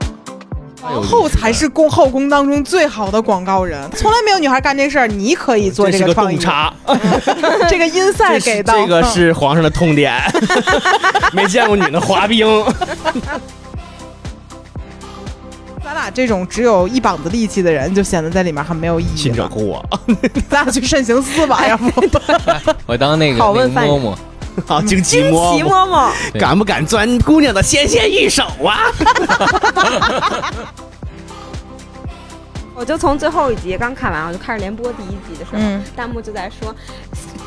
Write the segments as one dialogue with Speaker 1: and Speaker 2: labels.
Speaker 1: 有意思
Speaker 2: 皇哦后才是宫后宫当中最好的广告 人，从来没有女孩干这事儿。你可以做
Speaker 3: 这是
Speaker 2: 个创
Speaker 3: 洞
Speaker 2: 意，
Speaker 3: 察，
Speaker 2: 这个阴赛
Speaker 3: 这
Speaker 2: 给
Speaker 3: 是
Speaker 2: 到嗯
Speaker 3: 这个是皇上的痛点， 没见过女的滑冰，
Speaker 2: 嗯咱俩这种只有一膀子力气的人，就显得在里面很没有意义
Speaker 3: 信者
Speaker 2: 了。
Speaker 3: 乎我
Speaker 2: 咱俩去慎刑司吧，要 不
Speaker 1: 我当那个
Speaker 4: 拷问
Speaker 1: 那个
Speaker 4: 犯人
Speaker 1: 嬷嬷，
Speaker 3: 啊！惊奇
Speaker 4: 惊
Speaker 3: 嬷
Speaker 4: 奇
Speaker 3: 嬷
Speaker 4: 嬷嬷，
Speaker 1: 对
Speaker 3: 敢不敢钻姑娘的纤纤玉手啊？
Speaker 4: 我就从最后一集刚看完，我就开始连播第一集的时 候，
Speaker 2: 嗯
Speaker 4: 弹幕就在说，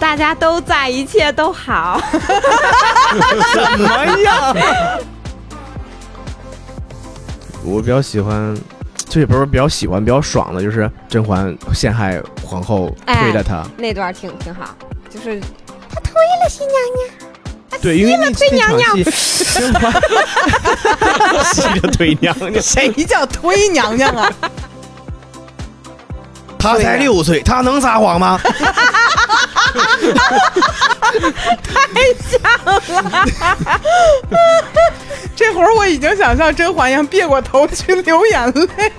Speaker 4: 大家都在，一切都好。
Speaker 3: 什么呀？ 我比较喜欢，这也不是比较喜欢，比较爽的，就是甄嬛陷害皇后，
Speaker 4: 哎
Speaker 3: 推了她。
Speaker 4: 那段儿挺挺好，就是
Speaker 3: 对，因为那推娘娘，甄嬛 吸着推娘娘，
Speaker 2: 谁叫推娘娘 啊？
Speaker 3: 她才六岁，她能撒谎吗？
Speaker 2: 这会儿我已经想像甄嬛一样别过头去流眼泪。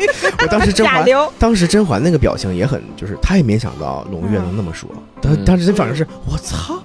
Speaker 3: 我当时 甄
Speaker 4: 贾
Speaker 3: 嬛
Speaker 4: 流，
Speaker 3: 当时甄嬛那个表情也很，就是她也没想到胧月能那么说，当
Speaker 1: 嗯
Speaker 3: 当时这反应是，我操，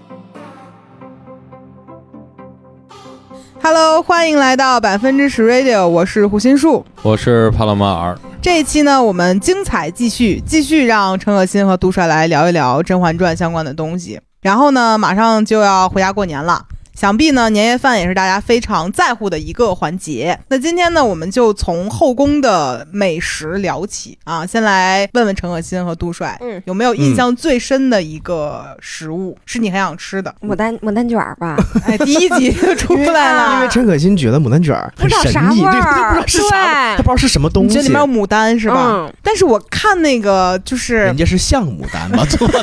Speaker 2: Hello，欢迎来到百分之十 Radio，我是胡心树。
Speaker 1: 我是帕洛马尔，
Speaker 2: 这一期呢，我们精彩继续，继续让陈可辛和杜帅来聊一聊《甄嬛传》相关的东西。然后呢，马上就要回家过年了，想必呢年夜饭也是大家非常在乎的一个环节。那今天呢，我们就从后宫的美食聊起啊，先来问问陈可辛和杜 帅，
Speaker 4: 嗯
Speaker 2: 有没有印象最深的一个食物、是你很想吃的？
Speaker 4: 牡丹牡丹卷 儿吧，
Speaker 2: 哎，第一集就出来了，
Speaker 3: 因为陈可辛觉得牡丹卷儿
Speaker 4: 嗯不
Speaker 3: 很
Speaker 4: 知道
Speaker 3: 神
Speaker 4: 啥
Speaker 3: 秘，
Speaker 4: 味
Speaker 3: 对，她不知
Speaker 4: 儿，啊
Speaker 3: 道是啥味儿，她不知
Speaker 4: 对，
Speaker 3: 道是什么东
Speaker 2: 你觉得
Speaker 3: 西
Speaker 2: 里，面有牡丹是吧？
Speaker 4: 嗯
Speaker 2: 但是我看那个就是
Speaker 3: 人家是像牡丹 吧？做的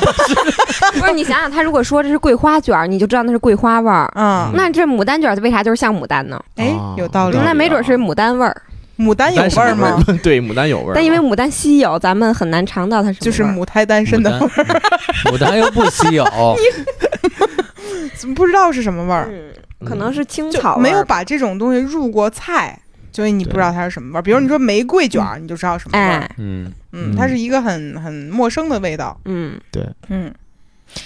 Speaker 4: 不是你想想，他如果说这是桂花卷儿，你就知道那是桂花味
Speaker 3: 啊
Speaker 2: 嗯，
Speaker 4: 儿。那这牡丹卷儿为啥就是像牡丹呢？
Speaker 2: 哎
Speaker 3: 哦，
Speaker 2: 有道理
Speaker 3: 有。道
Speaker 4: 那
Speaker 3: 理
Speaker 4: 没准是牡丹味儿，
Speaker 2: 牡丹有味儿吗？？
Speaker 3: 对，牡丹有味儿，
Speaker 4: 但因为牡丹稀有，咱们很难尝到它什么味儿。
Speaker 2: 就是母胎单身的味
Speaker 1: 牡丹，牡丹又不 稀有，
Speaker 2: 儿，不知道是什么味儿，
Speaker 4: 嗯，可能是青
Speaker 2: 就
Speaker 4: 草味儿
Speaker 2: 没有。把这种东西入过菜，所以你不知道它是什么味儿。比如你说玫瑰卷儿，你就知道什么味儿。
Speaker 4: 哎，
Speaker 1: 嗯，
Speaker 2: 嗯，
Speaker 3: 嗯
Speaker 2: 它是一个很很陌生的味道。
Speaker 4: 嗯，
Speaker 2: 嗯，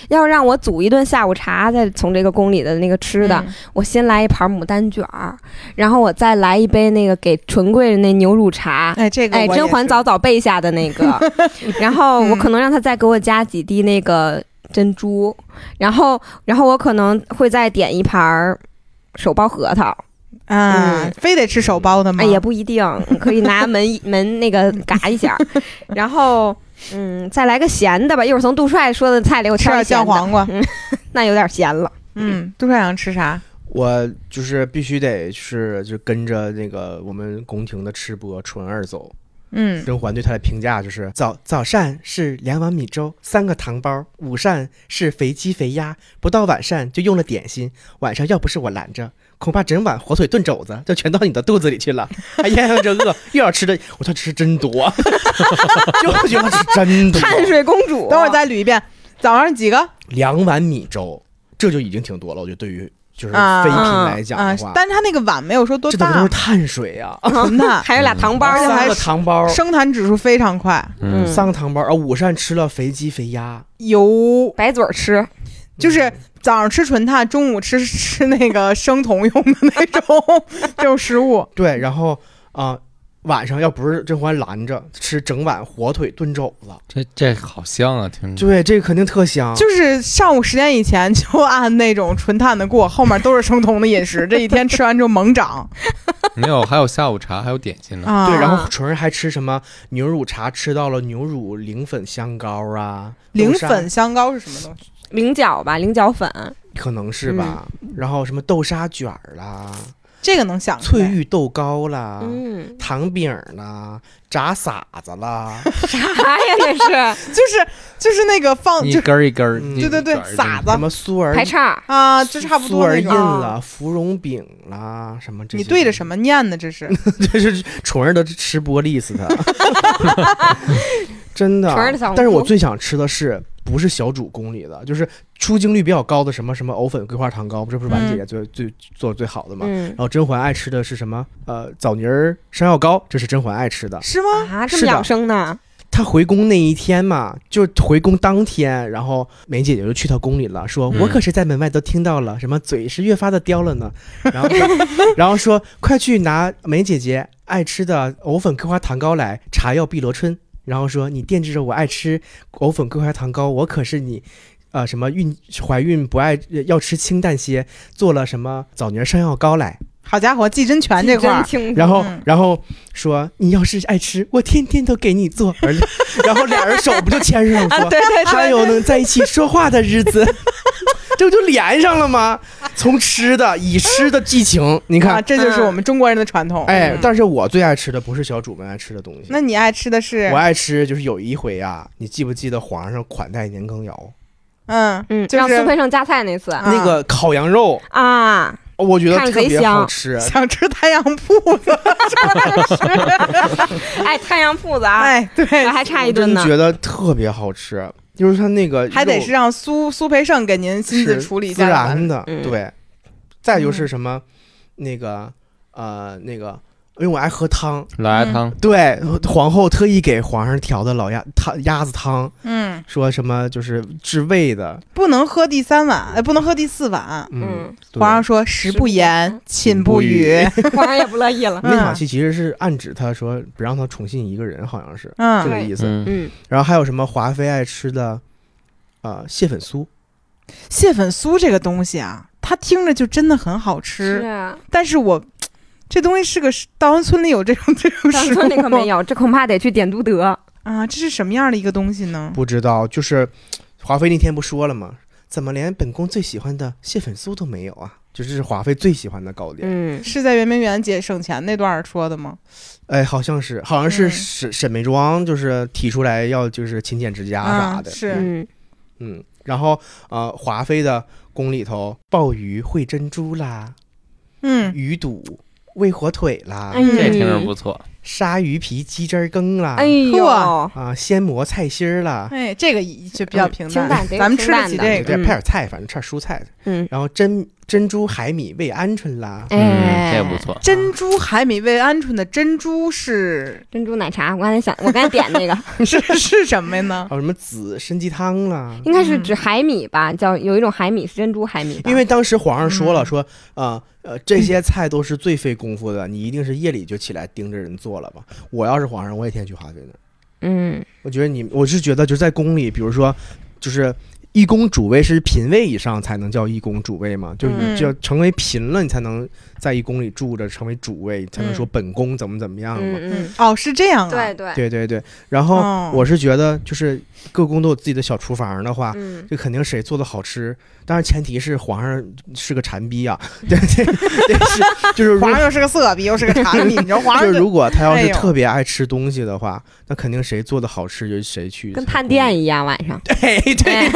Speaker 4: 要让我煮一顿下午茶，再从这个宫里的那个吃的，
Speaker 2: 嗯
Speaker 4: 我先来一盘牡丹卷儿，然后我再来一杯那个给纯贵人那牛乳茶。
Speaker 2: 哎，这个
Speaker 4: 哎，
Speaker 2: 我也
Speaker 4: 甄嬛
Speaker 2: 是
Speaker 4: 早早备下的那个， 然后我
Speaker 2: 嗯
Speaker 4: 可能让她再给我加几滴那个珍珠，然后，然后我可能会再点一盘儿手剥核桃，
Speaker 2: 啊，
Speaker 4: 嗯
Speaker 2: 非得吃手剥的吗？
Speaker 4: 哎，也不一定，可以 拿门门那个嘎一下儿，然后，嗯，再来个咸的吧。一会儿从杜帅说的菜里我
Speaker 2: 吃
Speaker 4: 挑
Speaker 2: 点
Speaker 4: 一咸
Speaker 2: 酱
Speaker 4: 的，嗯
Speaker 2: 黄瓜。
Speaker 4: 那有点咸了。
Speaker 2: 嗯，杜帅想吃啥？
Speaker 3: 我就是必须得是就跟着那个我们宫廷的吃播纯儿走，
Speaker 2: 嗯，
Speaker 3: 甄嬛对他的评价就是：早早膳是两碗米粥，三个糖包；午膳是肥鸡肥鸭，不到晚膳就用了点心。晚上要不是我拦着，恐怕整碗火腿炖肘子就全到你的肚子里去了。 还咽上这饿，又要吃的，我他吃真多， 又觉得是真多。
Speaker 4: 碳水公主，
Speaker 2: 等会儿再捋一遍，早上几个
Speaker 3: 两碗米粥，这就已经挺多了。我觉得对于就是
Speaker 2: 啊
Speaker 3: 妃嫔来讲
Speaker 2: 啊
Speaker 3: 的？话，
Speaker 2: 但是他那个碗没有说多
Speaker 3: 这都
Speaker 2: 大
Speaker 3: 是，碳水呀、啊，
Speaker 2: 纯的，
Speaker 4: 还有俩糖包
Speaker 2: 而且
Speaker 4: 呢。
Speaker 2: 还
Speaker 3: 三个糖包。
Speaker 2: 生痰指数非常快，
Speaker 1: 嗯
Speaker 4: 嗯
Speaker 3: 三个糖包，啊，午膳吃了肥鸡肥鸭，嗯
Speaker 2: 油
Speaker 4: 白嘴儿吃，
Speaker 2: 就是早上吃纯碳，中午吃吃那个生酮用的那种 这种食物。
Speaker 3: 对，然后啊、晚上要不是甄嬛拦着，吃整碗火腿炖肘子，
Speaker 1: 这这好香啊，听着，
Speaker 3: 对，这个肯定特香。
Speaker 2: 就是上午十点以前就按那种纯碳的过，后面都是生酮的饮食。这一天吃完之后猛长
Speaker 1: 没有，还有下午茶，还有点心呢，
Speaker 2: 啊！
Speaker 3: 对，然
Speaker 4: 啊
Speaker 3: 后纯儿还吃什么牛乳茶，吃到了牛乳零粉香膏啊，
Speaker 2: 零
Speaker 3: 豆沙
Speaker 2: 粉香膏是什么东西？
Speaker 4: 菱角吧，菱角
Speaker 2: 啊
Speaker 4: 粉，
Speaker 3: 可能是吧，
Speaker 2: 嗯
Speaker 3: 然后什么豆沙卷儿啦，
Speaker 2: 这个能想出
Speaker 3: 翠
Speaker 2: 来。
Speaker 3: 玉豆糕啦。
Speaker 4: 嗯，
Speaker 3: 糖饼儿啦，炸撒子啦，
Speaker 4: 啥哎呀？那 是
Speaker 2: 就是就是那个放
Speaker 1: 一
Speaker 2: 啊就
Speaker 1: 根儿一根儿，
Speaker 3: 嗯
Speaker 1: 一
Speaker 2: 对对对
Speaker 1: 卷儿一，根儿
Speaker 2: 撒
Speaker 3: 什
Speaker 2: 子
Speaker 3: 么酥儿
Speaker 4: 排叉儿，
Speaker 2: 啊，就差不
Speaker 3: 酥
Speaker 2: 多
Speaker 3: 儿
Speaker 2: 那
Speaker 3: 印
Speaker 2: 种。
Speaker 3: 啦，芙蓉饼啦，什么这些。
Speaker 2: 你对着什么念呢？这是
Speaker 3: 这是纯儿的吃播力死他，真的 啊
Speaker 4: 纯儿的小。
Speaker 3: 但是
Speaker 4: 红
Speaker 3: 我
Speaker 4: 书
Speaker 3: 最想吃的是不是小主攻里的，就是出镜率比较高的什么什么藕粉桂花糖糕，这不是婉姐姐最、最做的最好的吗？
Speaker 4: 嗯
Speaker 3: 然后甄嬛爱吃的是什么？呃，枣泥儿山药糕，这是甄嬛爱吃的。
Speaker 2: 是吗？
Speaker 4: 啊，这
Speaker 3: 是
Speaker 4: 么
Speaker 3: 的
Speaker 4: 养生呢？
Speaker 3: 她回宫那一天嘛，就回宫当天，然后梅姐姐就去她宫里了，说：“
Speaker 1: 嗯
Speaker 3: 我可是在门外都听到了，什么嘴是越发的刁了呢。”然后说，然后说：“快去拿梅姐姐爱吃的藕粉桂花糖糕来，茶药碧螺春。”然后说：“你惦记着我爱吃藕粉桂花糖糕，我可是你。”呃，什么孕怀孕不爱呃要吃清淡些，做了什么枣泥儿山药糕来，
Speaker 2: 好家伙，记真全这块
Speaker 4: 真
Speaker 2: 儿，
Speaker 4: 清楚
Speaker 3: 然后
Speaker 2: 嗯，
Speaker 3: 然后说你要是爱吃，我天天都给你做。而 然后俩人手不就牵上了
Speaker 4: 啊，
Speaker 3: 说，
Speaker 4: 对对
Speaker 3: 还
Speaker 4: 对，
Speaker 3: 有能在一起说话的日 子，这不就连上了吗？从吃的以吃的寄情，你
Speaker 2: 啊，
Speaker 3: 看，
Speaker 2: 这就是我们中国人的传统。
Speaker 3: 哎
Speaker 4: 嗯，
Speaker 3: 但是我最爱吃的不是小主们爱吃的东西，
Speaker 2: 那你爱吃的是
Speaker 3: 我爱吃就是有一回啊，你记不记得皇上款待年羹尧
Speaker 2: 嗯
Speaker 4: 嗯，
Speaker 2: 就
Speaker 4: 让
Speaker 2: 是
Speaker 4: 苏培盛夹菜那次
Speaker 2: 啊
Speaker 3: 那个烤羊肉，
Speaker 4: 啊，
Speaker 3: 我觉得
Speaker 4: 看着
Speaker 3: 特
Speaker 4: 贼
Speaker 3: 别
Speaker 4: 香
Speaker 3: 好吃，
Speaker 2: 想吃太阳铺子，
Speaker 4: 哎，太阳铺子啊，
Speaker 2: 哎，对，
Speaker 4: 我还差一
Speaker 3: 我真
Speaker 4: 顿呢。
Speaker 3: 觉得特别好吃，就是他那个
Speaker 2: 还得
Speaker 3: 肉
Speaker 2: 是让苏苏培盛给您亲自
Speaker 3: 是
Speaker 2: 处理一
Speaker 3: 自
Speaker 2: 下嗯吧
Speaker 3: 然的，
Speaker 4: 嗯
Speaker 3: 对。再就是什么，那个呃，那个，因为我爱喝汤，
Speaker 1: 老鸭汤，
Speaker 3: 对，皇后特意给皇上调的老鸭汤鸭子汤，
Speaker 2: 嗯，
Speaker 3: 说什么就是治胃的，
Speaker 2: 不能喝第三碗，哎，不能喝第四碗。
Speaker 3: 嗯，
Speaker 4: 嗯，
Speaker 3: 对
Speaker 2: 皇上说：“食不言，寝不语。
Speaker 4: 皇上也不乐意了。
Speaker 3: 那场
Speaker 2: 嗯
Speaker 3: 戏其实是暗指他说不让他宠信一个人，好像是” 这
Speaker 2: 嗯，
Speaker 3: 个意思。
Speaker 1: 嗯，
Speaker 4: 嗯，
Speaker 3: 然后还有什么华妃爱吃的，呃，蟹粉酥，
Speaker 2: 蟹粉酥这个东西啊，它听着就真的很好
Speaker 4: 是
Speaker 2: 吃，
Speaker 4: 啊，
Speaker 2: 但是我这东西是个稻香村里有这种 这种
Speaker 4: 当
Speaker 2: 食
Speaker 4: 村里可
Speaker 2: 物
Speaker 4: 没
Speaker 2: 吗
Speaker 4: 有，这恐怕得去点都德。
Speaker 2: 啊？这是什么样的一个东西呢？
Speaker 3: 不知道就是华妃那天不说了吗？怎么连本宫最喜欢的蟹粉酥都没有啊？就这是华妃最喜欢的糕点。
Speaker 4: 嗯，
Speaker 2: 是在圆明园节省钱那段儿说的吗？
Speaker 3: 哎，好像是，好像是
Speaker 2: 嗯
Speaker 3: 沈沈眉庄就是提出来要就是勤俭持家啥
Speaker 2: 啊，
Speaker 3: 的，
Speaker 2: 是
Speaker 4: 嗯，
Speaker 3: 嗯，然后呃，华妃的宫里头鲍鱼烩珍珠啦，
Speaker 2: 嗯，
Speaker 3: 鱼肚煨火腿
Speaker 2: 啊
Speaker 3: 啦，
Speaker 4: 哎
Speaker 1: 这听着
Speaker 4: 嗯
Speaker 1: 不错。
Speaker 3: 鲨鱼皮鸡汁儿羹啦，
Speaker 4: 哎呦
Speaker 2: 呵，
Speaker 3: 啊，鲜蘑菜心儿啦，
Speaker 2: 哎，这个一就比较
Speaker 4: 嗯
Speaker 2: 平
Speaker 4: 清淡得 有
Speaker 2: 咱们
Speaker 4: 清
Speaker 2: 吃得
Speaker 4: 淡
Speaker 2: 起
Speaker 4: 的
Speaker 2: 这
Speaker 3: 对，
Speaker 2: 个。
Speaker 3: 对
Speaker 4: 嗯
Speaker 3: 配点菜，反正差蔬菜，
Speaker 4: 嗯，
Speaker 3: 然后珍珍珠海米味鹌鹑啦，
Speaker 1: 嗯，
Speaker 4: 哎，
Speaker 1: 这也不。错。
Speaker 2: 珍珠海米味鹌鹑的珍珠 是
Speaker 4: 珍珠奶茶，我刚才想，我刚才点那个，
Speaker 2: 是是什么呢？
Speaker 3: 还有什么紫参鸡汤啦，
Speaker 4: 应该是指海米吧？叫有一种海米是珍珠海米吧，
Speaker 3: 嗯因为当时皇上说了，
Speaker 2: 嗯
Speaker 3: 说，呃呃，这些菜都是最费功夫的，你一定是夜里就起来盯着人做了吧？我要是皇上，我也天天去华妃那儿。
Speaker 4: 嗯
Speaker 3: 我觉得你，我是觉得就是在宫里，比如说，就是一宫主位是嫔位以上才能叫一宫主位嘛，就是
Speaker 2: 嗯
Speaker 3: 你就要成为嫔了，你才能在一宫里住着，成为主位，才
Speaker 2: 嗯
Speaker 3: 能说本宫怎么怎么样嘛。
Speaker 4: 嗯嗯，
Speaker 2: 哦，是这样啊。
Speaker 4: 对，对，嗯
Speaker 3: 对对对，然后
Speaker 2: 哦，
Speaker 3: 我是觉得就是各宫都有自己的小厨房的话，
Speaker 4: 嗯，
Speaker 3: 这肯定谁做的好吃，当然前提是皇上是个馋 逼啊，对对对，是就是如
Speaker 2: 皇上又是个色逼，又是个馋逼，你说皇
Speaker 3: 就
Speaker 2: 上
Speaker 3: 是
Speaker 2: 就
Speaker 3: 如果他要
Speaker 2: 哎
Speaker 3: 是
Speaker 2: 呦
Speaker 3: 特别爱吃东西的话，那肯定谁做的好吃就谁去，
Speaker 4: 跟探店一样，晚上嗯
Speaker 3: 对对，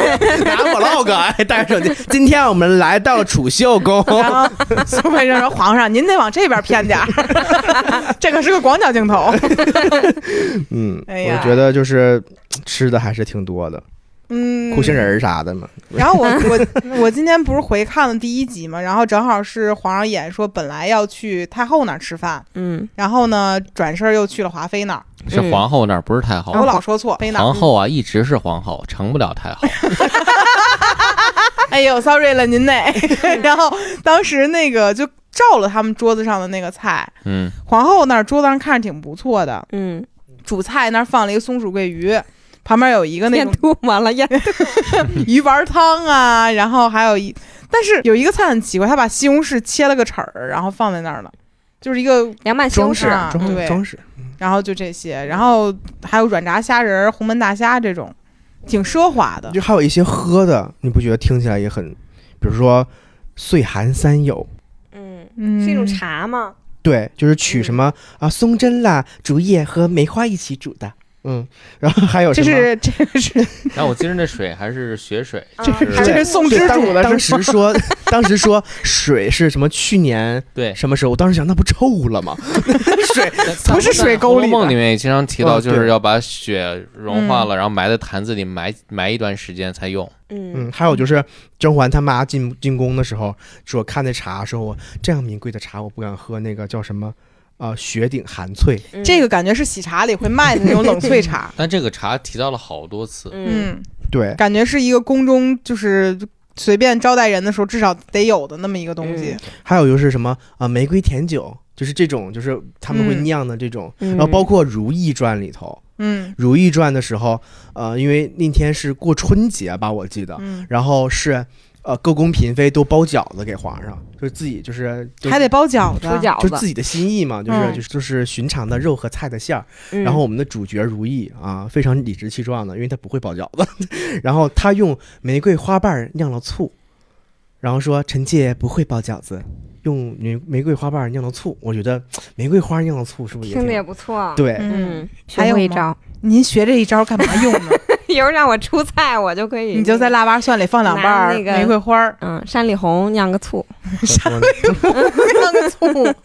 Speaker 3: 拿 vlog 哎，带着手机，今天我们来到储 秀宫，
Speaker 2: 然后苏培盛说：“皇上，您得往这边偏点儿， 这可是个广角镜头。
Speaker 3: 嗯，
Speaker 2: 哎呀
Speaker 3: 我觉得就是吃的还是挺多的，”
Speaker 2: 嗯，
Speaker 3: 苦杏仁儿啥的嘛，
Speaker 2: 然后我我我今天不是回看了第一集嘛，然后正好是皇上演说，本来要去太后那儿吃饭，
Speaker 4: 嗯，
Speaker 2: 然后呢转身又去了华妃那儿。
Speaker 1: 是皇后那儿，不是太后。
Speaker 2: 我老说错，妃那儿
Speaker 1: 哦皇。后啊，一直是皇后，成不了太后。
Speaker 2: 哎呦，sorry 了您 那。然后当时那个就照了他们桌子上的那个菜，
Speaker 1: 嗯，
Speaker 2: 皇后那儿桌子上看着挺不错的，
Speaker 4: 嗯，
Speaker 2: 主菜那儿放了一个松鼠桂鱼。旁边有一个那
Speaker 4: 咽
Speaker 2: 种
Speaker 4: 吐沫了， 咽
Speaker 2: 鱼丸汤啊，然后还有一，但是有一个菜很奇怪，他把西红柿切了个齿儿，然后放在那儿了，就是一个，
Speaker 4: 凉拌西红
Speaker 3: 装饰
Speaker 4: 柿，
Speaker 2: 啊
Speaker 3: 装
Speaker 2: 对
Speaker 3: 装饰，
Speaker 2: 然后就这些，然后还有软炸虾仁儿、红焖大虾这种，挺奢华的。
Speaker 3: 就还有一些喝的，你不觉得听起来也很，比如说岁寒三友。
Speaker 4: 嗯，
Speaker 2: 嗯，
Speaker 4: 是一种茶吗？
Speaker 3: 对，就是取什么、啊松针啦、竹叶和梅花一起煮的，嗯，然后还有
Speaker 2: 这
Speaker 3: 什么
Speaker 2: 是这个
Speaker 4: 嗯
Speaker 2: 是
Speaker 1: 但我记得那水还是雪水，
Speaker 2: 这
Speaker 4: 啊
Speaker 2: 是
Speaker 1: 还
Speaker 2: 这是宋之
Speaker 3: 对当
Speaker 2: 主的
Speaker 3: 当
Speaker 2: 是吗
Speaker 3: 时说，当时说水是什么？去年
Speaker 1: 对，
Speaker 3: 什么时候？我当时想，那不臭了吗？嗯水
Speaker 2: 不是水沟
Speaker 1: 在红
Speaker 2: 里的哦
Speaker 1: 楼梦》里面也经常提到，
Speaker 3: 嗯对
Speaker 1: 就是要把雪融化了，
Speaker 2: 嗯
Speaker 1: 然后埋在坛子里埋埋一段时间才用。，
Speaker 4: 嗯
Speaker 3: 嗯，还有就是甄嬛她妈进进宫的时候，说看那茶，说我这样名贵的茶我不敢喝，那个叫什么？呃，雪顶寒翠，
Speaker 4: 嗯
Speaker 2: 这个感觉是喜茶里会卖的那种冷萃茶
Speaker 1: 但这个茶提到了好多次，
Speaker 4: 嗯
Speaker 2: 嗯，
Speaker 3: 对，
Speaker 2: 感觉是一个宫中就是随便招待人的时候至少得有的那么一个东西。
Speaker 3: 还有就是什么啊、呃玫瑰甜酒，就是这种，就是他们会
Speaker 2: 嗯
Speaker 3: 酿的这种，
Speaker 4: 嗯，
Speaker 3: 然后包括《如懿传》里头，
Speaker 2: 嗯
Speaker 3: 《如懿传》的时候，呃，因为那天是过春节吧，我记得，
Speaker 2: 嗯，
Speaker 3: 然后是呃各宫嫔妃都包饺子给皇上，就是自己就是就
Speaker 2: 还得包饺子
Speaker 4: 出，饺
Speaker 3: 啊就是自
Speaker 4: 子，
Speaker 3: 己的心意嘛，就是、
Speaker 2: 嗯
Speaker 3: 就是就是寻常的肉和菜的馅儿。
Speaker 4: 嗯
Speaker 3: 然后我们的主角如意啊，非常理直气壮的，因为她不会包饺子， 然后她用玫瑰花瓣酿了醋，然后说臣妾不会包饺子，用玫玫瑰花瓣酿了醋。我觉得玫瑰花酿了醋是不是也
Speaker 4: 听着
Speaker 3: 挺
Speaker 4: 也不错，，
Speaker 3: 对？
Speaker 2: 嗯
Speaker 4: 嗯，，学会一招，
Speaker 2: 您学这一招干嘛用呢？
Speaker 4: 以后让我出菜，我就可以，
Speaker 2: 你就在腊八蒜里放两瓣儿
Speaker 4: 拿那个
Speaker 2: 玫瑰花 儿，
Speaker 4: 嗯山里红酿个醋，
Speaker 3: 怎么说呢
Speaker 2: 放个醋。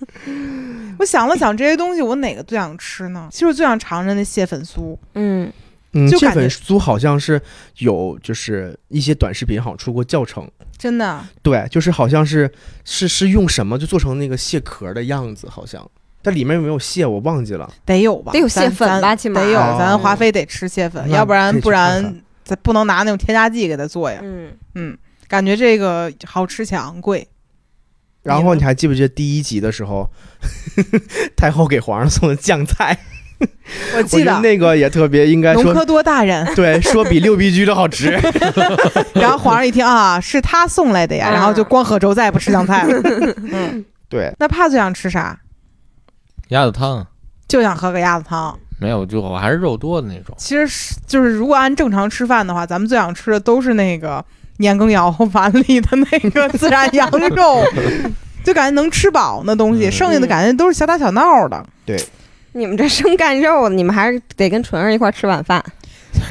Speaker 2: 我想了想这些东西，我哪个最想吃呢？其实我最想尝尝那蟹粉酥，
Speaker 4: 嗯
Speaker 3: 嗯，
Speaker 2: 就
Speaker 3: 这
Speaker 2: 感觉
Speaker 3: 本书好像是有就是一些短视频好像出过教程。
Speaker 2: 真的。
Speaker 3: 对，就是好像是是是用什么就做成那个蟹壳的样子，好像，但里面有没有蟹我忘记了。
Speaker 2: 得有吧？
Speaker 4: 得有蟹粉吧
Speaker 2: 咱咱
Speaker 4: 起码
Speaker 2: 得有，
Speaker 3: 哦
Speaker 2: 咱华妃得吃蟹粉，
Speaker 3: 那
Speaker 2: 要不然
Speaker 3: 得去
Speaker 2: 不
Speaker 3: 看看
Speaker 2: 然咱不能拿那种添加剂给它做呀。
Speaker 4: 嗯，
Speaker 2: 嗯，感觉这个好吃且昂贵。
Speaker 3: 然后你还记不记得第一集的时候， 太后给皇上送的酱菜，
Speaker 2: 我
Speaker 3: 我
Speaker 2: 记
Speaker 3: 觉得
Speaker 2: 得
Speaker 3: 那个也特别应该
Speaker 2: 隆
Speaker 3: 说，
Speaker 2: 科多大 人，
Speaker 3: 对，说比六必居都 好吃。
Speaker 2: 然后皇上一听啊，是他送来的呀，
Speaker 4: 嗯
Speaker 2: 然后就光喝粥，再也不吃酱菜了。 嗯，
Speaker 3: 对，
Speaker 2: 那怕最想吃啥？
Speaker 1: 鸭子汤
Speaker 2: 就想喝个鸭子汤。
Speaker 1: 没有，就我还是肉多的那种。
Speaker 2: 其实是就是，如果按正常吃饭的话，咱们最想吃的都是那个年羹尧碗里的那个孜 然羊肉，就感觉能吃饱那东西，
Speaker 1: 嗯
Speaker 2: 剩下的感觉都是小打小闹 的。
Speaker 4: 你们这生干肉，你们还是得跟纯儿一块儿吃晚饭，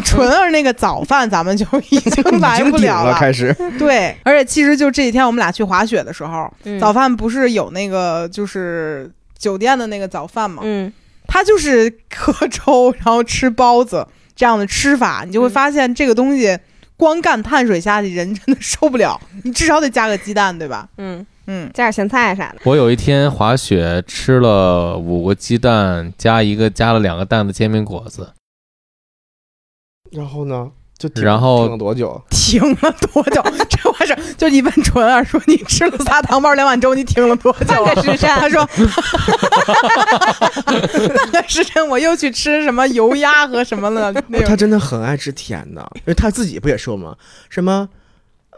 Speaker 2: 纯儿那个早饭咱们就已经来
Speaker 3: 已
Speaker 2: 不
Speaker 3: 经顶了，
Speaker 2: 了
Speaker 3: 开始。
Speaker 2: 对，而且其实就这几天我们俩去滑雪的时候，
Speaker 4: 嗯
Speaker 2: 早饭不是有那个就是酒店的那个早饭嘛，
Speaker 4: 嗯
Speaker 2: 它就是喝粥然后吃包子这样的吃法，你就会
Speaker 4: 嗯
Speaker 2: 发现这个东西光干碳水下去人真的受不了，你至少得加个鸡蛋，对吧？
Speaker 4: 嗯，
Speaker 2: 嗯，
Speaker 4: 加点咸菜啥的，
Speaker 1: 我有一天滑雪吃了五个鸡蛋，加一个加了两个蛋的煎饼果子，
Speaker 3: 然后呢，就挺
Speaker 1: 然后
Speaker 3: 挺了多久？
Speaker 2: 停了多 久？这回事儿就你问纯儿说你吃了仨糖包两碗粥，你停了多久
Speaker 4: 半
Speaker 2: 啊？
Speaker 4: 个时
Speaker 2: 他
Speaker 4: 辰，
Speaker 2: 说：“半个时辰我又去吃什么油 鸭和什么了？那
Speaker 3: 哦他
Speaker 2: 种
Speaker 3: 真的很爱吃甜的，因为他自己不也说吗？什么，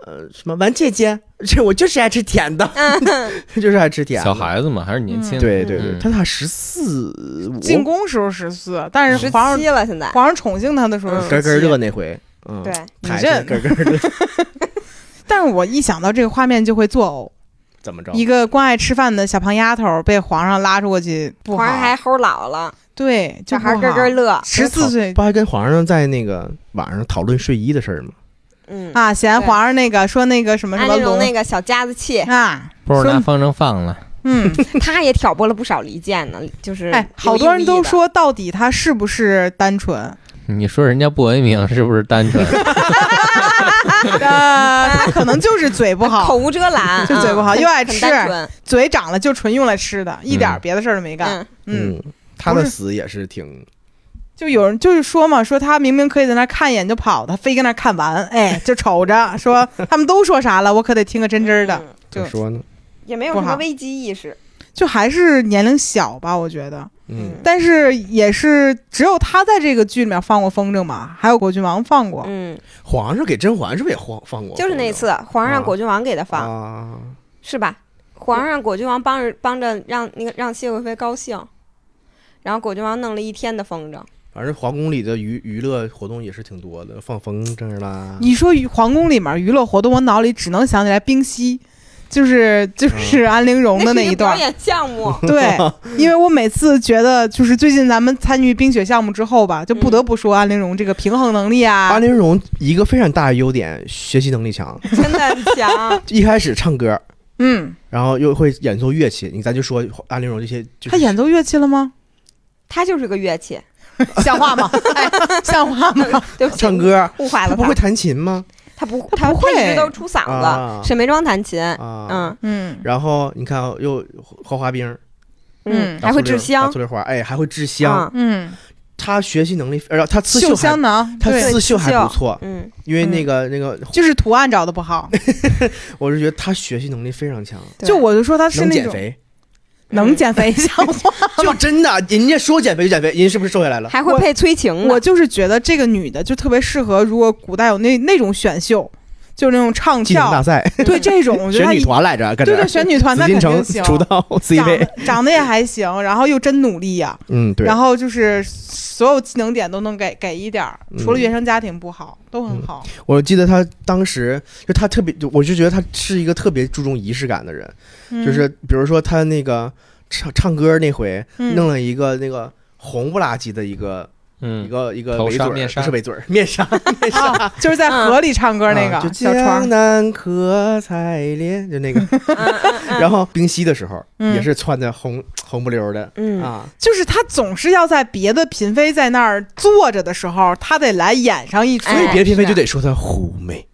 Speaker 3: 呃，什么丸姐姐，这我就是爱吃甜的，
Speaker 4: 嗯
Speaker 3: 就是爱吃甜的。
Speaker 1: 小孩子嘛还是年轻，
Speaker 3: 对对对，
Speaker 1: 嗯
Speaker 3: 他才十四五，
Speaker 2: 进宫时候十四，但是
Speaker 4: 十
Speaker 2: 皇上
Speaker 4: 七了现在，
Speaker 2: 皇上宠幸他的时候
Speaker 4: 嗯
Speaker 2: 17
Speaker 3: 根根热。那回，嗯，
Speaker 4: 对，
Speaker 3: 还
Speaker 2: 你这
Speaker 3: 是根根热，
Speaker 2: 但是我一想到这个画面就会作
Speaker 3: 怎么着
Speaker 2: 呕，？一个光爱吃饭的小胖丫头被皇上拉着过去，不好
Speaker 4: 皇上还齁老了，
Speaker 2: 对，就
Speaker 4: 小孩儿咯咯乐，嗯
Speaker 2: 十四岁
Speaker 3: 不还跟皇上在那个晚上讨论睡衣的事儿吗？
Speaker 4: 嗯，
Speaker 2: 啊，嫌
Speaker 4: 对
Speaker 2: 皇上那个说那个什么什
Speaker 4: 安
Speaker 2: 么
Speaker 4: 陵容
Speaker 2: 龙
Speaker 4: 那个小家子气，
Speaker 2: 啊，
Speaker 1: 不是拿
Speaker 2: 说
Speaker 1: 方程放了，
Speaker 2: 嗯，
Speaker 4: 他也挑拨了不少离间呢，就是
Speaker 2: 哎，好多人都说到底他是不是单纯？
Speaker 1: 你说人家不文明是不是单纯？
Speaker 2: 呃，他可能就是嘴不
Speaker 4: 口
Speaker 2: 好，
Speaker 4: 无遮 拦，
Speaker 2: 就嘴不好
Speaker 4: 嗯
Speaker 2: 又爱
Speaker 4: 很
Speaker 2: 吃
Speaker 4: 单纯
Speaker 2: 嘴长了就纯用来吃的，一点儿别的事儿都没干。
Speaker 4: 嗯
Speaker 2: 嗯，，
Speaker 3: 他
Speaker 2: 不
Speaker 3: 的
Speaker 2: 是
Speaker 3: 死也是挺，
Speaker 2: 就有人就是说嘛，说他明明可以在那儿看一眼就跑，他非跟那儿看完，哎，就瞅着说他们都说啥了，我可得听个真真的。
Speaker 4: 嗯
Speaker 3: 怎
Speaker 2: 就
Speaker 3: 么说呢？
Speaker 4: 也没有
Speaker 2: 不
Speaker 4: 什
Speaker 2: 好
Speaker 4: 么危机意识，
Speaker 2: 就还是年龄小吧，我觉得，
Speaker 3: 嗯，
Speaker 2: 但是也是只有他在这个剧里面放过风筝嘛，还有果郡王放过。
Speaker 4: 嗯，
Speaker 3: 皇上给甄嬛是不是也放放过？
Speaker 4: 就是那次皇上让果郡王给他放，
Speaker 3: 啊，
Speaker 4: 是吧？皇上让果郡王帮着帮着让那个让谢贵妃高兴，然后果郡王弄了一天的风筝，
Speaker 3: 反正皇宫里的娱娱乐活动也是挺多的，放风筝啦。
Speaker 2: 你说与皇宫里面娱乐活动，我脑里只能想起来冰嬉，就是就是安陵容的
Speaker 4: 那
Speaker 2: 那
Speaker 4: 是
Speaker 2: 一
Speaker 4: 个
Speaker 2: 段
Speaker 4: 表
Speaker 2: 儿。，
Speaker 4: 演项目
Speaker 2: 对，因为我每次觉得，就是最近咱们参与冰雪项目之后吧，就不得不说安陵容这个平衡能力啊，
Speaker 3: 安陵容一个非常大的优点，学习能力强。
Speaker 4: 真的很强。
Speaker 3: 就一开始唱歌，
Speaker 2: 嗯，
Speaker 3: 然后又会演奏乐器。你咱就说安陵容这些，就是
Speaker 2: 她演奏乐器了吗？
Speaker 4: 他就是个 乐器，
Speaker 2: 像话 吗？哎，像话吗？
Speaker 4: 对不起，
Speaker 3: 唱歌，
Speaker 4: 误坏
Speaker 3: 她
Speaker 4: 了
Speaker 3: 不会弹琴吗？
Speaker 4: 他不
Speaker 2: 他
Speaker 4: 他
Speaker 2: 不会
Speaker 4: 一直都出嗓
Speaker 3: 啊
Speaker 4: 子，沈眉庄弹琴，
Speaker 3: 啊，
Speaker 4: 嗯
Speaker 2: 嗯
Speaker 3: 然后你看哦又花花冰，
Speaker 2: 嗯
Speaker 4: 还会制
Speaker 3: 打
Speaker 4: 香
Speaker 3: 醋，溜花，哎，还会制香。
Speaker 4: 嗯
Speaker 2: 嗯，
Speaker 3: 她学习能力，然后她刺
Speaker 2: 绣
Speaker 3: 绣还
Speaker 2: 香，囊，
Speaker 3: 她
Speaker 2: 对，
Speaker 3: 刺绣还
Speaker 4: 刺绣
Speaker 3: 不错，
Speaker 4: 嗯，
Speaker 3: 因为那个那个，
Speaker 2: 就是图案找的不好。
Speaker 3: 我是觉得她学习能力非常强，
Speaker 4: 对
Speaker 2: 就我就说她是
Speaker 3: 能
Speaker 2: 那
Speaker 3: 减
Speaker 2: 种
Speaker 3: 肥，
Speaker 2: 能减肥，像话。
Speaker 3: 就真的，人家说减肥就减肥，人家是不是瘦下来了？
Speaker 4: 还会配催情呢
Speaker 2: 我就是觉得这个女的就特别适合，如果古代有那那种选秀，就是那种唱
Speaker 3: 技能大
Speaker 2: 跳，
Speaker 3: 赛，
Speaker 2: 对
Speaker 4: 嗯
Speaker 2: 这种，我觉得
Speaker 3: 选
Speaker 2: 她
Speaker 3: 女
Speaker 2: 一
Speaker 3: 团来着，跟
Speaker 2: 对
Speaker 3: 着
Speaker 2: 对选女团
Speaker 3: 紫
Speaker 2: 啊那
Speaker 3: 禁
Speaker 2: 肯
Speaker 3: 城
Speaker 2: 定行，
Speaker 3: 出道 C
Speaker 2: 长
Speaker 3: 位，
Speaker 2: 得长得也还行，然后又真努力呀、
Speaker 3: 嗯，对，
Speaker 2: 然后就是所有技能点都能给给一点儿，
Speaker 3: 嗯
Speaker 2: 除了原生家庭不好，都很好。
Speaker 3: 我记得他当时就他特别，就我就觉得他是一个特别注重仪式感的人，
Speaker 2: 嗯
Speaker 3: 就是比如说他那个唱唱歌那回，
Speaker 2: 嗯
Speaker 3: 弄了一个那个红不拉几的一个、一
Speaker 1: 嗯，
Speaker 3: 个一个
Speaker 1: 头
Speaker 3: 围嘴
Speaker 1: 纱
Speaker 3: 儿，
Speaker 1: 面纱
Speaker 3: 不是围嘴儿，面纱面纱。
Speaker 2: 啊，就是在河里唱歌那
Speaker 3: 啊
Speaker 2: 个
Speaker 3: 就
Speaker 2: 小
Speaker 3: 江
Speaker 2: 窗，
Speaker 3: 南可采莲，就 那个，然后冰溪的时候
Speaker 2: 嗯
Speaker 3: 也是穿的红红不溜的
Speaker 4: 嗯，
Speaker 3: 啊，
Speaker 2: 就是她总是要在别的嫔妃在那儿坐着的时候，她得来演上一出，
Speaker 3: 所以
Speaker 4: 哎
Speaker 3: 别的嫔妃
Speaker 2: 啊
Speaker 4: 是
Speaker 3: 就得说她狐媚，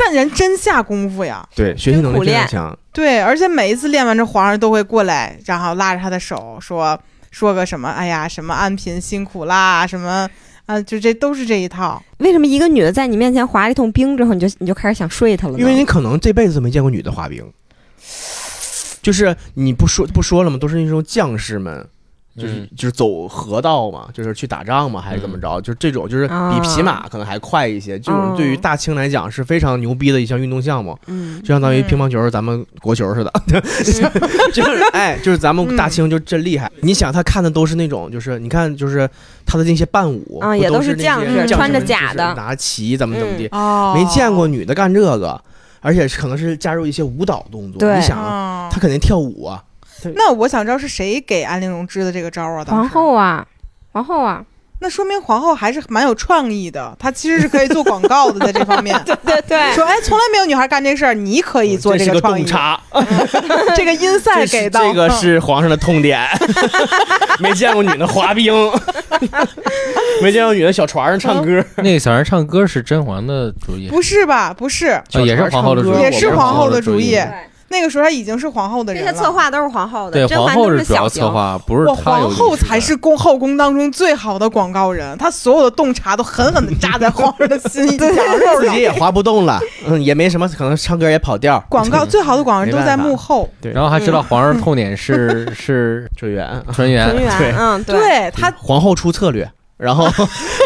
Speaker 2: 但人真下功夫呀。
Speaker 3: 对，学习能力
Speaker 4: 苦
Speaker 3: 非常
Speaker 4: 练
Speaker 3: 强，
Speaker 2: 对，而且每一次练完之后，皇上都会过来，然后拉着他的手说说个什么，哎呀，什么安嫔辛苦啦，什么啊，就这都是这一套。
Speaker 4: 为什么一个女的在你面前划了一通冰之后，你就你就开始想睡她了呢？
Speaker 3: 因为你可能这辈子都没见过女的滑冰，就是你不说不说了吗？都是那种将士们，就是、
Speaker 1: 嗯
Speaker 3: 就是走河道嘛，就是去打仗嘛，还是怎么着？
Speaker 4: 嗯
Speaker 3: 就是这种，就是比匹
Speaker 4: 啊
Speaker 3: 马可能还快一些。这种对
Speaker 4: 哦
Speaker 3: 于大清来讲是非常牛逼的一项运动项目，
Speaker 4: 嗯
Speaker 3: 就相当于
Speaker 2: 嗯
Speaker 3: 乒乓球是咱们国球似的， 就是 哎，就是咱们大清就真厉害。
Speaker 4: 嗯
Speaker 3: 你想他看的都是那种，就是你看就是他的那些伴舞
Speaker 4: 啊
Speaker 3: 不
Speaker 4: 也
Speaker 3: 都
Speaker 4: 都是
Speaker 3: 那
Speaker 4: 将
Speaker 3: 些
Speaker 4: 士
Speaker 3: 士
Speaker 4: 穿着
Speaker 3: 们
Speaker 4: 甲
Speaker 3: 就是
Speaker 4: 的
Speaker 3: 拿旗怎么怎么地
Speaker 4: 嗯。
Speaker 2: 哦
Speaker 3: 没见过女的干这个，而且可能是加入一些舞蹈动作。
Speaker 4: 对
Speaker 3: 你想啊，
Speaker 2: 啊
Speaker 3: 她肯定跳舞啊，
Speaker 2: 那我想知道是谁给安陵容支的这个招啊？当时
Speaker 4: 皇后，啊，皇后啊，
Speaker 2: 那说明皇后还是蛮有创意的，她其实是可以做广告的，在这
Speaker 4: 。
Speaker 2: 方面
Speaker 4: 对 对对
Speaker 2: 说哎，从来没有女孩干这事儿，你可以做
Speaker 3: 这是
Speaker 2: 个
Speaker 3: 个
Speaker 2: 创
Speaker 3: 洞
Speaker 2: 意，
Speaker 3: 察，
Speaker 2: 这个音赛
Speaker 3: 这是
Speaker 2: 给到嗯
Speaker 3: 这个是皇上的痛点， 没见过女的滑 冰，没见过女的小船上唱
Speaker 2: 嗯
Speaker 3: 歌，
Speaker 1: 那个小人唱歌是甄嬛的主 意，
Speaker 2: 不是吧？不是，
Speaker 1: 啊也是皇后的主意，
Speaker 2: 也是皇后的主
Speaker 1: 也
Speaker 2: 意
Speaker 1: 是皇后的
Speaker 4: 对，
Speaker 2: 那个时候她已经是皇后的
Speaker 4: 这
Speaker 2: 人
Speaker 4: 些
Speaker 2: 了。
Speaker 4: 策划都是皇后的，
Speaker 1: 对，
Speaker 4: 甄
Speaker 1: 皇
Speaker 4: 嬛
Speaker 1: 后
Speaker 4: 都是
Speaker 1: 主要
Speaker 4: 小
Speaker 1: 策
Speaker 4: 型。
Speaker 1: 划，不是
Speaker 2: 我
Speaker 1: 她有
Speaker 2: 皇后才
Speaker 1: 意识
Speaker 2: 是宫后宫当中最好的广告人，她所有的洞察都狠狠的扎在皇上的心 一角肉
Speaker 3: 自己
Speaker 2: 上。
Speaker 3: 也滑不动了，嗯，也没什么，可能唱歌也跑调。
Speaker 2: 广告最好的广告人都在幕后，
Speaker 1: 的，然后还知道皇上痛点是、是
Speaker 3: 周远，
Speaker 1: 纯元
Speaker 4: 纯，
Speaker 3: 对
Speaker 4: 元，嗯，对，
Speaker 2: 对她
Speaker 3: 啊皇后出策略。然 后，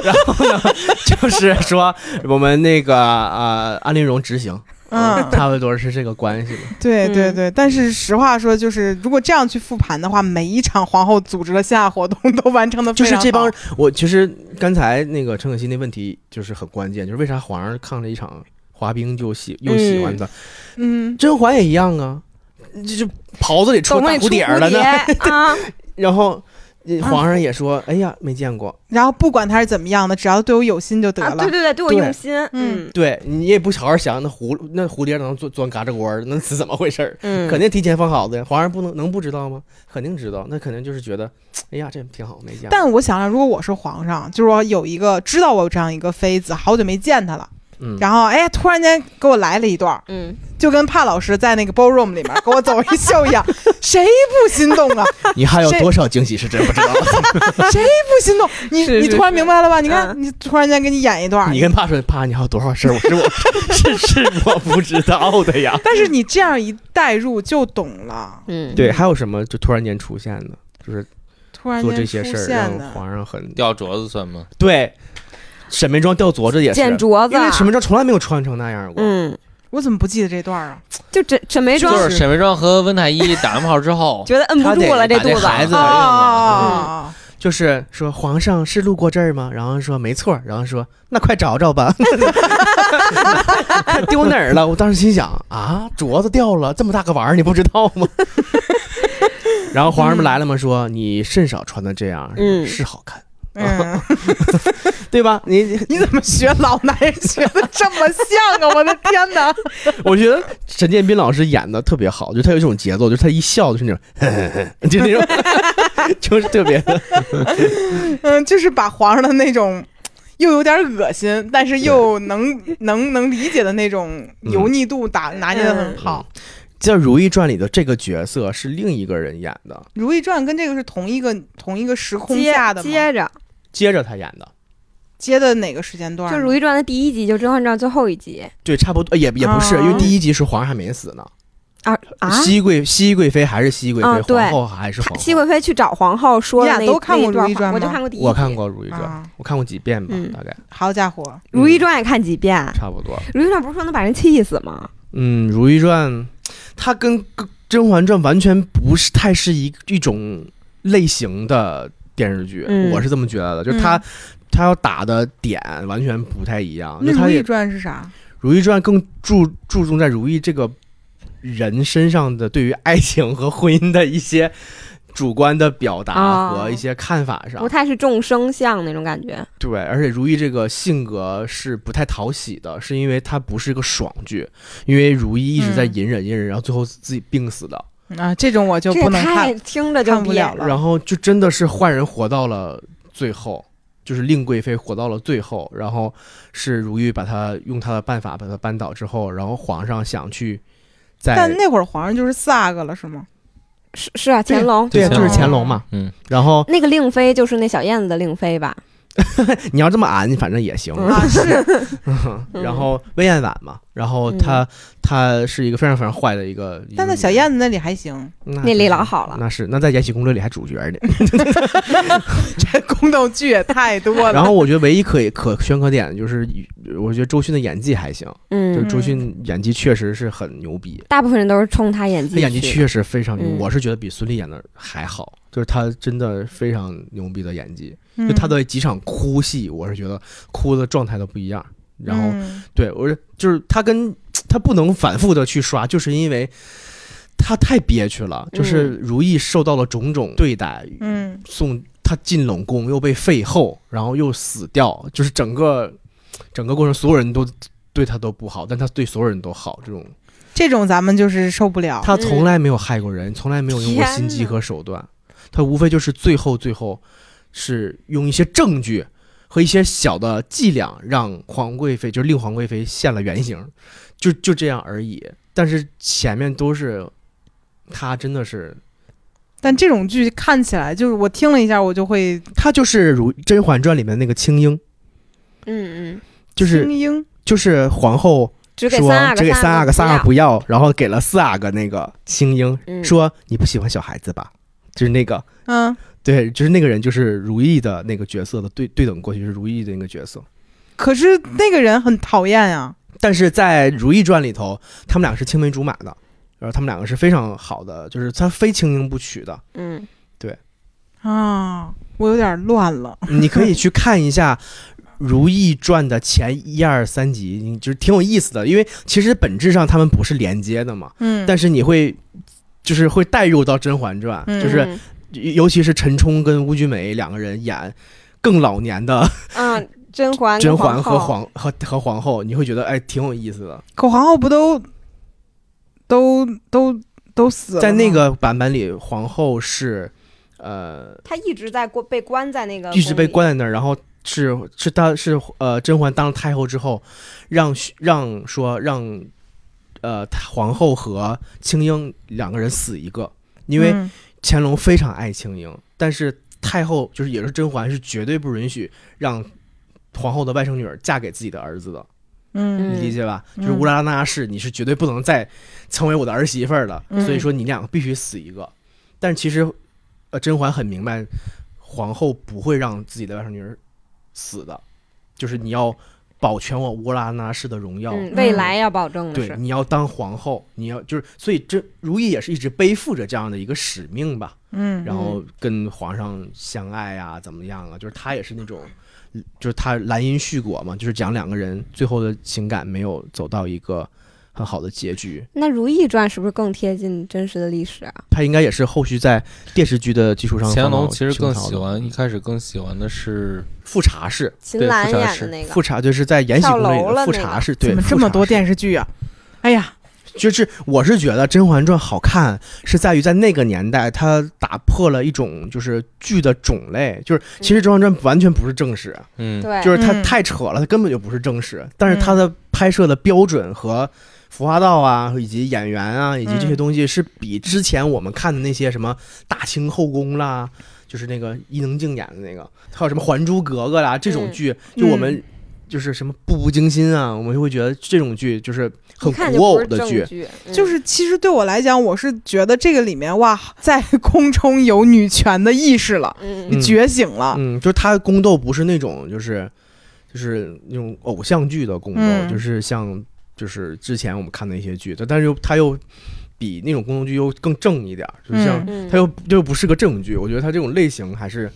Speaker 3: 然后呢，就是说我们那个呃，安陵容执行，
Speaker 2: 嗯，
Speaker 3: 差不多是这个关系吧。
Speaker 2: 对
Speaker 4: 嗯
Speaker 2: 对对，但是实话说，就是如果这样去复盘的话，每一场皇后组织的线下活动都完成的
Speaker 3: 就是这帮，我其实刚才那个陈可辛那问题就是很关键，就是为啥皇上看了一场滑冰就喜又喜欢他？
Speaker 2: 嗯，
Speaker 3: 甄嬛也一样啊，这就袍子里出
Speaker 4: 总
Speaker 3: 大
Speaker 4: 会
Speaker 3: 蝴
Speaker 4: 出
Speaker 3: 蝶儿了呢。
Speaker 4: 啊，
Speaker 3: 然后呃皇上也说：“哎呀，没见过。
Speaker 2: 然后不管他是怎么样的，只要对我有心就得
Speaker 4: 啊，对
Speaker 2: 了。
Speaker 4: 对对，对我
Speaker 3: 对
Speaker 4: 用心，嗯
Speaker 3: 对你也不好好想，那蝴那蝴蝶能钻钻嘎吱窝儿，那是怎么回事儿？
Speaker 4: 嗯，
Speaker 3: 肯定提前放好的呀，皇上不能能不知道吗？肯定知道，那肯定就是觉得，哎呀，这挺好，没见过。
Speaker 2: 但我想想，啊如果我是皇上，就是我有一个知道我有这样一个妃子，好久没见她了，
Speaker 3: 嗯，
Speaker 2: 然后哎，突然间给我来了一段儿，
Speaker 4: 嗯，
Speaker 2: 就跟帕老师在那个 ballroom 里面给我走一秀一样，谁不心动啊？
Speaker 3: 你还有
Speaker 2: 谁
Speaker 3: 多少惊喜是真不知道的？
Speaker 2: 谁不心动？你
Speaker 4: 是
Speaker 2: 你
Speaker 4: 是
Speaker 2: 突然明白了吧？你
Speaker 4: 啊
Speaker 2: 看，你突然间给你演一段儿，
Speaker 3: 你跟爸说，爸，你还有多少事儿？我是我是是我不知道的呀。
Speaker 2: 但是你这样一带入就懂了，
Speaker 4: 嗯，
Speaker 3: 对，还有什么就突然间出现的，就是
Speaker 2: 突然
Speaker 3: 做
Speaker 2: 间
Speaker 3: 这些
Speaker 2: 出
Speaker 3: 事儿
Speaker 2: 现
Speaker 3: 让
Speaker 2: 的。
Speaker 3: 皇上很
Speaker 1: 掉镯子算吗？
Speaker 3: 对。沈眉庄掉镯子也是，
Speaker 4: 剪镯子啊
Speaker 3: 因，为沈眉庄从来没有穿成那样过。
Speaker 4: 嗯，
Speaker 2: 我怎么不记得这段儿啊？
Speaker 4: 就这沈眉
Speaker 1: 就
Speaker 4: 庄
Speaker 1: 是沈眉庄和温太医打完炮之后，
Speaker 4: 觉得摁不
Speaker 3: 她得
Speaker 4: 住了，
Speaker 1: 把
Speaker 4: 肚
Speaker 1: 这
Speaker 4: 子，
Speaker 1: 孩子
Speaker 2: 啊
Speaker 1: 的
Speaker 2: 啊啊啊啊！
Speaker 3: 就是说皇上是路过这儿吗？然后说没错儿，然后说那快找找吧， 丢哪儿了？我当时心想啊，镯子掉了，这么大个玩意儿你不知道吗？ 然后皇上不来了吗？说你甚少穿的这样，
Speaker 4: 嗯
Speaker 3: 是好看，
Speaker 2: 嗯，
Speaker 3: 对吧？ 你
Speaker 2: 你怎么学老男人学的这么像啊？我的天哪！
Speaker 3: 我觉得陈建斌老师演的特别好，就他有一种节奏，就是他一笑就是那种，就那种， 就是特别的
Speaker 2: 嗯，就是把皇上的那种又有点恶心，但是又能能能理解的那种油腻度打、拿捏的很好。。
Speaker 3: 嗯在《如懿传》里的这个角色是另一个人演的，
Speaker 2: 如懿传》跟这个是同一个同一个时空
Speaker 4: 接
Speaker 2: 下的吗？
Speaker 4: 接着，
Speaker 3: 接着他演的，
Speaker 2: 接的哪个时间段
Speaker 4: 就
Speaker 2: 呢？
Speaker 4: 《如懿传》的第一集，就《甄嬛传》最后一集
Speaker 3: 对，差不多呃也也不是，
Speaker 2: 哦
Speaker 3: 因为第一集是皇上还没死呢，
Speaker 4: 啊啊！
Speaker 3: 熹贵熹贵妃还是熹贵妃，
Speaker 4: 嗯对
Speaker 3: 皇后还是皇后。
Speaker 4: 熹贵妃去找皇后说的
Speaker 2: 你
Speaker 4: 那
Speaker 2: 俩都看过
Speaker 4: 那一段
Speaker 2: 如懿传
Speaker 4: 话，我就
Speaker 2: 吗
Speaker 4: 看过第一集，
Speaker 3: 我看过《如懿传》
Speaker 2: 啊
Speaker 3: 我看过几遍吧，
Speaker 4: 嗯
Speaker 3: 大概
Speaker 2: 好家伙，
Speaker 3: 啊
Speaker 4: 《如懿传》也看几遍，
Speaker 3: 差不多。
Speaker 4: 《如懿传》不是说能把人气死吗？
Speaker 3: 嗯，《如懿传》它跟《甄嬛传》完全不是太是一一种类型的电视剧，
Speaker 4: 嗯
Speaker 3: 我是这么觉得的，就是它、
Speaker 2: 嗯
Speaker 3: 它要打的点完全不太一样。
Speaker 2: 那
Speaker 3: 就
Speaker 2: 《
Speaker 3: 它
Speaker 2: 如
Speaker 3: 也
Speaker 2: 懿
Speaker 3: 《
Speaker 2: 传》是啥？
Speaker 3: 如懿传》更注注重在如懿这个人身上的对于爱情和婚姻的一些主观的表达
Speaker 4: 啊
Speaker 3: 和一些看法上。
Speaker 4: 不太是众生相那种感觉。
Speaker 3: 对，而且如懿这个性格是不太讨喜的，是因为她不是个爽剧，因为如懿一直在
Speaker 2: 嗯
Speaker 3: 隐忍隐忍，然后最后自己病死的，
Speaker 2: 啊，这种我就
Speaker 4: 这
Speaker 2: 不
Speaker 4: 也
Speaker 2: 能
Speaker 4: 太
Speaker 3: 哎
Speaker 2: 看。
Speaker 4: 听着就
Speaker 2: 看不
Speaker 4: 憋
Speaker 2: 了了
Speaker 3: 然后就真的是坏人活到了最后，就是令贵妃活到了最后，然后是如懿把她用她的办法把她扳倒之后，然后皇上想去
Speaker 2: 但
Speaker 3: 在
Speaker 2: 那会儿皇上就是萨个了，是吗？
Speaker 4: 是是啊，乾隆
Speaker 3: 对，
Speaker 1: 乾
Speaker 3: 就
Speaker 1: 隆
Speaker 3: 是乾隆嘛，
Speaker 1: 嗯，
Speaker 3: 然后
Speaker 4: 那个令妃就是那小燕子的令妃吧？
Speaker 3: 你要这么安，反正也行，
Speaker 2: 啊， 是，嗯
Speaker 3: 然后魏嬿婉嘛，然后她她是一个非常非常坏的一个，一个
Speaker 2: 但在
Speaker 3: 女
Speaker 2: 小
Speaker 3: 人
Speaker 2: 燕子那里还行，
Speaker 3: 那
Speaker 4: 那
Speaker 3: 就
Speaker 4: 里
Speaker 3: 是
Speaker 4: 老好了，
Speaker 3: 那是，那在《延禧攻略》里还主角 呢。
Speaker 2: 这 宫斗剧也太多
Speaker 3: 然
Speaker 2: 了。
Speaker 3: 后我觉得唯一可以可圈可点的就是，我觉得周迅的演技还行，就是
Speaker 4: 嗯，
Speaker 3: 周迅演技确实是很牛逼，
Speaker 4: 大部分人都是冲她演
Speaker 3: 她
Speaker 4: 技
Speaker 3: 演技
Speaker 4: 去
Speaker 3: 确实非常牛，
Speaker 4: 嗯
Speaker 3: 我是觉得比孙俪演的还好，就是她真的非常牛逼的演技，
Speaker 2: 嗯
Speaker 3: 就她的几场哭戏，我是觉得哭的状态都不一样。然后
Speaker 2: 嗯
Speaker 3: 对我是就是她跟她不能反复的去刷，就是因为。她太憋屈了，就是
Speaker 4: 嗯
Speaker 3: 如懿受到了种种对待，
Speaker 2: 嗯，
Speaker 3: 送他进冷宫，又被废后，然后又死掉，就是整个整个过程，所有人都对他都不好，但他对所有人都好。这种啊
Speaker 2: 这种咱们就是受不了。
Speaker 3: 他从来没有害过人，从来没有用过心机
Speaker 4: 天哪
Speaker 3: 和手段，他无非就是最后最后是用一些证据。和一些小的伎俩，让皇贵妃就是令皇贵妃现了原形，就就这样而已。但是前面都是他真的是
Speaker 2: 但这种剧看起来就是我听了一下，我就会
Speaker 3: 他就是如《甄嬛传》里面那个青樱，
Speaker 4: 嗯嗯，
Speaker 3: 就是
Speaker 2: 精英
Speaker 3: 就是皇后
Speaker 4: 只给
Speaker 3: 说
Speaker 4: 三阿哥，
Speaker 3: 只给三阿哥，三阿
Speaker 4: 阿
Speaker 3: 哥不要，然后给了四阿哥那个青樱，
Speaker 4: 嗯
Speaker 3: 说你不喜欢小孩子吧？就是那个
Speaker 2: 嗯，
Speaker 3: 对，就是那个人就是如懿的那个角色的对对等过去是如懿的那个角色，
Speaker 2: 可是那个人很讨厌啊。
Speaker 3: 但是在《如懿传》里头，他们两个是青梅竹马的，然后他们两个是非常好的，就是他非青樱不娶的。
Speaker 4: 嗯，
Speaker 2: 啊，我有点乱了。
Speaker 3: 你可以去看一下《如懿传》的前一二三集，你就是挺有意思的，因为其实本质上他们不是连接的嘛，
Speaker 2: 嗯，
Speaker 3: 但是你会就是会带入到《甄嬛传》，
Speaker 2: 嗯
Speaker 3: 就是
Speaker 4: 嗯
Speaker 3: 尤其是陈冲跟邬君梅两个人演更老年的
Speaker 4: 嗯，甄嬛跟
Speaker 3: 甄嬛和
Speaker 4: 后
Speaker 3: 皇和和皇后，你会觉得哎挺有意思的。
Speaker 2: 可皇后不都都都都死了吗？
Speaker 3: 在那个版本里，皇后是呃
Speaker 4: 她一直在关被关在那个
Speaker 3: 一直被
Speaker 4: 宫里，
Speaker 3: 关在那儿，然后是是她是呃甄嬛当了太后之后，让让说让呃皇后和青樱两个人死一个，因为
Speaker 2: 嗯
Speaker 3: 乾隆非常爱青樱，但是太后就是也是甄嬛是绝对不允许让皇后的外甥女儿嫁给自己的儿子的，
Speaker 2: 嗯
Speaker 3: 你理解吧？就是
Speaker 2: 嗯
Speaker 3: 乌拉那氏，你是绝对不能再成为我的儿媳妇儿了，
Speaker 2: 嗯
Speaker 3: 所以说你两个必须死一个。但其实，呃，甄嬛很明白，皇后不会让自己的外甥女儿死的，就是你要保全我乌拉那氏的荣耀。
Speaker 4: 嗯，未来要保证的
Speaker 3: 对，
Speaker 4: 是，
Speaker 3: 你要当皇后，你要就是，所以这如懿也是一直背负着这样的一个使命吧。
Speaker 2: 嗯
Speaker 3: 然后跟皇上相爱啊，怎么样啊？就是他也是那种，就是他兰因絮果嘛，就是讲两个人最后的情感没有走到一个很好的结局。
Speaker 4: 那《如懿传》是不是更贴近真实的历史啊？
Speaker 3: 他应该也是后续在电视剧的基础上，
Speaker 1: 乾隆其实更喜欢，一开始更喜欢的是
Speaker 3: 富察氏，
Speaker 4: 秦
Speaker 1: 对
Speaker 4: 岚
Speaker 1: 富察
Speaker 4: 演
Speaker 1: 氏
Speaker 4: 的那个
Speaker 3: 富，察就是在《延禧攻略》
Speaker 4: 跳楼
Speaker 3: 里
Speaker 4: 了
Speaker 3: 的富
Speaker 4: 那
Speaker 3: 察
Speaker 4: 个
Speaker 3: 氏，对，
Speaker 2: 怎么这么多
Speaker 3: 电？
Speaker 2: 电视剧啊？哎呀，
Speaker 3: 就是我是觉得《甄嬛传》好看是在于在那个年代，它打破了一种就是剧的种类，就是其
Speaker 4: 嗯
Speaker 3: 实《甄嬛传》完全不是正史。
Speaker 1: 嗯，
Speaker 4: 对，
Speaker 3: 就是它
Speaker 2: 嗯
Speaker 3: 太扯了，它根本就不是正史。但是它的拍摄的标准和服化道啊，以及演员啊，以及这些东西，是比之前我们看的那些什么《大清后宫》啦，就是那个伊能静演的那个，还有什么《还珠格格》啦这种剧，就我们。就是什么步步惊心啊，我们就会觉得这种剧就是很
Speaker 4: 一看
Speaker 3: 古
Speaker 4: 就不
Speaker 3: 偶
Speaker 4: 是
Speaker 3: 的
Speaker 4: 正
Speaker 3: 剧，
Speaker 4: 剧，嗯
Speaker 2: 就是其实对我来讲，我是觉得这个里面哇，在宫中有女权的意识了，
Speaker 4: 嗯
Speaker 3: 嗯
Speaker 2: 觉醒了。
Speaker 3: 嗯，就是他宫斗不是那种就是就是那种偶像剧的宫斗，
Speaker 2: 嗯
Speaker 3: 就是像就是之前我们看的一些剧，但但是又他又比那种宫斗剧又更正一点儿，就是像、
Speaker 4: 嗯
Speaker 3: 他又又不是个正剧，我觉得他这种类型还是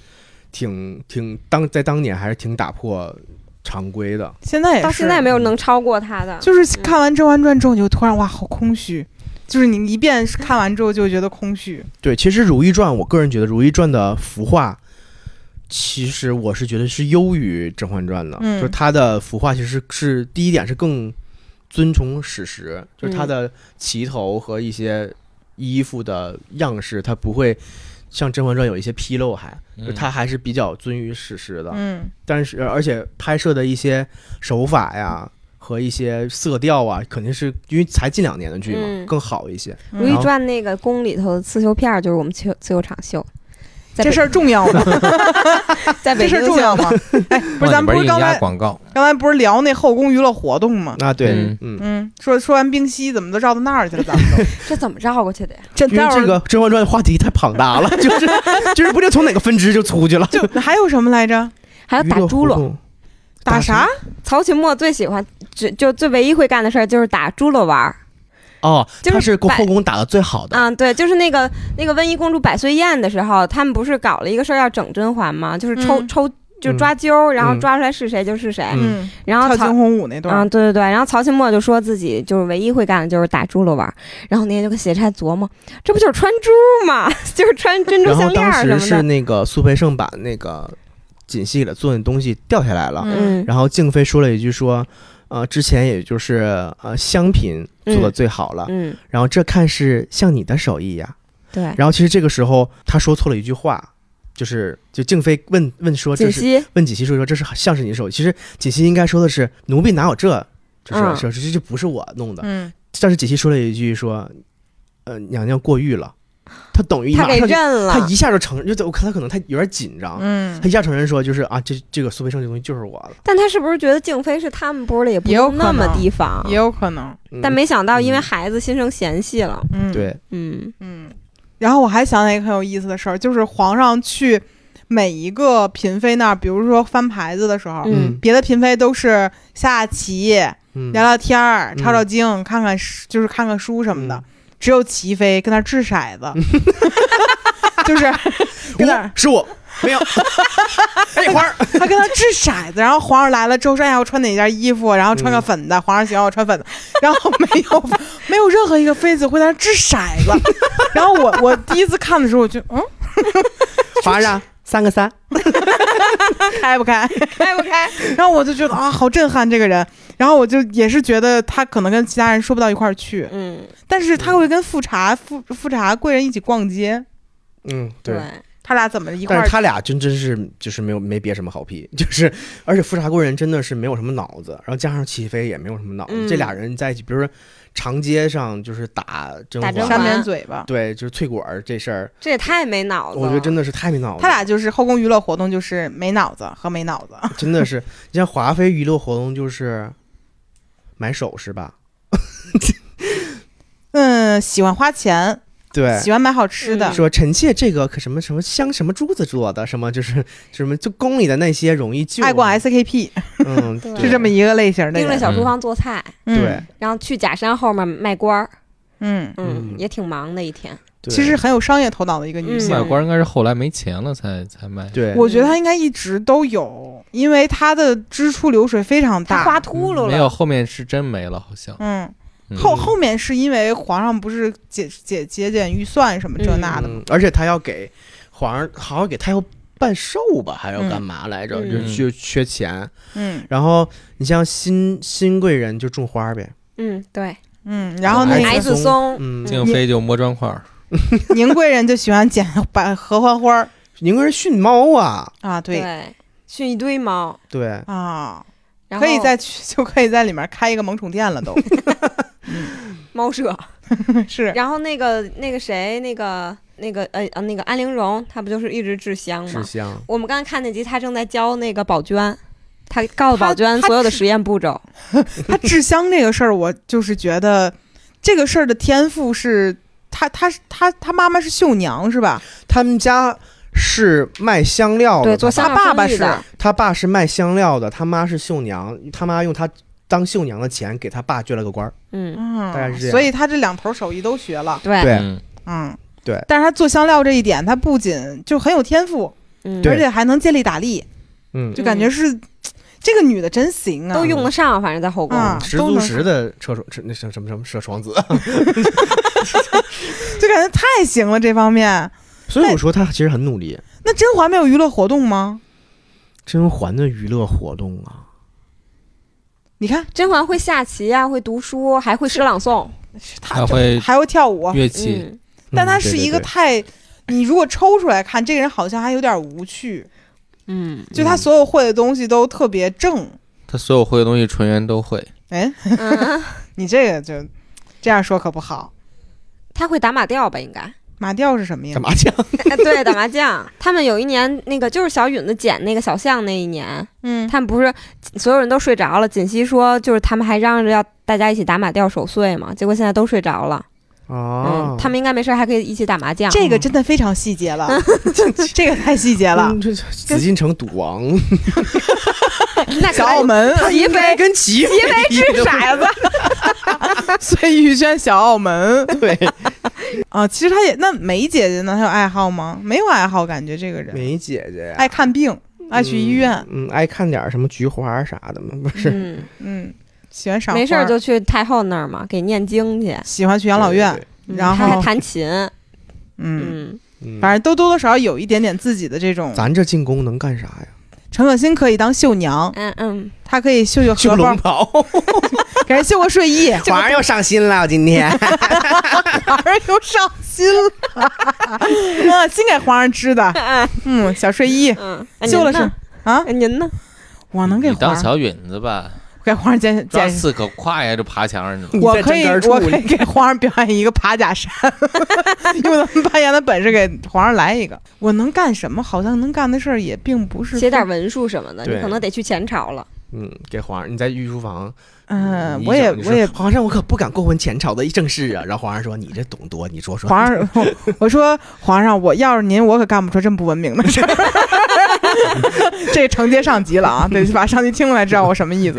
Speaker 3: 挺挺当在当年还是挺打破常规的。
Speaker 2: 现在也是，
Speaker 4: 到现在没有嗯能超过他的，
Speaker 2: 就是看完《甄嬛传》之后，你就突然哇，好空虚。就是你一遍看完之后就觉得空虚，
Speaker 3: 对，其实《如懿传》，我个人觉得《如懿传》的服化，其实我是觉得是优于《甄嬛传》的，
Speaker 2: 嗯
Speaker 3: 就是它的服化其实是第一点是更遵从史实，就是它
Speaker 4: 嗯
Speaker 3: 的旗头和一些衣服的样式，它不会像《甄嬛传》有一些纰漏还，就
Speaker 1: 嗯
Speaker 3: 它还是比较遵于史实的。
Speaker 2: 嗯
Speaker 3: 但是而且拍摄的一些手法呀。和一些色调啊，肯定是因为才近两年的剧嘛，
Speaker 4: 嗯
Speaker 3: 更好一些。
Speaker 4: 《如懿传》那个宫里头的刺绣片儿就是我们刺刺绣厂绣，在
Speaker 2: 这
Speaker 4: 北
Speaker 2: 事儿重要吗？
Speaker 3: 啊
Speaker 4: 在北
Speaker 2: 这事
Speaker 4: 京
Speaker 2: 儿重
Speaker 4: 绣
Speaker 2: 要吗？哎，不是，
Speaker 1: 往里
Speaker 2: 咱不
Speaker 1: 边
Speaker 2: 是
Speaker 1: 硬
Speaker 2: 刚
Speaker 1: 压
Speaker 2: 才
Speaker 1: 广告，
Speaker 2: 刚才不是聊那后宫娱乐活动吗？
Speaker 3: 啊，对，
Speaker 1: 嗯
Speaker 3: 嗯
Speaker 2: 嗯，说说完冰溪，怎么都绕到那儿去了？咱们都
Speaker 4: 这怎么绕过去的呀？
Speaker 2: 这
Speaker 3: 因为这个《甄嬛传》话题太庞大 了，就是就是不知道从哪个分支就出去了。
Speaker 2: 就还有什么来着？
Speaker 4: 还要打
Speaker 3: 娱乐
Speaker 4: 猪
Speaker 3: 活
Speaker 4: 篓。
Speaker 3: 动，
Speaker 2: 打啥？
Speaker 4: 曹琴墨最喜欢，就就最唯一会干的事儿就是打猪篓玩儿。
Speaker 3: 哦，
Speaker 4: 就是
Speaker 3: 他是
Speaker 4: 摆
Speaker 3: 后宫打的最好的，
Speaker 4: 嗯，对，就是那个那个温宜公主百岁宴的时候，他们不是搞了一个事儿要整甄嬛吗？就是抽、
Speaker 2: 嗯
Speaker 4: 抽就
Speaker 3: 嗯
Speaker 4: 抓阄儿，然后
Speaker 3: 嗯
Speaker 4: 抓出来是谁就是谁。
Speaker 3: 嗯
Speaker 2: 嗯，
Speaker 4: 然
Speaker 2: 跳
Speaker 4: 后
Speaker 2: 惊
Speaker 4: 曹。
Speaker 2: 鸿舞那段
Speaker 4: 嗯，
Speaker 2: 儿，
Speaker 4: 对对对，然后曹琴墨就说自己就是唯一会干的就是打猪篓玩儿，然后那天就跟斜差琢磨，这不就是穿珠吗？ 就是穿珍珠
Speaker 3: 然
Speaker 4: 项
Speaker 3: 后
Speaker 4: 链
Speaker 3: 当
Speaker 4: 儿
Speaker 3: 时
Speaker 4: 什
Speaker 3: 是
Speaker 4: 么的。
Speaker 3: 那个苏培盛把那个锦溪给他做那东西掉下来了，
Speaker 4: 嗯，
Speaker 3: 然后静妃说了一句说，呃，之前也就是呃香嫔做的最好了，
Speaker 4: 嗯，
Speaker 3: 然后这看是像你的手艺呀。
Speaker 4: 对。
Speaker 3: 然后其实这个时候他说错了一句话，就是就静妃问问说这
Speaker 4: 锦
Speaker 3: 是
Speaker 4: 溪，
Speaker 3: 问锦溪说说这是像是你手，其实锦溪应该说的是奴婢哪有这，就是、
Speaker 4: 嗯
Speaker 3: 这这这不是我弄的。
Speaker 2: 嗯，
Speaker 3: 但是锦溪说了一句说，呃，娘娘过誉了，她等于
Speaker 4: 他
Speaker 3: 马
Speaker 4: 给
Speaker 3: 上就
Speaker 4: 认了
Speaker 3: 她，一下就承认，就我看她可能她有点紧张，
Speaker 2: 嗯
Speaker 3: 她一下承认说就是啊，这这个苏培盛这东西就是我了。
Speaker 4: 但他是不是觉得静妃是他们波儿的，也不
Speaker 2: 也有
Speaker 4: 用那
Speaker 2: 可
Speaker 4: 么啊
Speaker 2: 能
Speaker 4: 提防？
Speaker 2: 也有可能，
Speaker 3: 嗯
Speaker 4: 但没想到因为
Speaker 3: 嗯
Speaker 4: 孩子心生嫌隙了。
Speaker 2: 嗯，，
Speaker 3: 对，
Speaker 4: 嗯
Speaker 2: 嗯。然后我还想起来一个很有意思的事儿，就是皇上去每一个嫔妃那儿，比如说翻牌子的时候，
Speaker 4: 嗯
Speaker 2: 别的嫔妃都是下下棋、
Speaker 3: 嗯，
Speaker 2: 聊聊天儿、
Speaker 3: 嗯
Speaker 2: 抄抄经、看看书，就是看看书什么的。
Speaker 3: 嗯
Speaker 2: 只有齐妃跟那儿掷骰 子， 就是跟那儿
Speaker 3: 我是我没有， 哎花儿，
Speaker 2: 他跟他掷骰子，然后皇上来了之后说：“哎呀，我穿哪件衣服？然后
Speaker 3: 嗯
Speaker 2: 穿个粉的。皇上喜欢我穿粉的，然后没有没有任何一个妃子会在那掷骰子。然后我我第一次看的时候，我就嗯，
Speaker 3: 皇上啊三个三，
Speaker 2: 开不开？
Speaker 4: 开不开？
Speaker 2: 然后我就觉得啊，好震撼这个人。然后我就也是觉得他可能跟其他人说不到一块儿去，
Speaker 4: 嗯，
Speaker 2: 但是他会跟富察、富富察贵人一起逛街，
Speaker 3: 嗯，
Speaker 4: 对，
Speaker 2: 他俩怎么一块儿
Speaker 3: 但是？他俩真真是就是没有没憋什么好屁， 就是而且富察贵人真的是没有什么脑子，然后加上齐妃也没有什么脑子，
Speaker 4: 嗯
Speaker 3: 这俩人在一起，比如说长街上就是打甄
Speaker 4: 打
Speaker 3: 嬛，
Speaker 4: 甄
Speaker 2: 扇
Speaker 4: 嬛
Speaker 2: 扁嘴巴。
Speaker 3: 对，就是翠果儿这事儿，
Speaker 4: 这也太没脑子了。
Speaker 3: 我觉得真的是太没脑子了，
Speaker 2: 他俩就是后宫娱乐活动，就是没脑子和没脑子。
Speaker 3: 真 的是，你像华妃娱乐活动就是买首饰吧，
Speaker 2: 嗯，喜欢花钱，
Speaker 3: 对，
Speaker 2: 喜欢买好吃的
Speaker 4: 嗯。
Speaker 3: 说臣妾这个可什么什么香什么珠子做的，什么就是什么就宫里的那些容易救，
Speaker 2: 爱逛 SKP
Speaker 3: 嗯，
Speaker 4: 对
Speaker 2: 是这么一个类型的人，
Speaker 4: 盯着小厨房做菜，
Speaker 2: 嗯
Speaker 3: 对，
Speaker 4: 然后去假山后面卖官儿，
Speaker 2: 嗯，
Speaker 4: 嗯，
Speaker 3: 嗯
Speaker 4: 也挺忙的一天。
Speaker 3: 对
Speaker 2: 其实很有商业头脑的一个女性。
Speaker 1: 卖官应该是后来没钱了才才卖。
Speaker 3: 对
Speaker 2: 我觉得她应该一直都有，因为她的支出流水非常
Speaker 4: 他
Speaker 2: 大。
Speaker 4: 花秃噜
Speaker 1: 嗯没
Speaker 4: 了，
Speaker 1: 有，后面是真没了，好像。
Speaker 2: 嗯，
Speaker 1: 嗯
Speaker 2: 后后面是因为皇上不是节节节俭预算什么这那的吗，
Speaker 3: 嗯，而且他要给皇上，好像给他要办寿吧，还要
Speaker 2: 嗯
Speaker 3: 干嘛来着？
Speaker 4: 嗯
Speaker 3: 就就缺钱。
Speaker 2: 嗯
Speaker 3: 然后你像新新贵人就种花呗，
Speaker 4: 嗯，哦对，
Speaker 2: 嗯，然后
Speaker 3: 那个
Speaker 4: 矮
Speaker 2: 那
Speaker 4: 子松，
Speaker 3: 嗯，
Speaker 1: 静妃就摸砖块儿，
Speaker 2: 个 宁贵人就喜欢捡百合欢花儿
Speaker 3: 宁国人训猫啊，
Speaker 2: 啊，对
Speaker 4: 对，训一堆猫，
Speaker 3: 对，
Speaker 2: 啊，
Speaker 4: 然后
Speaker 2: 可以在就可以在里面开一个萌宠店 了都，
Speaker 4: 猫舍。
Speaker 2: 是
Speaker 4: 然后那个那个谁，那个那个呃呃那个安陵容，她不就是一直制
Speaker 2: 嗯
Speaker 4: 香
Speaker 3: 制
Speaker 4: 吗？
Speaker 3: 香。
Speaker 4: 我们刚才看那集，她正在教那个宝娟，她告诉
Speaker 2: 她
Speaker 4: 宝娟
Speaker 2: 她
Speaker 4: 所有的
Speaker 2: 只
Speaker 4: 实验步骤。
Speaker 2: 他制香这个事儿，我就是觉得这个事儿的天赋是他他他他妈妈是绣娘是吧？
Speaker 3: 他们家是卖香料的，
Speaker 4: 对，做
Speaker 3: 他
Speaker 4: 香
Speaker 3: 爸
Speaker 4: 料
Speaker 2: 爸爸
Speaker 4: 生意的
Speaker 3: 他爸是卖香料的，他妈是绣娘，他妈用他当绣娘的钱给他爸捐了个官儿。
Speaker 4: 嗯，
Speaker 2: 嗯，
Speaker 3: 大概是这样
Speaker 2: 所以他这两头手艺都学了，
Speaker 4: 对
Speaker 3: 对
Speaker 1: 嗯
Speaker 2: 嗯，
Speaker 3: 对
Speaker 2: 但是他做香料这一点，他不仅就很有天赋，
Speaker 4: 嗯
Speaker 2: 而
Speaker 3: 对
Speaker 2: 且还能借力打力，
Speaker 3: 嗯，
Speaker 2: 就感觉是、这个女的真行啊，
Speaker 4: 都用得上，反正在后宫。
Speaker 2: 啊
Speaker 3: 十
Speaker 2: 都
Speaker 3: 足
Speaker 2: 能
Speaker 3: 十的车床，车那什么什么什么车床子。
Speaker 2: 就感觉太行了这方面。
Speaker 3: 所以我说他其实很努力。
Speaker 2: 那甄嬛没有娱乐活动吗？
Speaker 3: 甄嬛的娱乐活动啊，
Speaker 2: 你看，
Speaker 4: 甄嬛会下棋啊，会读书，还会诗朗诵。
Speaker 2: 她
Speaker 1: 还会
Speaker 2: 还会跳舞，
Speaker 1: 乐器，
Speaker 4: 呃嗯，
Speaker 2: 但她
Speaker 3: 他
Speaker 2: 是一个太。你如果抽出来看，这个人好像还有点无趣，
Speaker 4: 嗯，
Speaker 2: 就他所有会的东西都特别正。
Speaker 1: 他所有会的东西纯元都会。
Speaker 2: 哎，
Speaker 4: 嗯
Speaker 2: 你这个就这样说可不好。
Speaker 4: 她会打马吊吧？应该。
Speaker 2: 马吊是什么呀
Speaker 3: 干？嘛去？
Speaker 4: 哎对，打麻将。他们有一年，那个就是小允子捡那个小象那一年，
Speaker 2: 嗯，
Speaker 4: 他们不是所有人都睡着了。锦溪说，就是他们还嚷着要大家一起打马吊守岁嘛，结果现在都睡着了。
Speaker 3: 哦
Speaker 4: 嗯，，他们应该没事儿，还可以一起打 麻将。
Speaker 2: 这个真的非常细节了， 这个太细节了。
Speaker 3: 嗯嗯这这紫禁城赌王，
Speaker 4: 那
Speaker 2: 小澳
Speaker 4: 门
Speaker 2: 门，
Speaker 4: 齐飞，
Speaker 3: 跟齐
Speaker 4: 齐飞掷 骰子。
Speaker 2: 碎玉轩小澳门
Speaker 3: 对，
Speaker 2: 啊，其实他也那梅姐姐呢，她有爱好吗？没有爱好，感觉这个人
Speaker 3: 梅姐姐呀，
Speaker 2: 爱看病，爱去医院，
Speaker 3: 嗯，爱看点什么菊花啥的嘛，不是？
Speaker 4: 嗯，
Speaker 2: 嗯，喜欢赏花，
Speaker 4: 没事儿就去太后那儿嘛，给念经去。
Speaker 2: 喜欢去养老院
Speaker 3: 对，，
Speaker 4: 嗯
Speaker 2: 然
Speaker 4: 她还
Speaker 2: 后
Speaker 4: 弹琴。
Speaker 2: 嗯，
Speaker 4: 嗯，
Speaker 3: 对对
Speaker 2: 反正都多多少少有一点点自己的这种
Speaker 3: 嗯，。咱这进宫能干啥 呀？
Speaker 2: 陈可辛可以当绣娘，
Speaker 4: 嗯嗯，
Speaker 2: 她可以绣绣
Speaker 3: 绣
Speaker 2: 荷包
Speaker 3: 龙，袍，
Speaker 2: 给人绣个睡 衣，
Speaker 3: 皇上又上心了，今天
Speaker 2: 皇上又上心了， 嗯，新给皇上织的，嗯，小睡衣
Speaker 4: 嗯，
Speaker 2: 绣了是
Speaker 4: 是
Speaker 2: 啊，
Speaker 4: 哎您呢？
Speaker 2: 我能给
Speaker 1: 你当
Speaker 2: 皇上
Speaker 1: 小允子吧，
Speaker 2: 给皇上剪
Speaker 1: 抓
Speaker 2: 剪，
Speaker 1: 刺可快呀，就爬墙上去了。
Speaker 2: 我可以
Speaker 3: 你在
Speaker 2: 我
Speaker 3: 正根
Speaker 2: 可
Speaker 3: 儿
Speaker 2: 以给皇上表演一个爬假 山，用咱们扮演的本事给皇上来一个。我能干什么？好像能干的事儿也并不是
Speaker 4: 写点文书什么的，你
Speaker 3: 对
Speaker 4: 可能得去前朝了。
Speaker 3: 嗯，给皇上，你在御书房，
Speaker 2: 嗯
Speaker 3: 你，一
Speaker 2: 我也
Speaker 3: 整就
Speaker 2: 我
Speaker 3: 说
Speaker 2: 也
Speaker 3: 皇上，我可不敢过问前朝的正事啊。然后皇上说：“你这懂多，你说说。”
Speaker 2: 皇上， 我说皇上，我要是您，我可干不出这么不文明的事儿。 这承接上级了啊，得把上级听过来，知道我什么意思。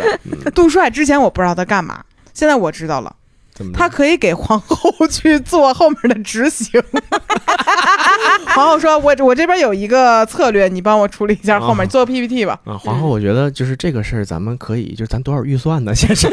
Speaker 2: 杜帅之前我不知道他干嘛，现在我知道了，
Speaker 3: 怎么着
Speaker 2: 他可以给皇后去做后面的执行。 皇后说：“我我这边有一个策略，你帮我处理一下后面，
Speaker 3: 啊
Speaker 2: 你做 PPT 吧。
Speaker 3: 啊，皇后，我觉得就是这个事儿，咱们可以，就是咱多少预算呢？先生，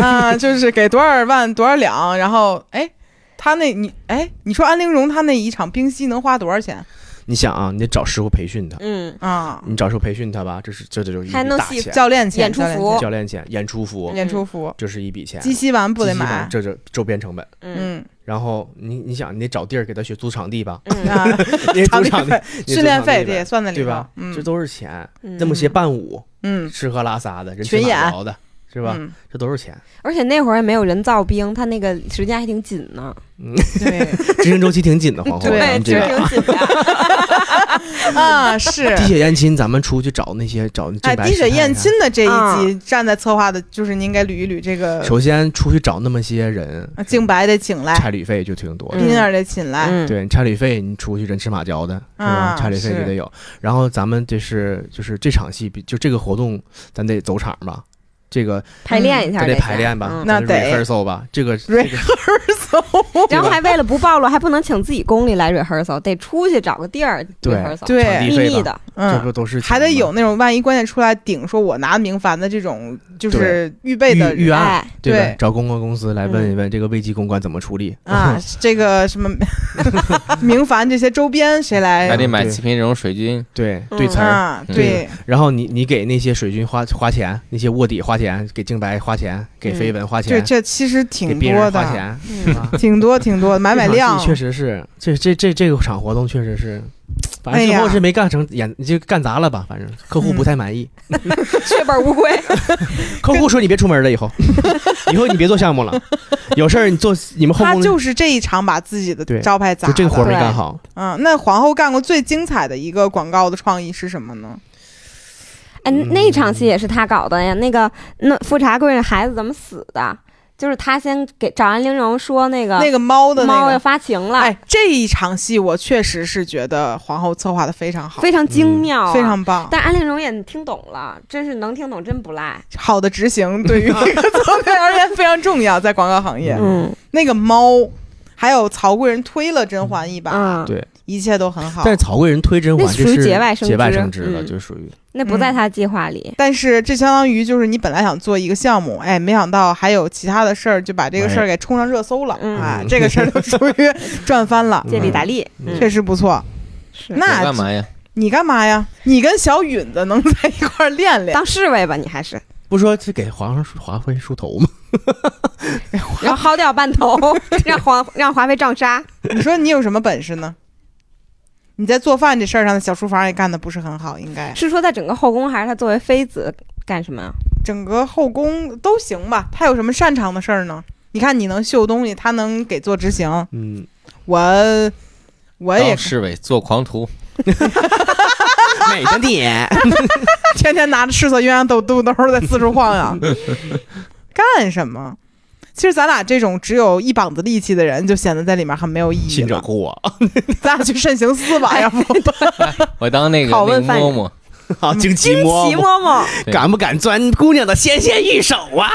Speaker 2: 啊，就是给多少万多少两，然后哎，他那你哎，你说安陵容她那一场冰嬉能花多少钱
Speaker 3: 你想啊，你得找师傅培训他，
Speaker 4: 嗯，
Speaker 2: 啊？
Speaker 3: 你找师傅培训他吧，这是这这就是一
Speaker 4: 还
Speaker 3: 笔
Speaker 4: 弄
Speaker 3: 大
Speaker 4: 戏
Speaker 3: 钱，
Speaker 2: 教练钱、
Speaker 4: 演出
Speaker 2: 教练
Speaker 4: 服
Speaker 2: 钱
Speaker 3: 教练钱、演出服，
Speaker 2: 演出服、
Speaker 3: 这是一笔钱，
Speaker 2: 鸡西丸不得
Speaker 3: 鸡西
Speaker 2: 买
Speaker 3: 房，这这周边成本。
Speaker 4: 嗯
Speaker 2: 嗯
Speaker 3: 然后你你想，你得找地儿给他学租场地吧，
Speaker 4: 嗯
Speaker 2: 啊，
Speaker 3: 你得租
Speaker 2: 场
Speaker 3: 场
Speaker 2: 地费
Speaker 3: 地、你得
Speaker 2: 训练
Speaker 3: 租场
Speaker 2: 费
Speaker 3: 地
Speaker 2: 这也
Speaker 3: 呗，
Speaker 2: 算在里
Speaker 3: 对
Speaker 2: 头
Speaker 3: 吧，？
Speaker 2: 嗯，
Speaker 3: 这都是钱，
Speaker 4: 嗯
Speaker 3: 那么些伴舞、
Speaker 2: 嗯
Speaker 3: 吃喝拉撒的、人
Speaker 2: 群
Speaker 3: 吃
Speaker 2: 演
Speaker 3: 马劳的，是吧？
Speaker 2: 嗯
Speaker 3: 这都是钱，
Speaker 4: 而且那会儿也没有人造冰，他那个时间还挺紧呢。
Speaker 2: 对，
Speaker 3: 执行周期挺紧的，皇后，
Speaker 2: 对
Speaker 3: 哦咱们这
Speaker 2: 对
Speaker 3: 个
Speaker 4: 挺紧的。
Speaker 2: 啊， 是。
Speaker 3: 滴血验亲，咱们出去找那些找
Speaker 2: 哎，
Speaker 3: 这
Speaker 2: 滴血验亲。的这一集
Speaker 4: 啊
Speaker 2: 站在策划的，就是你应该捋一捋这个
Speaker 3: 首先出去找那么些人，
Speaker 2: 啊敬白得请来，
Speaker 3: 差旅费就挺多的。
Speaker 4: 嗯
Speaker 2: 冰儿得请来，
Speaker 4: 嗯，
Speaker 3: 哎对，差旅费你出去人吃马嚼的，是吧
Speaker 2: 啊？
Speaker 3: 差旅费
Speaker 2: 是
Speaker 3: 就得有。然后咱们这是就是这场戏，比就这个活动，咱得走场吧。这个
Speaker 4: 排练一下
Speaker 3: 咱
Speaker 4: 这
Speaker 3: 得
Speaker 4: 些
Speaker 3: 排练吧
Speaker 4: 嗯，
Speaker 2: 那
Speaker 3: 咱
Speaker 2: 得
Speaker 3: rehearsal 吧。这个这个
Speaker 2: rehearsal
Speaker 4: 然后还为了不暴露，还不能请自己宫里来 rehearsal，得出去找个地儿
Speaker 3: 对
Speaker 4: rehearsal，
Speaker 3: 场
Speaker 2: 对，
Speaker 3: 地
Speaker 4: 秘
Speaker 3: 费吧
Speaker 4: 密的，
Speaker 3: 这
Speaker 2: 嗯。
Speaker 3: 不都是
Speaker 2: 还得
Speaker 3: 钱吗
Speaker 2: 有那种万一关键出来顶，说我拿明矾的这种就是预备的
Speaker 3: 预预案
Speaker 4: 哎，
Speaker 3: 对吧
Speaker 2: 对？嗯
Speaker 3: 找公关公司来问一问这个危机公关怎么处理
Speaker 2: 啊，这个 什么 明矾这些周边谁来
Speaker 1: 还得买
Speaker 3: 对
Speaker 1: 七瓶这种水军，
Speaker 3: 对
Speaker 4: 嗯
Speaker 3: 对词儿。
Speaker 2: 啊？
Speaker 1: 嗯
Speaker 2: 对，
Speaker 3: 然后你你给那些水军花花钱，那些卧底花钱，给静白花钱，给绯闻花
Speaker 2: 这
Speaker 3: 钱，
Speaker 2: 这其实
Speaker 3: 给
Speaker 2: 嗯挺
Speaker 3: 别
Speaker 2: 多
Speaker 3: 人花
Speaker 2: 的，
Speaker 3: 钱。
Speaker 4: 嗯
Speaker 3: 啊
Speaker 2: 挺多挺 多的，买买
Speaker 3: 这场
Speaker 2: 量
Speaker 3: 戏确实是，这这这这个场活动确实是，反
Speaker 2: 哎
Speaker 3: 正
Speaker 2: 呀
Speaker 3: 最后是没干成，演就干砸了吧，反正客户不
Speaker 4: 嗯
Speaker 3: 太满意。
Speaker 4: 血本无归。
Speaker 3: 客户说你别出门了，以 后，以后你别做项目了，有事儿你做你们后
Speaker 2: 他
Speaker 3: 宫就
Speaker 2: 就是这一场把自己的
Speaker 3: 对
Speaker 2: 招牌砸
Speaker 3: 这个活儿没
Speaker 2: 了
Speaker 3: 干
Speaker 4: 哦
Speaker 3: 好，
Speaker 2: 嗯，那皇后干过最精彩的一个广告的创意是什么呢？
Speaker 4: 哎，
Speaker 3: 嗯
Speaker 4: 那场戏也是他搞的呀。那个那富察贵人孩子怎么死的？就是他先给找完玲珑说那个
Speaker 2: 那个猫的
Speaker 4: 啊猫
Speaker 2: 那
Speaker 4: 要
Speaker 2: 个，
Speaker 4: 发情了，
Speaker 2: 哎，这一场戏我确实是觉得皇后策划的非常好，
Speaker 4: 非常精妙、啊
Speaker 2: 嗯非。常棒，
Speaker 4: 但安陵容也听懂了，真是能听懂，真不赖。
Speaker 2: 好的执行对于这个 策略而言非常重要，在广告行业，
Speaker 4: 嗯
Speaker 2: 那个猫。还有曹贵人推了甄嬛一把，
Speaker 4: 嗯，
Speaker 3: 对
Speaker 2: 一切都很好。
Speaker 3: 但是曹贵人推甄嬛
Speaker 4: 那
Speaker 3: 这
Speaker 4: 属于
Speaker 3: 是
Speaker 4: 节外生
Speaker 3: 节外
Speaker 4: 枝
Speaker 3: 生枝了，
Speaker 4: 嗯
Speaker 3: 就属于
Speaker 4: 那不在他计划里。
Speaker 2: 但是这相当于就是你本来想做一个项目，哎，没想到还有其他的事儿，就把这个事儿给冲上热搜了，
Speaker 4: 嗯
Speaker 2: 啊，这个事儿就属 于赚翻了，
Speaker 4: 借力打力，嗯
Speaker 2: 确实不错。
Speaker 4: 是
Speaker 1: 我
Speaker 2: 那
Speaker 1: 干嘛呀？
Speaker 2: 你干嘛呀？你跟小允子能在一块儿练 练？
Speaker 4: 当侍卫吧，你还 是，
Speaker 3: 不说是给皇上梳华妃梳头吗？
Speaker 4: 然后薅掉半 头，让皇让华妃杖杀。
Speaker 2: 你说你有什么本事呢？你在做饭这事儿上的小厨房也干的不是很好，应该
Speaker 4: 是说在整个后宫，还是他作为妃子干什么啊呀？
Speaker 2: 整个后宫都行吧？他有什么擅长的事儿呢？你看你能绣东西，他能给做执行，
Speaker 3: 嗯，
Speaker 2: 我我也
Speaker 1: 当侍卫做狂徒，
Speaker 3: 美的 点，
Speaker 2: 天天拿着赤色鸳鸯豆肚兜儿在四处晃 悠，干什么？其实咱俩这种只有一膀子力气的人，就显得在里面很没有意义
Speaker 3: 信者哎
Speaker 2: 了。
Speaker 3: 乎 我
Speaker 2: 咱俩去慎刑司吧，要不？
Speaker 1: 我当那个
Speaker 4: 拷
Speaker 1: 那个
Speaker 4: 问犯人
Speaker 1: 嬷嬷，
Speaker 3: 啊，惊奇
Speaker 4: 惊
Speaker 3: 嬷
Speaker 4: 奇
Speaker 3: 嬷，
Speaker 4: 嬷 嬷，
Speaker 1: 对
Speaker 3: 敢不敢钻姑娘的纤纤玉手啊？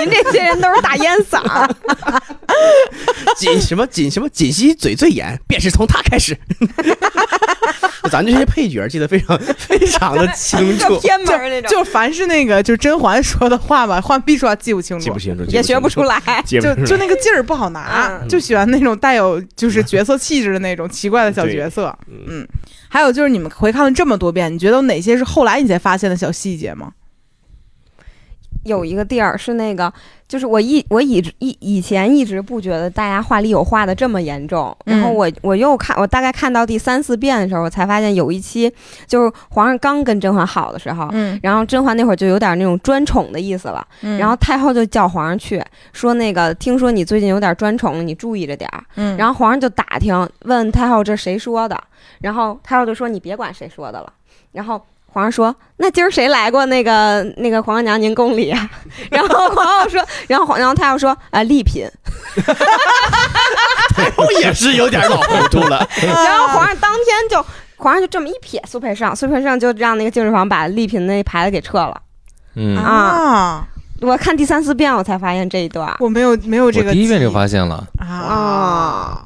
Speaker 4: 您这些人都是大烟 嗓儿，
Speaker 3: 锦什么锦什么锦溪嘴最严，便是从他开始。 咱这些配角记得非常非常的清
Speaker 4: 特
Speaker 3: 楚，
Speaker 4: 偏门儿那 种，
Speaker 2: 就凡是那个就是甄嬛说的话吧，换必说记不清
Speaker 3: 记
Speaker 2: 楚
Speaker 3: 不，清楚，
Speaker 4: 也学不出来。
Speaker 3: 记不
Speaker 2: 就
Speaker 3: 清楚，
Speaker 2: 就那个劲儿不好拿，
Speaker 4: 嗯
Speaker 2: 就喜欢那种带有就是角色气质的那种奇怪的小角色。
Speaker 3: 嗯
Speaker 2: 嗯，还有就是你们回看了这么多遍，你觉得有哪些是后来你才发现的小细节吗？
Speaker 4: 有一个地儿是那个，就是我一我以以以前一直不觉得大家话里有话的这么严重，
Speaker 2: 嗯
Speaker 4: 然后我我又看我大概看到第三四遍的时候，我才发现有一期就是皇上刚跟甄嬛好的时候。
Speaker 2: 嗯，
Speaker 4: 然后甄嬛那会儿就有点那种专宠的意思了，然后太后就叫皇上去说那个，听说你最近有点专宠了，你注意着点儿。
Speaker 2: 嗯，
Speaker 4: 然后皇上就打听，问太后这谁说的，然后太后就说你别管谁说的了。然后皇上说那今儿谁来过那个那个皇额娘您宫里啊？ 然后皇后说，然后皇然后太后说啊、丽嫔。
Speaker 3: 也是有点老糊涂 了。
Speaker 2: 嗯啊
Speaker 4: 然后皇上当天就皇上就这么一瞥苏培盛，苏培盛就让那个净事房把丽嫔那牌子给撤了。
Speaker 1: 嗯，
Speaker 4: 啊
Speaker 2: 啊。
Speaker 4: 我看第三四遍我才发现这一段。
Speaker 2: 我没有没有
Speaker 1: 我
Speaker 2: 这个
Speaker 1: 第一遍就
Speaker 2: 记忆
Speaker 1: 发现了，
Speaker 2: 啊。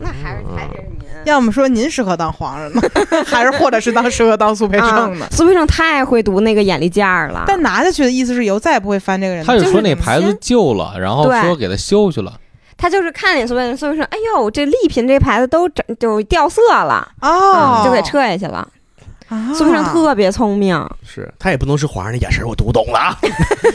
Speaker 4: 那还是还是您。
Speaker 2: 要么说您适合当皇上呢， 还是或者是当适合当苏培盛呢
Speaker 4: 啊？苏培盛太会读那个眼力见儿了，
Speaker 2: 但拿下去的意思是以后再也不会翻这个人
Speaker 1: 他
Speaker 2: 了。
Speaker 1: 就说那
Speaker 4: 就是
Speaker 1: 牌子
Speaker 4: 先
Speaker 1: 旧了，然后
Speaker 4: 对
Speaker 1: 说给他修去了，
Speaker 4: 他就是看见苏培盛，苏培盛，哎呦，这丽嫔这牌子都整就掉色了，
Speaker 2: 哦，
Speaker 4: 嗯就给撤下去了。
Speaker 2: 啊。
Speaker 4: 苏培盛特别聪明，
Speaker 3: 是他也不能是皇上的眼神，我读懂了啊。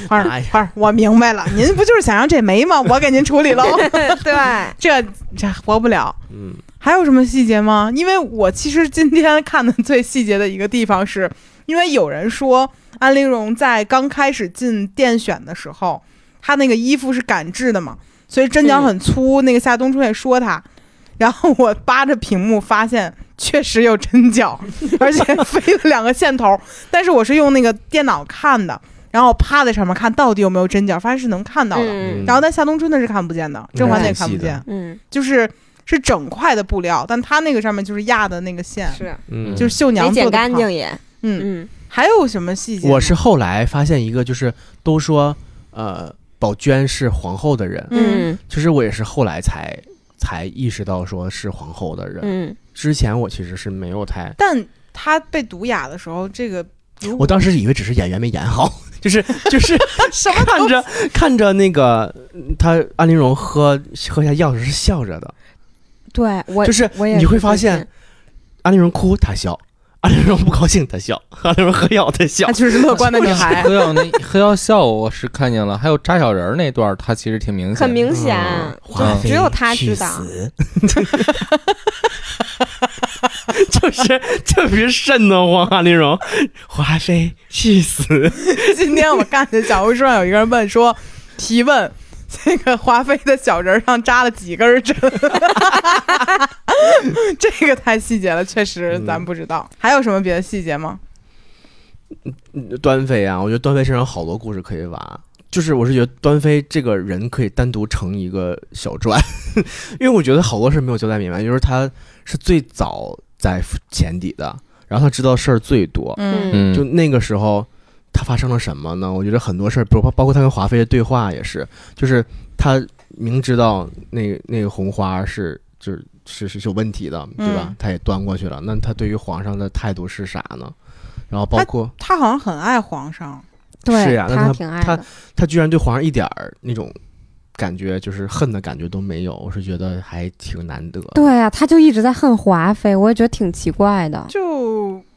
Speaker 2: 花儿
Speaker 3: 哎呀
Speaker 2: 花儿，我明白了，您不就是想让这没吗？我给您处理喽，
Speaker 4: 对，
Speaker 2: 这这活不了。
Speaker 3: 嗯，
Speaker 2: 还有什么细节吗？因为我其实今天 看的最细节的一个地方是，因为有人说安陵容在刚开始进殿选的时候，她那个衣服是赶制的嘛，所以针脚很粗。那个夏冬春也说她，然后我扒着屏幕发现确实有针脚，而且飞了两个线头，但是我是用那个电脑看的，然后趴在上面看到底有没有针脚，发现是能看到的。
Speaker 4: 嗯
Speaker 2: 然后但夏冬春的是看不见的，甄嬛的也看不
Speaker 1: 太细
Speaker 2: 见
Speaker 1: 的，
Speaker 4: 嗯，
Speaker 2: 就是是整块的布料，但它那个上面就是压的那个线，
Speaker 4: 是
Speaker 1: 嗯，
Speaker 2: 就是绣娘
Speaker 4: 没
Speaker 2: 做
Speaker 4: 剪
Speaker 2: 的
Speaker 4: 干
Speaker 2: 帕
Speaker 4: 净。也，
Speaker 2: 嗯，
Speaker 4: 嗯
Speaker 2: 还有什么细节？
Speaker 3: 我是后来发现一个，就是都说呃宝娟是皇后的人，
Speaker 4: 嗯
Speaker 3: 其实我也是后来才才意识到说是皇后的人，
Speaker 4: 嗯
Speaker 3: 之前我其实是没有太，
Speaker 2: 但他被毒哑的时候，这个如果
Speaker 3: 我当时以为只是演员没演好，就是就是
Speaker 2: 什么
Speaker 3: 看着看着那个嗯他安陵容喝喝下药时是笑着的，
Speaker 4: 对我
Speaker 3: 就是
Speaker 4: 我也
Speaker 3: 你
Speaker 4: 是
Speaker 3: 会发
Speaker 4: 最近
Speaker 3: 现安陵容哭她笑，安陵容不高兴她笑，安陵容喝药她笑
Speaker 2: 她，就是乐观的女 孩。
Speaker 1: 黑曜那黑曜笑我是看见了，还有扎小人儿那段儿，他其实挺明显的，
Speaker 4: 很明显，
Speaker 3: 华妃
Speaker 4: 只有她
Speaker 3: 嗯去
Speaker 4: 知道
Speaker 3: 死 就是特别瘆得慌，安陵容，华妃去死！
Speaker 2: 今天我看见小红书上有一个人问说，提问 这个华妃的小人儿上扎了几根针， 这个太细节了，确实咱不知道。还有什么别的细节吗？
Speaker 3: 嗯端妃啊，我觉得端妃身上好多故事可以挖。就是我是觉得端妃这个人可以单独成一个小传， 因为我觉得好多事没有交代明白，就是她是最早在前底的，然后她知道事儿最多，
Speaker 4: 嗯
Speaker 1: 嗯，
Speaker 3: 就那个时候，他发生了什么呢？我觉得很多事儿，包包括他跟华妃的对话也是，就是他明知道那个那个红花是就是是是是有问题的，对吧？
Speaker 2: 嗯
Speaker 3: 他也端过去了。那他对于皇上的态度是啥呢？然后包括
Speaker 2: 他好像很爱皇上，
Speaker 4: 对
Speaker 3: 是呀啊那
Speaker 4: 她
Speaker 3: 她
Speaker 4: 挺爱
Speaker 3: 她
Speaker 4: 的，
Speaker 3: 他居然对皇上一点儿那种感觉，就是恨的感觉都没有，我是觉得还挺难得。
Speaker 4: 对啊，她就一直在恨华妃，我也觉得挺奇怪的。
Speaker 2: 就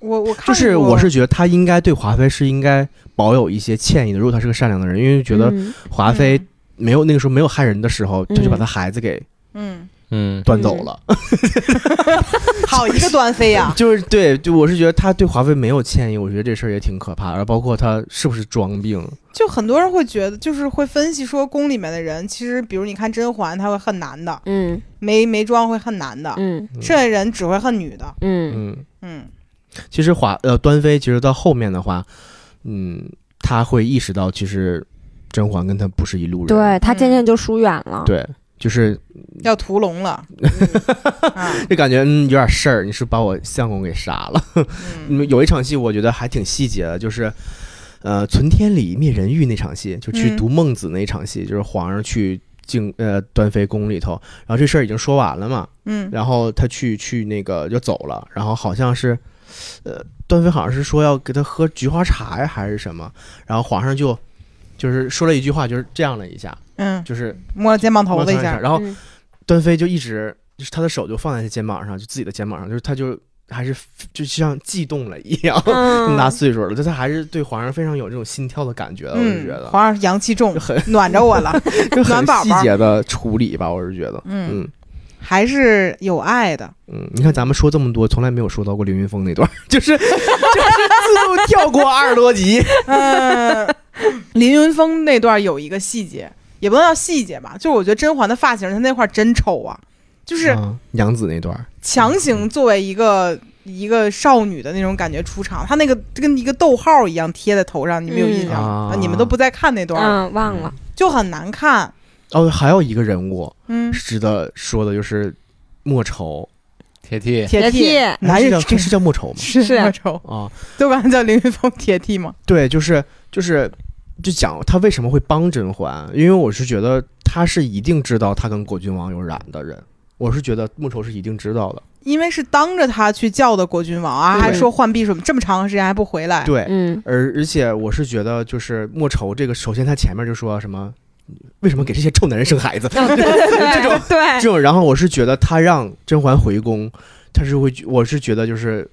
Speaker 2: 我我看过
Speaker 3: 就
Speaker 2: 嗯
Speaker 3: 是我是觉得他应该对华妃是应该保有一些歉意的，如果他是个善良的人，因为觉得
Speaker 4: 嗯
Speaker 3: 华妃没有那个时候没有害人的时候，他就把
Speaker 4: 嗯
Speaker 3: 他孩子给
Speaker 2: 嗯，
Speaker 1: 嗯
Speaker 3: 端走了。
Speaker 2: 好一个端妃
Speaker 4: 啊
Speaker 2: 啊呀、
Speaker 3: 就是对，就我是觉得他对华妃没有歉意，我觉得这事儿也挺可怕的。而包括他是不是装病，
Speaker 2: 就很多人会觉得，就是会分析说宫里面的人，其实比如你看甄嬛，她会恨男的，
Speaker 4: 嗯
Speaker 2: 没没妆会恨男的，
Speaker 4: 嗯
Speaker 2: 剩下人只会恨女的。
Speaker 4: 嗯
Speaker 3: 嗯，
Speaker 2: 嗯，
Speaker 3: 其实华呃端妃其实到后面的话，嗯，他会意识到其实甄嬛跟他不是一路人，
Speaker 4: 对她渐渐就疏远了。
Speaker 3: 对，就是
Speaker 2: 要屠龙了。啊
Speaker 3: 就感觉嗯有点事儿，你是把我相公给杀了。
Speaker 2: 嗯
Speaker 3: 嗯有一场戏我觉得还挺细节的，就是。呃，存天理灭人欲那场戏，就去
Speaker 2: 嗯
Speaker 3: 读孟子那场戏，就是皇上去敬呃端妃宫里头，然后这事儿已经说完了嘛，
Speaker 2: 嗯
Speaker 3: 然后他去去那个就走了，然后好像是，呃，端妃好像是说要给他喝菊花茶呀还是什么，然后皇上就就是说了一句话，就是这样了一下，
Speaker 2: 嗯，
Speaker 3: 就是
Speaker 2: 摸了肩膀头
Speaker 3: 摸
Speaker 2: 子
Speaker 3: 他
Speaker 2: 一
Speaker 3: 一下，
Speaker 2: 下。
Speaker 3: 然后
Speaker 4: 嗯
Speaker 3: 端妃就一直就是他的手就放在他肩膀上，就自己的肩膀上，就是他就还是就像悸动了一样，
Speaker 4: 嗯
Speaker 3: 大岁数了，但他还是对皇上非常有这种心跳的感觉的，哦我是觉
Speaker 2: 嗯，
Speaker 3: 得
Speaker 2: 皇上阳气重
Speaker 3: 就，很
Speaker 2: 暖着我 了。
Speaker 3: 就
Speaker 2: 暖
Speaker 3: 很
Speaker 2: 宝
Speaker 3: 细
Speaker 2: 宝
Speaker 3: 节的处理吧，我是觉得，
Speaker 2: 嗯，
Speaker 3: 嗯
Speaker 2: 还是有爱 的。
Speaker 3: 嗯，你看咱们说这么多，从来没有说到过凌云峰那段儿， 就是就是自动跳过二十多集。
Speaker 2: 嗯，林云峰那段有一个细节，也不能叫细节吧，就是我觉得甄嬛的发型，她那块儿真丑啊，就是
Speaker 3: 啊 娘子那段儿，
Speaker 2: 强行作为一个。一个少女的那种感觉出场，她那个跟一个逗号一样贴在头上，你们有印象吗？
Speaker 3: 嗯啊
Speaker 2: 你们都不再看那段儿，
Speaker 4: 嗯，忘了。
Speaker 2: 就很难看。
Speaker 3: 哦，还有一个人物
Speaker 2: 嗯，
Speaker 3: 是值得说的，就是莫愁，
Speaker 1: 铁剃，
Speaker 2: 铁
Speaker 4: 剃
Speaker 2: 剃男
Speaker 3: 是
Speaker 2: 人
Speaker 3: 叫是叫莫愁吗？
Speaker 2: 是
Speaker 4: 是
Speaker 2: 莫 愁，
Speaker 3: 啊，
Speaker 2: 就管他叫凌云峰铁剃嘛。
Speaker 3: 对，就是就是就讲他为什么会帮甄嬛，因为我是觉得他是一定知道他跟果郡王有染的人，我是觉得莫愁是一定知道的，
Speaker 2: 因为是当着他去叫的国君王啊，
Speaker 3: 对
Speaker 2: 还说浣碧什么这么长时间还不回来，
Speaker 3: 对，
Speaker 4: 嗯，
Speaker 3: 而而且我是觉得，就是莫愁这个，首先他前面就说什么，为什么给这些臭男人生孩子？
Speaker 4: 哦对对
Speaker 3: 这
Speaker 4: 对，
Speaker 3: 种这
Speaker 4: 对
Speaker 3: 种，然后我是觉得他让甄嬛回宫，他是会，我是觉得就是，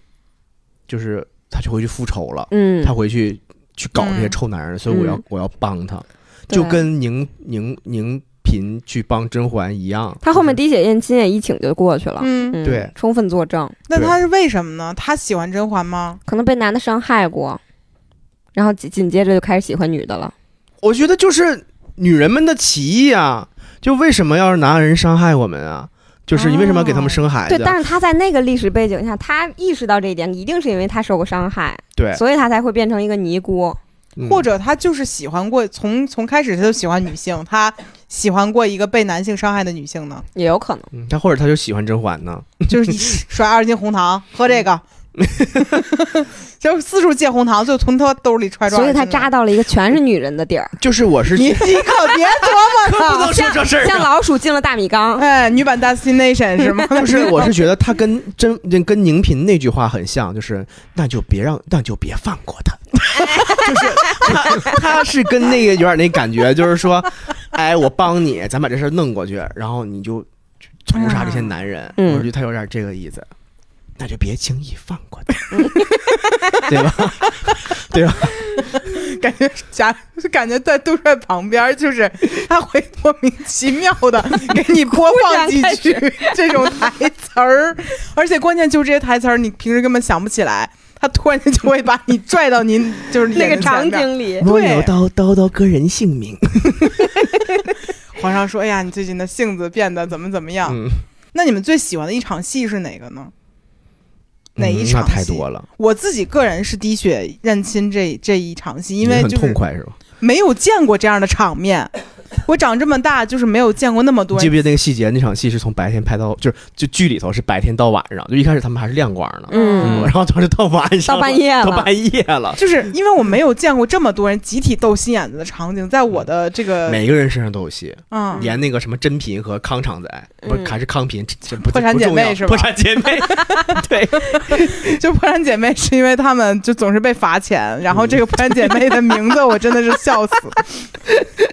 Speaker 3: 就是他就回去复仇了，
Speaker 4: 嗯
Speaker 3: 他回去去搞这些
Speaker 2: 嗯
Speaker 3: 臭男人，所以我要、
Speaker 4: 嗯
Speaker 3: 我要帮他，就
Speaker 4: 对
Speaker 3: 跟宁宁宁嫔去帮甄嬛一样。
Speaker 4: 他后面
Speaker 3: 就是
Speaker 4: 滴血验亲也一请就过去了。
Speaker 2: 嗯，
Speaker 4: 嗯，
Speaker 3: 对
Speaker 4: 充分作证，
Speaker 2: 那他是为什么呢？他喜欢甄嬛吗？
Speaker 4: 可能被男的伤害过，然后紧紧接着就开始喜欢女的了。
Speaker 3: 我觉得就是女人们的歧义啊，就为什么要让男人伤害我们啊？就是你为什么要给他们生孩
Speaker 4: 哦对，
Speaker 3: 子？啊
Speaker 4: 但是他在那个历史背景下，他意识到这一点，一定是因为他受过伤害，
Speaker 3: 对，
Speaker 4: 所以他才会变成一个尼姑。
Speaker 3: 嗯
Speaker 2: 或者他就是喜欢过，从从开始他就喜欢女性，他喜欢过一个被男性伤害的女性呢，
Speaker 4: 也有可能，
Speaker 3: 嗯他或者他就喜欢甄嬛呢？
Speaker 2: 就是一甩二斤红糖，喝这个，就是四处借红糖，就从他兜里揣出来。
Speaker 4: 所以他扎到了一个全是女人的 地儿，
Speaker 3: 就是我是
Speaker 2: 你，你可别 琢磨
Speaker 3: 不
Speaker 2: 了。
Speaker 3: 能说这事儿
Speaker 4: 像
Speaker 3: 啊。
Speaker 4: 老鼠进了大米缸。
Speaker 2: 哎，女版 Destination 是吗？
Speaker 3: 就是我是觉得他跟甄跟宁嫔那句话很像，就是那就别让那就别放过他， 就是他他是跟那个有点那感觉，就是说，哎，我帮你，咱把这事儿弄过去，然后你就屠杀这些男人，
Speaker 4: 嗯
Speaker 3: 我觉得他有点这个意思，那就别轻易放过他， 对吧？
Speaker 2: 感觉假，感觉在杜帅旁边，就是他会莫名其妙的给你 播放几句这种台词儿，而且关键就这些台词儿，你平时根本想不起来，他突然间就会把你拽到您就是
Speaker 4: 那
Speaker 2: 眼
Speaker 4: 个
Speaker 2: 睛前
Speaker 4: 场
Speaker 2: 面。
Speaker 4: 景里，
Speaker 3: 温柔叨叨叨个人姓名，
Speaker 2: 皇上说：“哎呀，你最近的性子变得怎么怎么样？”
Speaker 3: 嗯
Speaker 2: 那你们最喜欢的一场戏是哪个呢？哪一
Speaker 3: 嗯
Speaker 2: 场
Speaker 3: 那太
Speaker 2: 戏
Speaker 3: 多了，
Speaker 2: 我自己个人是滴血认亲这这一场戏，因
Speaker 3: 你
Speaker 2: 为
Speaker 3: 很
Speaker 2: 就是
Speaker 3: 痛快是吧？
Speaker 2: 没有见过这样的场 面。我长这么大就是没有见过那么
Speaker 3: 你
Speaker 2: 多
Speaker 3: 记
Speaker 2: 人
Speaker 3: 不记得那个细节？那场戏是从白天拍到，就是就剧里头是白天到晚上，就一开始他们还是亮光呢，
Speaker 4: 嗯，
Speaker 3: 然后他就到晚上
Speaker 4: 到
Speaker 3: 了，
Speaker 4: 半夜
Speaker 3: 到
Speaker 4: 了，
Speaker 3: 半夜了，
Speaker 2: 就是因为我没有见过这么多人集体斗心眼子的场景，在我的这个
Speaker 3: 每个人身上都有戏，
Speaker 2: 嗯，
Speaker 3: 连那个什么珍嫔和康常仔，不是
Speaker 4: 嗯
Speaker 3: 还是康嫔，这这不
Speaker 2: 破产
Speaker 3: 不重
Speaker 2: 姐妹
Speaker 3: 要
Speaker 2: 是吧
Speaker 3: 破产姐妹， 对，
Speaker 2: 就破产姐妹是因为她们就总是被罚钱，然后
Speaker 3: 嗯
Speaker 2: 这个破产姐妹的名字我真的是笑 死。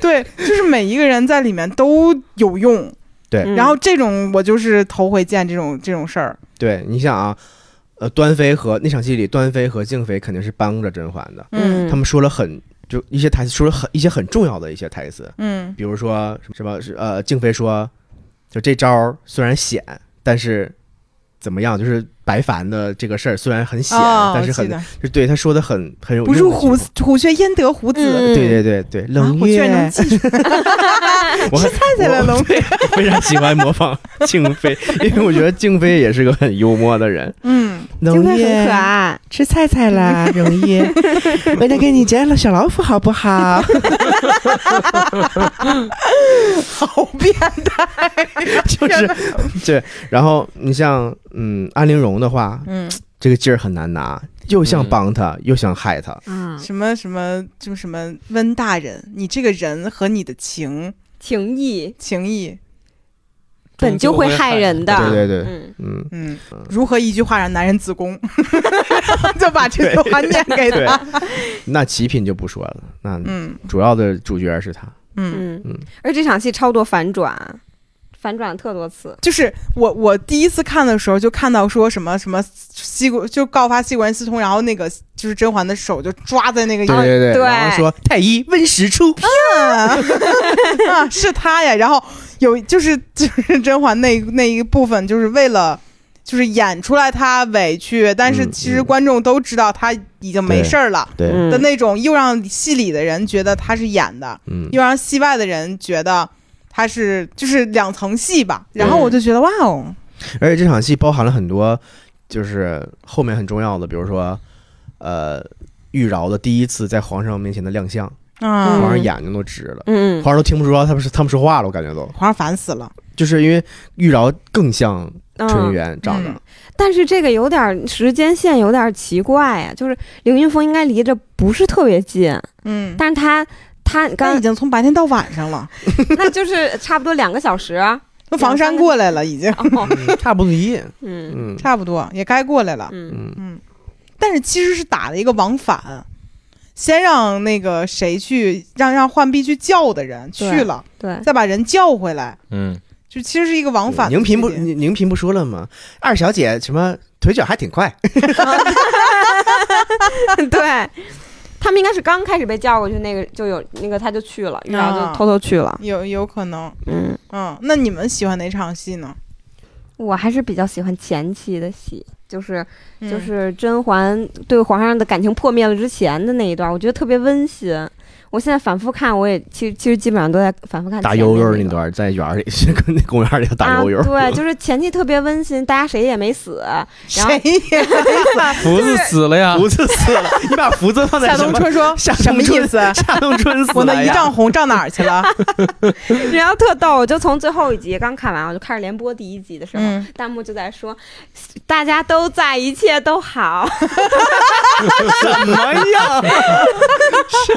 Speaker 2: 对，就是每一个人在里面都有用，
Speaker 4: 嗯
Speaker 3: 对
Speaker 2: 然后这种我就是头回见这种这种事儿，
Speaker 3: 对，你想啊，呃，端妃和那场戏里，端妃和静妃肯定是帮着甄嬛的，
Speaker 2: 嗯
Speaker 3: 他们说了很就一些台词，说了很一些很重要的一些台词，
Speaker 2: 嗯
Speaker 3: 比如说什么是呃，静妃说，就这招儿虽然险，但是怎么样，就是白凡的这个事儿虽然很险，
Speaker 2: 哦
Speaker 3: 但是
Speaker 2: 我记
Speaker 3: 很
Speaker 2: 得
Speaker 3: 就对他说的很很有
Speaker 2: 不
Speaker 3: 用
Speaker 2: 入
Speaker 3: 的
Speaker 2: 虎
Speaker 3: 地方
Speaker 2: 虎穴焉得虎子。
Speaker 4: 嗯
Speaker 3: 对对对对，冷
Speaker 2: 啊我居然能
Speaker 3: 月，
Speaker 2: 记住，
Speaker 3: 我
Speaker 2: 是
Speaker 3: 还
Speaker 2: 猜起来
Speaker 3: 我
Speaker 2: 冷 月，
Speaker 3: 我非常喜欢模仿静 妃，因为我觉得静妃也是个很幽默的人。
Speaker 2: 嗯，
Speaker 4: 就会很可，爱。
Speaker 3: 吃菜菜
Speaker 2: 啊
Speaker 3: 啦，容易。我再给你摘了小老虎好不好？
Speaker 2: 好变
Speaker 3: 就是 对，然后你像嗯安陵容的话，
Speaker 2: 嗯，
Speaker 3: 这个劲儿很难拿，又想
Speaker 1: 嗯
Speaker 3: 帮他，又想害他。
Speaker 4: 嗯，
Speaker 2: 什么什么，就什么温大人，你这个人和你的情
Speaker 4: 情谊
Speaker 2: 情谊，
Speaker 4: 本就会害人的，
Speaker 3: 对对对，
Speaker 4: 嗯，
Speaker 3: 嗯，
Speaker 2: 嗯，如何一句话让男人自宫， 就把这句话念 给
Speaker 3: 对
Speaker 2: 他，，
Speaker 3: 那极品就不说了，那
Speaker 2: 嗯
Speaker 3: 主要的主角是他。
Speaker 2: 嗯，
Speaker 4: 嗯
Speaker 3: 嗯，
Speaker 4: 而这场戏超多反转，反转特多次。
Speaker 2: 就是我我第一次看的时候就看到说什么什么西国就告发西国人私通，然后那个就是甄嬛的手就抓在那个
Speaker 3: 对对嗯对，
Speaker 4: 对
Speaker 3: 然后说太医温实初，
Speaker 2: 啊，是他呀。然后有就是就是甄嬛那那一部分，就是为了就是演出来她委屈，但是
Speaker 3: 嗯
Speaker 2: 其实
Speaker 3: 嗯
Speaker 2: 观众都知道她已经没事儿了。
Speaker 3: 对，
Speaker 4: 嗯
Speaker 2: 的那种，又让戏里的人觉得她是演的，
Speaker 3: 嗯，
Speaker 2: 又让戏外的人觉得她是就是两层戏吧。然后
Speaker 4: 对
Speaker 2: 我就觉得哇哦，
Speaker 3: 而且这场戏包含了很多，就是后面很重要的，比如说，呃，玉娆的第一次在皇上面前的亮相，
Speaker 2: 啊，
Speaker 3: 皇
Speaker 2: 皇
Speaker 3: 上眼睛都直了，
Speaker 4: 嗯，
Speaker 3: 皇上都听不出他们是他们说话了，我感觉都
Speaker 2: 上烦死了。
Speaker 3: 就是因为玉娆更像纯
Speaker 4: 嗯，
Speaker 3: 元长得，
Speaker 2: 嗯
Speaker 4: 但是这个有点儿时间线有点儿奇怪呀、就是凌云峰应该离着不是特别近，
Speaker 2: 嗯，
Speaker 4: 但是他 他
Speaker 2: 但
Speaker 4: 刚
Speaker 2: 已经从白天到晚上了，
Speaker 4: 那就是差不多两个小 时、
Speaker 2: 从房山过来了，已经
Speaker 4: 哦，
Speaker 3: 嗯差不离，
Speaker 4: 嗯
Speaker 3: 嗯
Speaker 2: 差不多也该过来了。
Speaker 4: 嗯，
Speaker 3: 嗯，
Speaker 2: 嗯，但是其实是打了一个往返，先让那个谁去，让让浣碧去叫的人
Speaker 4: 对
Speaker 2: 去了，
Speaker 4: 对，
Speaker 2: 再把人叫回来，
Speaker 1: 嗯，
Speaker 2: 就其实是一个往返的
Speaker 3: 宁
Speaker 2: 事情。
Speaker 3: 嫔不宁宁嫔不说了吗？二小姐什么腿脚还挺快，
Speaker 4: 对，他们应该是刚开始被叫过去，那个就有那个他就去了，玉娆
Speaker 2: 啊
Speaker 4: 就偷偷去了。
Speaker 2: 有有可能，
Speaker 4: 嗯，
Speaker 2: 嗯，那你们喜欢哪场戏呢？
Speaker 4: 我还是比较喜欢前期的戏，就是
Speaker 2: 嗯
Speaker 4: 就，是甄嬛对皇上的感情破灭了之前的那一段，我觉得特别温馨。我现在反复看，我也其实其实基本上都在反复看
Speaker 3: 打
Speaker 4: 前面
Speaker 3: 悠悠
Speaker 4: 那
Speaker 3: 那
Speaker 4: 个。
Speaker 3: 段，在园儿里 去跟那公园里头打悠悠，
Speaker 4: 啊，对，就是前期特别温馨，大家谁也没死，然后
Speaker 2: 谁呀？
Speaker 1: 福子死了呀，
Speaker 3: 福子死了，你把福子放在
Speaker 2: 夏
Speaker 3: 什
Speaker 2: 冬
Speaker 3: 么？
Speaker 2: 春 说
Speaker 3: 夏
Speaker 2: 什么
Speaker 3: 冬
Speaker 2: 意
Speaker 3: 春
Speaker 2: 思？
Speaker 3: 夏冬春死了
Speaker 2: 我那一
Speaker 3: 呀
Speaker 2: 丈 红涨哪儿去 了？
Speaker 4: 然后特逗，我就从最后一集刚看完，我就开始连播第一集的时候，
Speaker 2: 嗯
Speaker 4: 弹幕就在说，大家都在，一切都好。
Speaker 3: 什么 呀？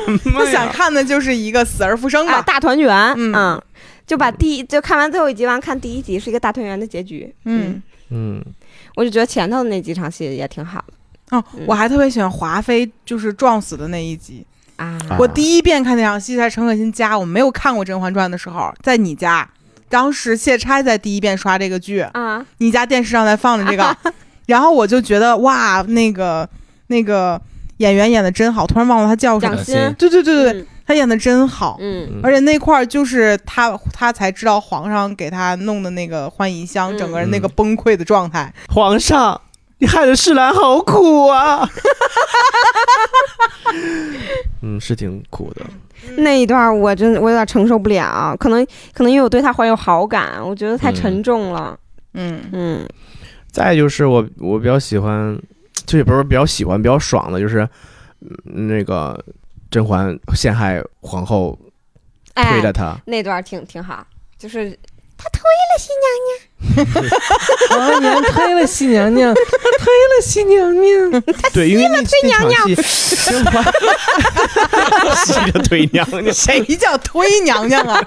Speaker 3: 什
Speaker 2: 不
Speaker 3: 么
Speaker 2: 想
Speaker 3: 呀？
Speaker 2: 看的就是一个死而复生
Speaker 4: 啊，
Speaker 2: 吧。
Speaker 4: 大团圆，
Speaker 2: 嗯
Speaker 4: 就把第一就看完最后一集完，看第一集是一个大团圆的结局，
Speaker 2: 嗯，
Speaker 3: 嗯，
Speaker 4: 我就觉得前头那几场戏也挺好的
Speaker 2: 哦
Speaker 4: 嗯，
Speaker 2: 我还特别喜欢华妃就是撞死的那一集。
Speaker 4: 啊
Speaker 3: 啊
Speaker 2: 我第一遍看那场戏在陈可辛家，我没有看过《甄嬛传》的时候，在你家，当时谢差在第一遍刷这个剧，
Speaker 4: 啊，
Speaker 2: 你家电视上在放着这个，然后我就觉得哇，那个那个演员演的真好，突然忘了他叫什
Speaker 4: 蒋
Speaker 2: 么
Speaker 1: 长。
Speaker 4: 欣，
Speaker 1: 欣
Speaker 2: 对对对对，
Speaker 4: 嗯
Speaker 2: 他演的真好，
Speaker 4: 嗯
Speaker 3: 嗯
Speaker 2: 而且那块儿就是他他才知道皇上给他弄的那个欢宜香，
Speaker 4: 嗯
Speaker 2: 整个人那个崩溃的状态。
Speaker 3: 皇上，你害得世兰好苦 啊！嗯，是挺苦的。
Speaker 4: 那一段我真的我有点承受不了，可能可能因为我对他怀有好感，我觉得太沉重了。
Speaker 2: 嗯
Speaker 4: 嗯
Speaker 3: 再就是我我比较喜欢，就也不是比较喜欢，比较爽的就是，嗯那个甄嬛陷害皇后，推
Speaker 4: 哎
Speaker 3: 了，她。
Speaker 4: 那段挺挺好，就是
Speaker 1: 王娘啊推了新娘娘，推了新娘娘，
Speaker 3: 对，因为那那场戏， 甄嬛吸了推娘 娘。
Speaker 2: 谁叫推娘娘啊？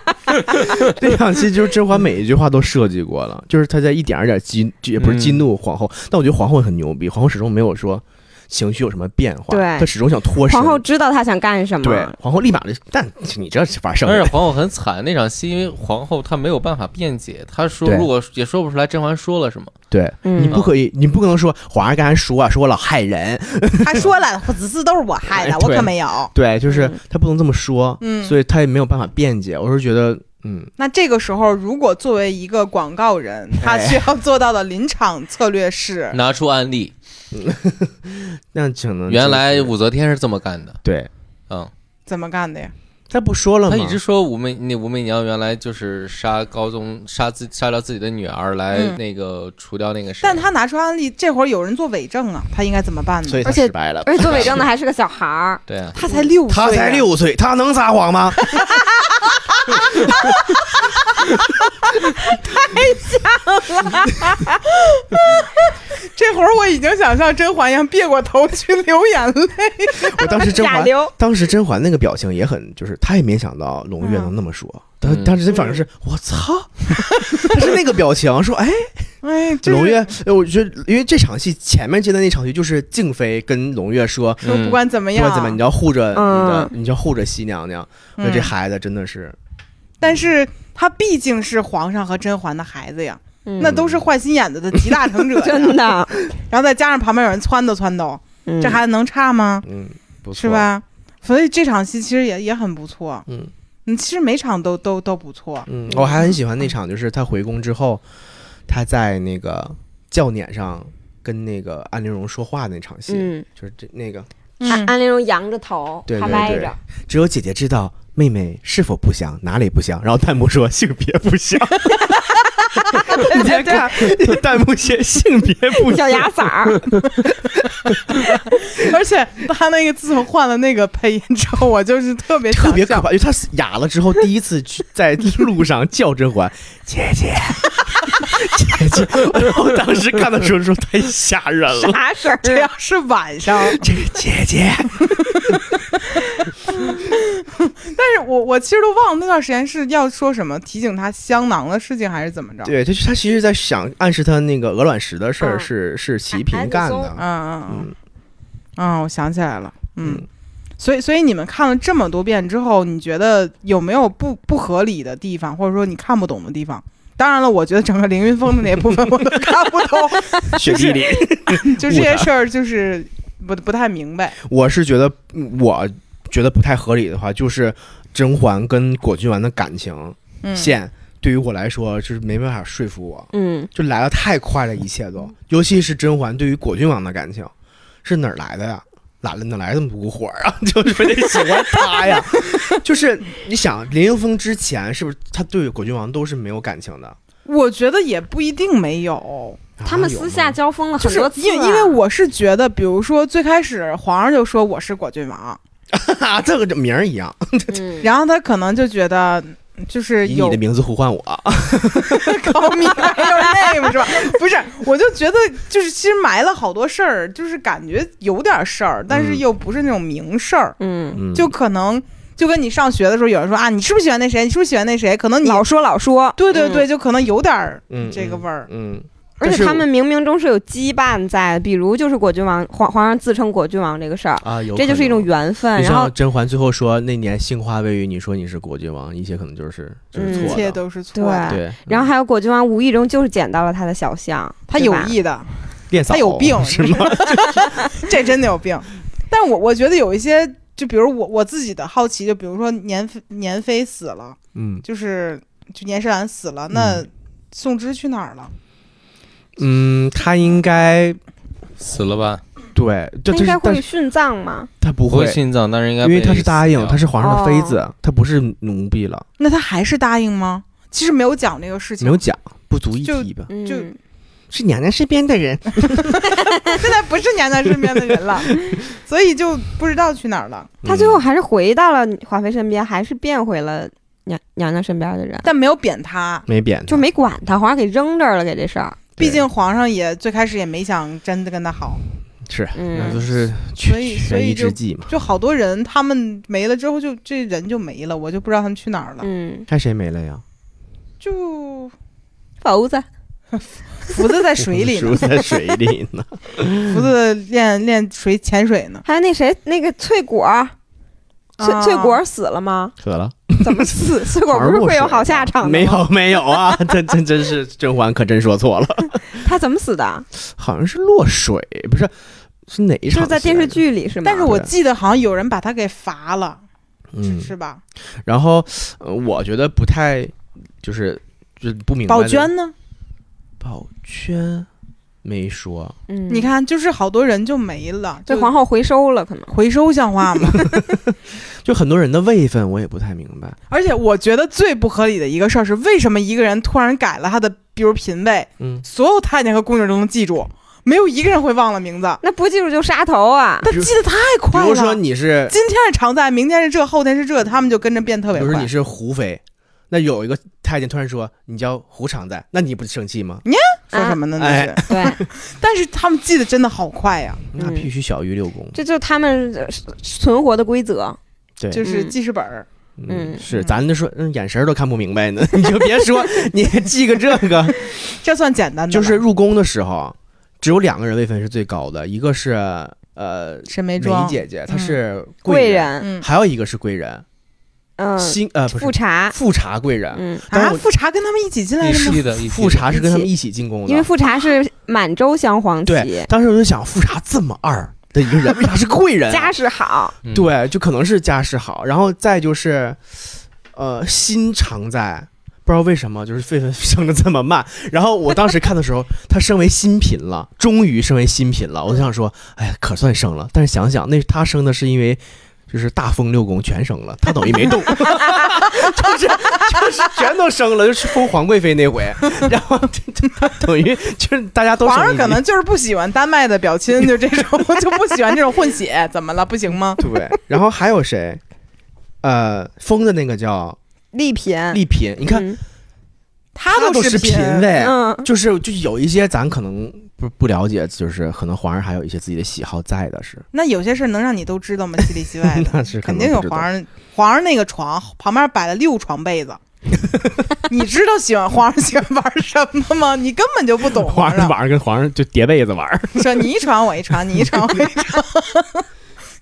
Speaker 3: 那场戏就是甄嬛每一句话都设计过了，就是她在一点儿一点儿激，就也不是激
Speaker 1: 嗯
Speaker 3: 怒皇后，但我觉得皇后很牛逼，皇后始终没有说情绪有什么变化，
Speaker 4: 对
Speaker 3: 她始终想脱身。
Speaker 4: 皇后嗯知道他想干什么，
Speaker 3: 对，皇后立马就，但你这玩意
Speaker 1: 而且
Speaker 3: 儿
Speaker 1: 皇后很惨，那场戏因为皇后她没有办法辩解，她说
Speaker 3: 对
Speaker 1: 如果也说不出来甄嬛说了什么，
Speaker 3: 对。
Speaker 4: 嗯
Speaker 3: 你不可以，你不可能说皇上刚才说啊，说我老害人，
Speaker 2: 他说了，子嗣都是我害的，
Speaker 3: 哎
Speaker 2: 我
Speaker 3: 对
Speaker 2: 可没有。
Speaker 3: 对，就是
Speaker 4: 嗯
Speaker 3: 他不能这么说，
Speaker 2: 嗯
Speaker 3: 所以他也没有办法辩解。我是觉得，嗯，
Speaker 2: 那这个时候，如果作为一个广告人，他
Speaker 3: 哎
Speaker 2: 需要做到的临场策略
Speaker 3: 嗯
Speaker 2: 是，
Speaker 1: 拿出案例，
Speaker 3: 那可能
Speaker 1: 原来
Speaker 3: 嗯就是
Speaker 1: 武则天是这么干的，
Speaker 3: 对
Speaker 1: 嗯，
Speaker 2: 怎么干的呀？
Speaker 3: 他不说了吗？
Speaker 1: 她一直说武媚那武媚娘原来就是杀高宗杀自杀掉自己的女儿来
Speaker 2: 嗯
Speaker 1: 那个除掉那个谁，，
Speaker 2: 但他拿出案例，这会儿有人做伪证啊，他应该怎么办呢
Speaker 3: 所？以他
Speaker 4: 而且
Speaker 3: 失败了。
Speaker 4: 而且做伪证的还是个小孩儿嗯
Speaker 1: 对啊，
Speaker 2: 他才六岁，
Speaker 3: 他才，六岁，他能撒谎吗？
Speaker 2: 这会儿我已经想像甄嬛一样别过头去流眼泪。
Speaker 3: 我当时甄
Speaker 4: 贾
Speaker 3: 嬛，
Speaker 4: 流
Speaker 3: 当时甄嬛那个表情也很，就是她也没想到胧月能那么说。当
Speaker 1: 嗯
Speaker 3: 当时这反应是我操，她是那个表情，说哎，
Speaker 2: 哎，这
Speaker 3: 胧月，呃我觉得因为这场戏前面接的那场戏就是静妃跟胧月说，
Speaker 2: 说
Speaker 1: 嗯
Speaker 2: 不管怎么
Speaker 3: 嗯不
Speaker 2: 样，
Speaker 3: 管怎么，你要护着你的，
Speaker 4: 嗯
Speaker 3: 你就要护着熹娘娘。那
Speaker 2: 嗯
Speaker 3: 这孩子真的是，
Speaker 2: 但是他毕竟是皇上和甄嬛的孩子呀，
Speaker 4: 嗯
Speaker 2: 那都是坏心眼子的集大成者呀，
Speaker 4: 真的，
Speaker 2: 然后再加上旁边有人撺掇撺掇，
Speaker 4: 嗯
Speaker 2: 这孩子能差吗？
Speaker 3: 嗯，不错，
Speaker 2: 是？吧？所以这场戏其实也也很不错，
Speaker 3: 嗯
Speaker 2: 嗯，其实每场都都都不错，
Speaker 3: 嗯，我还很喜欢那场，就是她回宫之后，她在那个轿辇上跟那个安陵容说话的那场戏，
Speaker 4: 嗯，
Speaker 3: 就是这那个
Speaker 4: 安
Speaker 2: 嗯，
Speaker 4: 安陵容扬着头，
Speaker 3: 对
Speaker 4: 还
Speaker 3: 对
Speaker 4: 歪
Speaker 3: 对
Speaker 4: 着，
Speaker 3: 只有姐姐知道妹妹是否不香，哪里不香。然后 弹幕说性别不香，你先看 弹幕写性别不
Speaker 4: 小
Speaker 3: 香，
Speaker 4: 牙 嗓儿，
Speaker 2: 而且他那个自从换了那个配音之后，我就是特别
Speaker 3: 特
Speaker 2: 想
Speaker 3: 别可
Speaker 2: 笑。
Speaker 3: 怕，因为她哑了之后第一次去在路上叫甄嬛姐姐。 姐姐， 我当时看的时候说太吓人了，
Speaker 4: 啥声
Speaker 2: 这
Speaker 4: 儿
Speaker 2: 要
Speaker 4: 啊？
Speaker 2: 是晚上，
Speaker 3: 这个 姐姐，
Speaker 2: 但是我我其实都忘了那段时间是要说什么提醒他香囊的事情还是怎么着？
Speaker 3: 对，就是她其实在想暗示她那个鹅卵石的事儿
Speaker 4: 啊嗯
Speaker 3: 是是
Speaker 4: 哎
Speaker 3: 齐平干
Speaker 2: 嗯 嗯
Speaker 3: 的，
Speaker 2: 嗯
Speaker 3: 嗯
Speaker 2: 嗯，我想起来了，嗯，
Speaker 3: 嗯
Speaker 2: 所以所以你们看了这么多遍之后，你觉得有没有不不合理的地方，或者说你看不懂的地方？当然了，我觉得整个凌云峰的那部分我都看不懂，
Speaker 3: 雪地 里。
Speaker 2: 就这些事儿就是不不太明白。
Speaker 3: 我是觉得，嗯我觉得不太合理的话，就是甄嬛跟果郡王的感情
Speaker 2: 嗯，
Speaker 3: 线，对于我来说就是没办法说服我，
Speaker 4: 嗯，
Speaker 3: 就来的太快了，一切都，尤其是甄嬛对于果郡王的感情，是哪儿来的呀？懒了哪来这么股火啊？ 就是非得喜欢他呀？就是你想，林英峰之前是不是他对果郡王都是没有感情的？
Speaker 2: 我觉得也不一定没有，
Speaker 4: 他们
Speaker 3: 啊有
Speaker 4: 私
Speaker 3: 吗
Speaker 4: 下交锋了
Speaker 2: 就
Speaker 4: 很
Speaker 2: 是
Speaker 4: 多次、啊
Speaker 2: 因为因为我是觉得，比如说最开始皇上就说我是果郡王，
Speaker 3: 啊，这个这名儿一样，
Speaker 4: 嗯
Speaker 2: 然后他可能就觉得就是
Speaker 3: 以你
Speaker 2: 哎有
Speaker 3: 的名字呼唤我。
Speaker 2: 高明还有 name 是吧？ 不是，我就觉得就是其实埋了好多事儿，就是感觉有点事儿，但是
Speaker 3: 嗯
Speaker 2: 又不是那种明事儿，
Speaker 4: 嗯，
Speaker 3: 嗯，
Speaker 2: 就可能就跟你上学的时候有人说啊，你是不是喜欢那谁？你是不是喜欢那谁？可能你
Speaker 4: 老说老说，
Speaker 2: 对对对，
Speaker 4: 嗯，
Speaker 2: 就可能有点儿
Speaker 3: 嗯
Speaker 2: 这个味儿。
Speaker 3: 嗯，
Speaker 4: 而
Speaker 3: 但
Speaker 4: 且
Speaker 3: 是
Speaker 4: 他们冥冥中是有羁绊在，比如就是果郡王皇皇上自称果郡王这个事儿，
Speaker 3: 啊，有
Speaker 4: 这就是一种缘分。
Speaker 3: 你
Speaker 4: 然后
Speaker 3: 像嗯甄嬛最后说那年杏花微雨，你说你是果郡王，一切可能就是就是
Speaker 4: 嗯
Speaker 2: 一
Speaker 3: 错
Speaker 2: 切
Speaker 3: 的，
Speaker 2: 都是错
Speaker 4: 对，
Speaker 2: 的，
Speaker 3: 对。
Speaker 4: 然后还有果郡王无意中就是捡到了他的小象，
Speaker 2: 他
Speaker 4: 对
Speaker 2: 有
Speaker 4: 吧
Speaker 2: 意的，
Speaker 3: 练嫂
Speaker 2: 他有病
Speaker 3: 是吗？
Speaker 2: 这真的有 病。但我我觉得有一些，就比如我我自己的好奇，就比如说年妃年妃死了，
Speaker 3: 嗯
Speaker 2: 就是就年世兰死了，那宋芝去哪儿了？
Speaker 3: 嗯，他应该
Speaker 1: 死了吧？
Speaker 3: 对，这
Speaker 4: 他应
Speaker 3: 这
Speaker 4: 该
Speaker 3: 是但
Speaker 4: 会
Speaker 3: 是
Speaker 4: 殉葬嘛？
Speaker 3: 他不
Speaker 1: 不
Speaker 3: 会
Speaker 1: 会，殉葬，但是应该
Speaker 3: 因为
Speaker 1: 被
Speaker 3: 他是答应
Speaker 1: 死，掉
Speaker 3: 他是皇上的妃子，他不是奴婢了，
Speaker 2: 那他还是答应吗？其实没有讲这个事情，
Speaker 3: 没有讲，不足一
Speaker 2: 就
Speaker 3: 提吧。
Speaker 4: 嗯，
Speaker 2: 就是
Speaker 3: 娘娘身边的人，
Speaker 2: 现在不是娘娘身边的人 了，所以就不知道去哪儿了。
Speaker 4: 他
Speaker 3: 嗯
Speaker 4: 最后还是回到了华妃身边，还是变回了娘娘娘身边的人，
Speaker 2: 但没有贬他，
Speaker 3: 没贬他，
Speaker 4: 就没管他，皇上给扔这儿了，给这事儿。
Speaker 3: 对
Speaker 2: 毕竟皇上也最开始也没想真的跟他好，
Speaker 3: 是， 那
Speaker 4: 嗯
Speaker 3: 都，是
Speaker 2: 所以所
Speaker 3: 权
Speaker 2: 以
Speaker 3: 宜
Speaker 2: 就
Speaker 3: 之计嘛。
Speaker 2: 就好多人他们没了之后就这人就没了，我就不知道他们去哪儿了，
Speaker 4: 嗯，
Speaker 3: 看谁没了呀？
Speaker 2: 就
Speaker 4: 猴子，
Speaker 2: 福子在水 里呢
Speaker 3: 是，在水里 呢。
Speaker 2: 福子练练水潜水呢，
Speaker 4: 还有那谁，那个翠果儿，翠、
Speaker 2: 啊
Speaker 4: 翠果儿死了吗？
Speaker 3: 渴了，
Speaker 4: 怎 么死？翠果儿不
Speaker 3: 玩
Speaker 4: 是
Speaker 3: 过
Speaker 4: 会有
Speaker 3: 水
Speaker 4: 好下场的吗
Speaker 3: 没有？ 没有啊，这这真是甄嬛可真说错了，
Speaker 4: 他怎么死的？
Speaker 3: 好像是落水，不是是哪一
Speaker 4: 就
Speaker 3: 场？
Speaker 4: 是在电视，剧里是吗？
Speaker 2: 但是我
Speaker 3: 对
Speaker 2: 记得好像有人把他给罚了，
Speaker 3: 嗯，
Speaker 2: 是吧？
Speaker 3: 然后、呃我觉得不太就是就是不明白的。
Speaker 2: 宝娟呢？
Speaker 3: 宝娟没说，
Speaker 4: 嗯，
Speaker 2: 你看，就是好多人就没了，
Speaker 4: 被
Speaker 2: 就
Speaker 4: 皇后回收了，可能
Speaker 2: 回收像话吗？
Speaker 3: 就很多人的位分我也不太明白。
Speaker 2: 而且我觉得最不合理的一个事儿是，为什么一个人突然改了他的，比如嫔位，
Speaker 3: 嗯，
Speaker 2: 所有太监和宫女都能记住，没有一个人会忘了名字。
Speaker 4: 那不记住就杀头啊！
Speaker 2: 但记得太
Speaker 3: 比
Speaker 2: 快了。
Speaker 3: 如说你是，
Speaker 2: 今天是常在，明天是这，后天是这，他们就跟着变特
Speaker 3: 比
Speaker 2: 别
Speaker 3: 如说
Speaker 2: 快
Speaker 3: 你。是胡妃，那有一个太监突然说你叫胡常在，那你不生气吗？
Speaker 2: 说什么呢？那
Speaker 3: 哎
Speaker 2: 是，
Speaker 4: 对，
Speaker 2: 但是他们记得真的好快呀，
Speaker 3: 那
Speaker 4: 嗯
Speaker 3: 必须小于六宫。
Speaker 4: 这就是他们呃存活的规则。
Speaker 3: 对，
Speaker 2: 就是
Speaker 4: 嗯
Speaker 2: 记事本儿。
Speaker 4: 嗯
Speaker 3: 是，咱就说，嗯，眼神儿都看不明白呢， 你就别说，你记个这个，
Speaker 2: 这算简单的了，
Speaker 3: 就是入宫的时候，只有两个人位分是最高的，一个是呃
Speaker 2: 沈眉
Speaker 3: 梅
Speaker 2: 庄
Speaker 3: 姐姐，她
Speaker 2: 嗯
Speaker 3: 是
Speaker 4: 贵
Speaker 3: 人，
Speaker 4: 人，
Speaker 2: 嗯
Speaker 3: 还有一个是贵人，
Speaker 4: 嗯，
Speaker 3: 新呃不是
Speaker 4: 复查，
Speaker 3: 富察贵人，
Speaker 4: 嗯，
Speaker 3: 但
Speaker 2: 啊，
Speaker 3: 我
Speaker 2: 富察跟他们一起进来
Speaker 1: 一
Speaker 2: 的吗？
Speaker 1: 系的，一系
Speaker 3: 富
Speaker 1: 的
Speaker 3: 察是跟他们一起进宫
Speaker 4: 因为
Speaker 3: 的。
Speaker 4: 复查是满洲镶黄旗
Speaker 3: 对，，当时我就想，富察这么二的一个人，为啥是贵人啊？
Speaker 4: 家世好，
Speaker 1: 嗯
Speaker 3: 对，就可能是家世好，然后再就是，呃，心常在，不知道为什么就是狒狒生的这么慢。然后我当时看的时候，他升为新嫔了，终于升为新嫔了。我就想说，哎呀，可算升了。但是想想，那他升的是因为。就是大风六宫全升了，他等于没 动，就是就是全都升了，就是封皇贵妃那回，然后这这他等于就是大家都升
Speaker 2: 皇上
Speaker 3: 一
Speaker 2: 可
Speaker 3: 级
Speaker 2: 能就是不喜欢丹麦的表 亲，就这种就不喜欢这种混血，怎么了？不行吗？
Speaker 3: 对，然后还有谁？呃，封的那个叫
Speaker 4: 丽嫔，
Speaker 3: 丽嫔，你看哎
Speaker 4: 嗯，
Speaker 2: 他
Speaker 3: 都
Speaker 2: 是
Speaker 3: 嫔
Speaker 2: 嫔
Speaker 3: 位，
Speaker 4: 嗯，
Speaker 3: 就是就有一些咱可能不不了解，就是可能皇上还有一些自己的喜好在的是，
Speaker 2: 那有些事儿能让你都知道吗？戏里戏外的，
Speaker 3: 那是可
Speaker 2: 肯
Speaker 3: 能
Speaker 2: 定有
Speaker 3: 不知道
Speaker 2: 皇。上，皇上那个床旁边摆了六床被 子，你知道喜欢皇上喜欢玩什么吗？你根本就不懂
Speaker 3: 皇上
Speaker 2: 上，
Speaker 3: 晚上跟皇上就叠被子玩儿，
Speaker 2: 说你一床我一床，你一床我一床，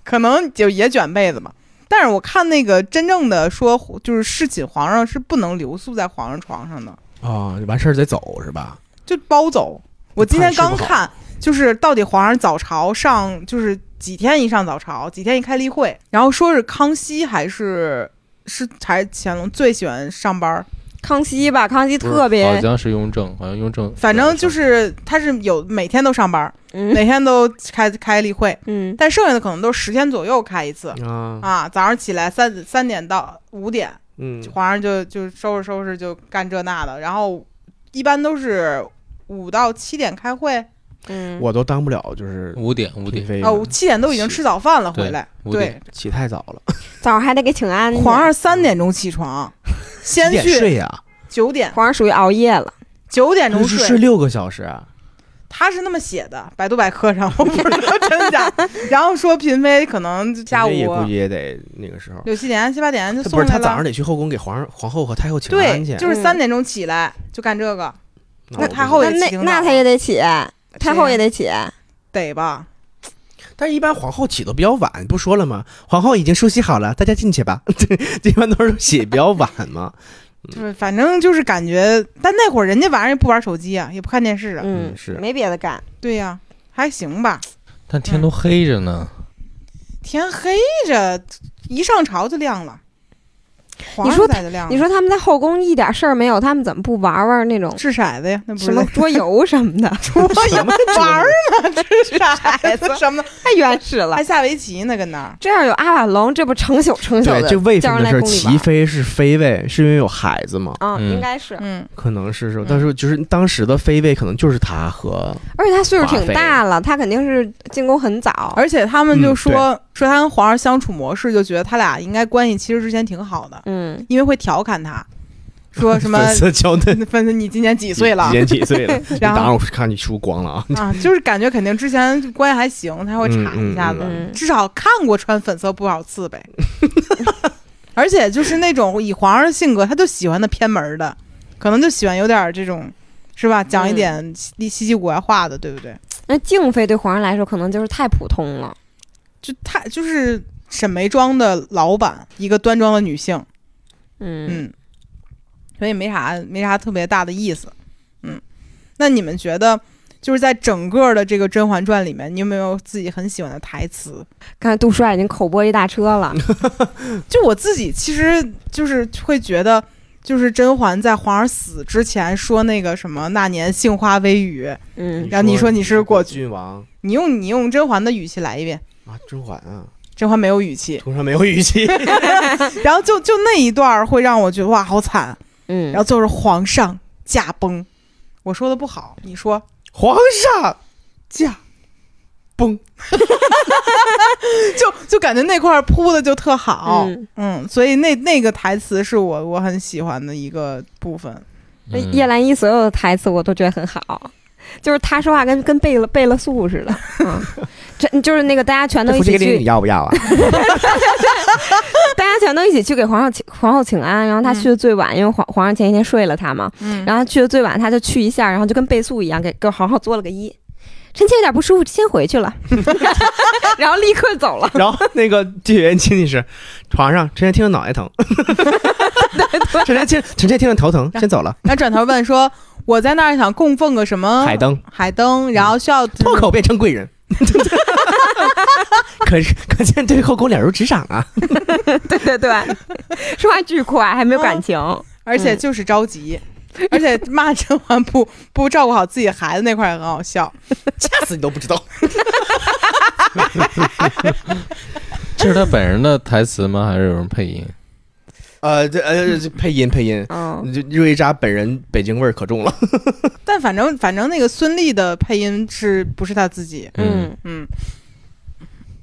Speaker 2: 可能就也卷被子吧。但是我看那个真正的说，就是侍寝皇上是不能留宿在皇上床上的，
Speaker 3: 啊、完事儿再走是吧？
Speaker 2: 就包走。我今天
Speaker 3: 怕
Speaker 2: 刚
Speaker 3: 睡不好
Speaker 2: 看，就是到底皇上早朝上，就是几天一上早朝，几天一开例会，然后说是康熙还是是还是乾隆最喜欢上班儿，
Speaker 4: 康熙吧，康熙
Speaker 1: 不是
Speaker 4: 特
Speaker 1: 好
Speaker 4: 别，
Speaker 1: 像是雍正，好像雍正，
Speaker 2: 反正就是他是有每天都上班，
Speaker 4: 嗯
Speaker 2: 每天都开开例会，
Speaker 4: 嗯
Speaker 2: 但剩下的可能都十天左右开一次
Speaker 3: 啊，
Speaker 2: 啊。早上起来三三点到五点，
Speaker 3: 嗯
Speaker 2: 皇上就就收拾收拾就干这那的，然后一般都是五到七点开会，
Speaker 4: 嗯，
Speaker 3: 我都当不了，就是
Speaker 1: 五点五
Speaker 3: 嫔
Speaker 1: 点
Speaker 3: 妃呢
Speaker 2: 哦，七点都已经吃早饭了
Speaker 1: 对
Speaker 2: 回来，
Speaker 1: 五
Speaker 2: 对
Speaker 1: 点，
Speaker 3: 起太早了，
Speaker 4: 早上还得给请安去。
Speaker 2: 皇上三点钟起 床，先
Speaker 3: 几点
Speaker 2: 去
Speaker 3: 睡呀？
Speaker 2: 九点
Speaker 4: 皇上属于熬夜了，
Speaker 2: 九点钟
Speaker 3: 那是睡
Speaker 2: 睡，
Speaker 3: 六个小时啊，
Speaker 2: 他是那么写的，百度百科上我不知道真 假。然后说嫔妃可能下午
Speaker 3: 嫔妃也估计也得那个时候。
Speaker 2: 六七点七八点就
Speaker 3: 他不
Speaker 2: 送
Speaker 3: 是
Speaker 2: 来
Speaker 3: 他早上
Speaker 2: 了。
Speaker 3: 得去后宫给皇上、皇后和太后请
Speaker 2: 对
Speaker 3: 安去，，
Speaker 2: 就是
Speaker 4: 嗯
Speaker 2: 三点钟起来就干这个，
Speaker 3: 我
Speaker 2: 那
Speaker 3: 不
Speaker 2: 太
Speaker 3: 知
Speaker 2: 后
Speaker 3: 道
Speaker 2: 也
Speaker 4: 那那
Speaker 2: 起挺早
Speaker 4: 那他也得起，太
Speaker 2: 谁
Speaker 4: 后
Speaker 2: 呀
Speaker 4: 也得起，
Speaker 2: 得吧？
Speaker 3: 但是一般皇后起的比较晚，不说了吗？皇后已经梳洗好了，大家进去吧。 这一般都是起比较晚 嘛。
Speaker 2: 就是反正就是感觉，但那会儿人家晚上也不玩手机啊，也不看电视啊，
Speaker 4: 嗯，
Speaker 3: 是
Speaker 4: 没别的干，
Speaker 2: 对呀、还行吧。
Speaker 1: 但天都黑着呢，
Speaker 2: 天黑着，一上朝就亮了，皇
Speaker 4: 你说
Speaker 2: 上在就亮了。
Speaker 4: 你说他们在后宫一点事儿没有，他们怎么不玩玩那种
Speaker 2: 掷骰子呀？那不是
Speaker 4: 什么桌游什么的？
Speaker 2: 我 有玩儿呢，掷骰子 什么的，
Speaker 4: 太原始了
Speaker 2: 还。下围棋呢，跟那儿。
Speaker 4: 这样有阿瓦隆，这不成宿成宿
Speaker 3: 对，
Speaker 4: 的
Speaker 3: 这位
Speaker 4: 叫
Speaker 3: 分
Speaker 4: 人
Speaker 3: 的事
Speaker 4: 来
Speaker 3: 儿，
Speaker 4: 宫里
Speaker 3: 齐
Speaker 4: 玩
Speaker 3: 妃是妃位，是因为有孩子嘛？
Speaker 4: 啊，
Speaker 1: 嗯
Speaker 4: 应该是，
Speaker 2: 嗯，
Speaker 3: 可能是是吧
Speaker 2: 嗯，
Speaker 3: 但是就是当时的妃位可能就是她和
Speaker 4: 而且他岁数挺
Speaker 3: 华妃
Speaker 4: 大了，他肯定是进宫很早，
Speaker 2: 而且他们就
Speaker 3: 嗯
Speaker 2: 说、说他跟皇上相处模式，就觉得他俩应该关系其实之前挺好的，
Speaker 4: 嗯，
Speaker 2: 因为会调侃他，说 什么
Speaker 3: 粉丝交的
Speaker 2: 分分你今年几岁了
Speaker 3: 几年几岁了？你
Speaker 2: 然后
Speaker 3: 当然我看你输光了啊！
Speaker 2: 啊？就是感觉肯定之前关系还行，他会查一下子，
Speaker 4: 嗯嗯嗯
Speaker 2: 至少看过穿粉色布少次 呗。而且就是那种以皇上性格，他就喜欢那偏门儿的，可能就喜欢有点儿这种，是吧？讲一
Speaker 4: 嗯
Speaker 2: 点稀稀奇古怪话的，对不对？
Speaker 4: 那静妃对皇上来说可能就是太普通了，
Speaker 2: 就她就是沈眉庄的老板，一个端庄的女性，
Speaker 4: 嗯，
Speaker 2: 嗯，所以没啥没啥特别大的意思，嗯。那你们觉得，就是在整个的这个《甄嬛传》里面，你有没有自己很喜欢的台词？
Speaker 4: 刚才杜啊帅已经口播一大车了，
Speaker 2: 就我自己，其实就是会觉得，就是甄嬛在皇上死之前说那个什么“那年杏花微雨
Speaker 4: 嗯，
Speaker 2: 然后你说你是过
Speaker 3: 过郡王”，
Speaker 2: 你用你用甄嬛的语气来一遍，
Speaker 3: 啊，甄嬛啊，
Speaker 2: 甄嬛没有语 气，
Speaker 3: 图上没有 语气，
Speaker 2: 然后就就那一段儿会让我觉得哇好惨，
Speaker 4: 嗯，
Speaker 2: 然后就是皇上驾崩，我说的不好，你说
Speaker 3: 皇上驾
Speaker 2: 啊
Speaker 3: 崩，
Speaker 2: 就就感觉那块儿铺的就特好，
Speaker 4: 嗯
Speaker 2: 嗯所以那那个台词是我我很喜欢的一个部分。哎
Speaker 4: 那
Speaker 1: 嗯
Speaker 4: 叶澜依所有的台词我都觉得很好，就是她说话跟跟背了背了素似的，嗯，这就是那个大家全都
Speaker 3: 那
Speaker 4: 一
Speaker 3: 夫妻
Speaker 4: 起
Speaker 3: 给你
Speaker 4: 去
Speaker 3: 你，要不要啊？
Speaker 4: 大家全都一起去给皇上请皇后请安，然后他去的最晚，因为皇皇上前一天睡了他嘛，
Speaker 2: 嗯
Speaker 4: 然后他去的最晚，他就去一下，然后就跟倍速一样，给给皇后作了个揖。臣妾有点不舒服，先回去了， 然后立刻走了。
Speaker 3: 然后那个地缘亲戚是皇上，臣妾听着脑袋疼，臣妾听臣妾听着头疼，先走了。
Speaker 2: 然后转头问说：“我在那儿想供奉个什么
Speaker 3: 海灯
Speaker 2: 海灯，然后需
Speaker 4: 嗯
Speaker 2: 要
Speaker 3: 破口变成贵人， 可是可见对后宫了如指掌啊！
Speaker 4: 对对对，说话巨快，还没有感情。
Speaker 3: 嗯
Speaker 2: 而且就是着 急，而且骂甄嬛不不照顾好自己孩子那块儿也很好笑。
Speaker 3: 掐死你都不知道。
Speaker 1: 这是他本人的台词吗？还是有人配音？
Speaker 3: 呃，这呃这配音配音，
Speaker 4: 嗯，
Speaker 3: 就瑞扎本人北京味儿可重了。
Speaker 2: 但反正反正那个孙俪的配音是不是她自己？
Speaker 4: 嗯，
Speaker 2: 嗯，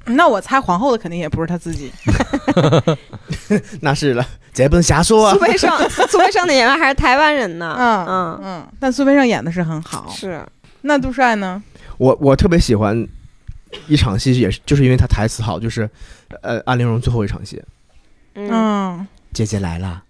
Speaker 2: 那我猜皇后的肯定也不是她自己。
Speaker 3: 那是了，咱也不能瞎说啊
Speaker 4: 苏。培盛，苏培盛的演员还是台湾人呢。
Speaker 2: 嗯
Speaker 4: 嗯
Speaker 2: 嗯，但苏培盛演的是很好。
Speaker 4: 是，
Speaker 2: 那杜帅呢？
Speaker 3: 我我特别喜欢一场戏，也是就是因为他台词好，就是呃安陵容最后一场戏，
Speaker 4: 嗯
Speaker 2: 嗯，
Speaker 3: 姐姐来了，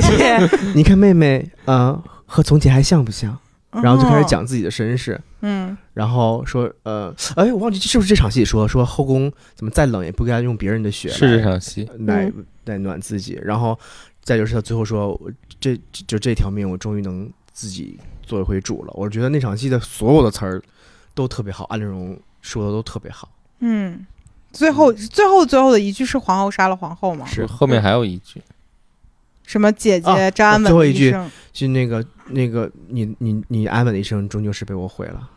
Speaker 2: 嗯
Speaker 3: 姐，你看妹妹，呃，和从前还像不像？然后就
Speaker 2: 哦
Speaker 3: 开始讲自己的身世，
Speaker 2: 嗯。
Speaker 3: 然后说，呃，哎，我忘记是不是这场戏说说后宫怎么再冷也不该用别人的血来
Speaker 1: 是这场戏，
Speaker 3: 来
Speaker 4: 嗯
Speaker 3: 来暖自己，然后再就是他最后说，我这这就这条命我终于能自己做一回主了。我觉得那场戏的所有的词儿都特别好，安陵容说的都特别好，
Speaker 2: 嗯，
Speaker 1: 哦
Speaker 2: 最后最后最后的一句是皇后杀了皇后吗？
Speaker 3: 是
Speaker 1: 后面还有一句，
Speaker 2: 什么姐姐
Speaker 3: 啊
Speaker 2: 张安
Speaker 3: 最后
Speaker 2: 稳
Speaker 3: 一句
Speaker 2: 医生，
Speaker 3: 就那个那个你你你安稳的一生终究是被我毁了。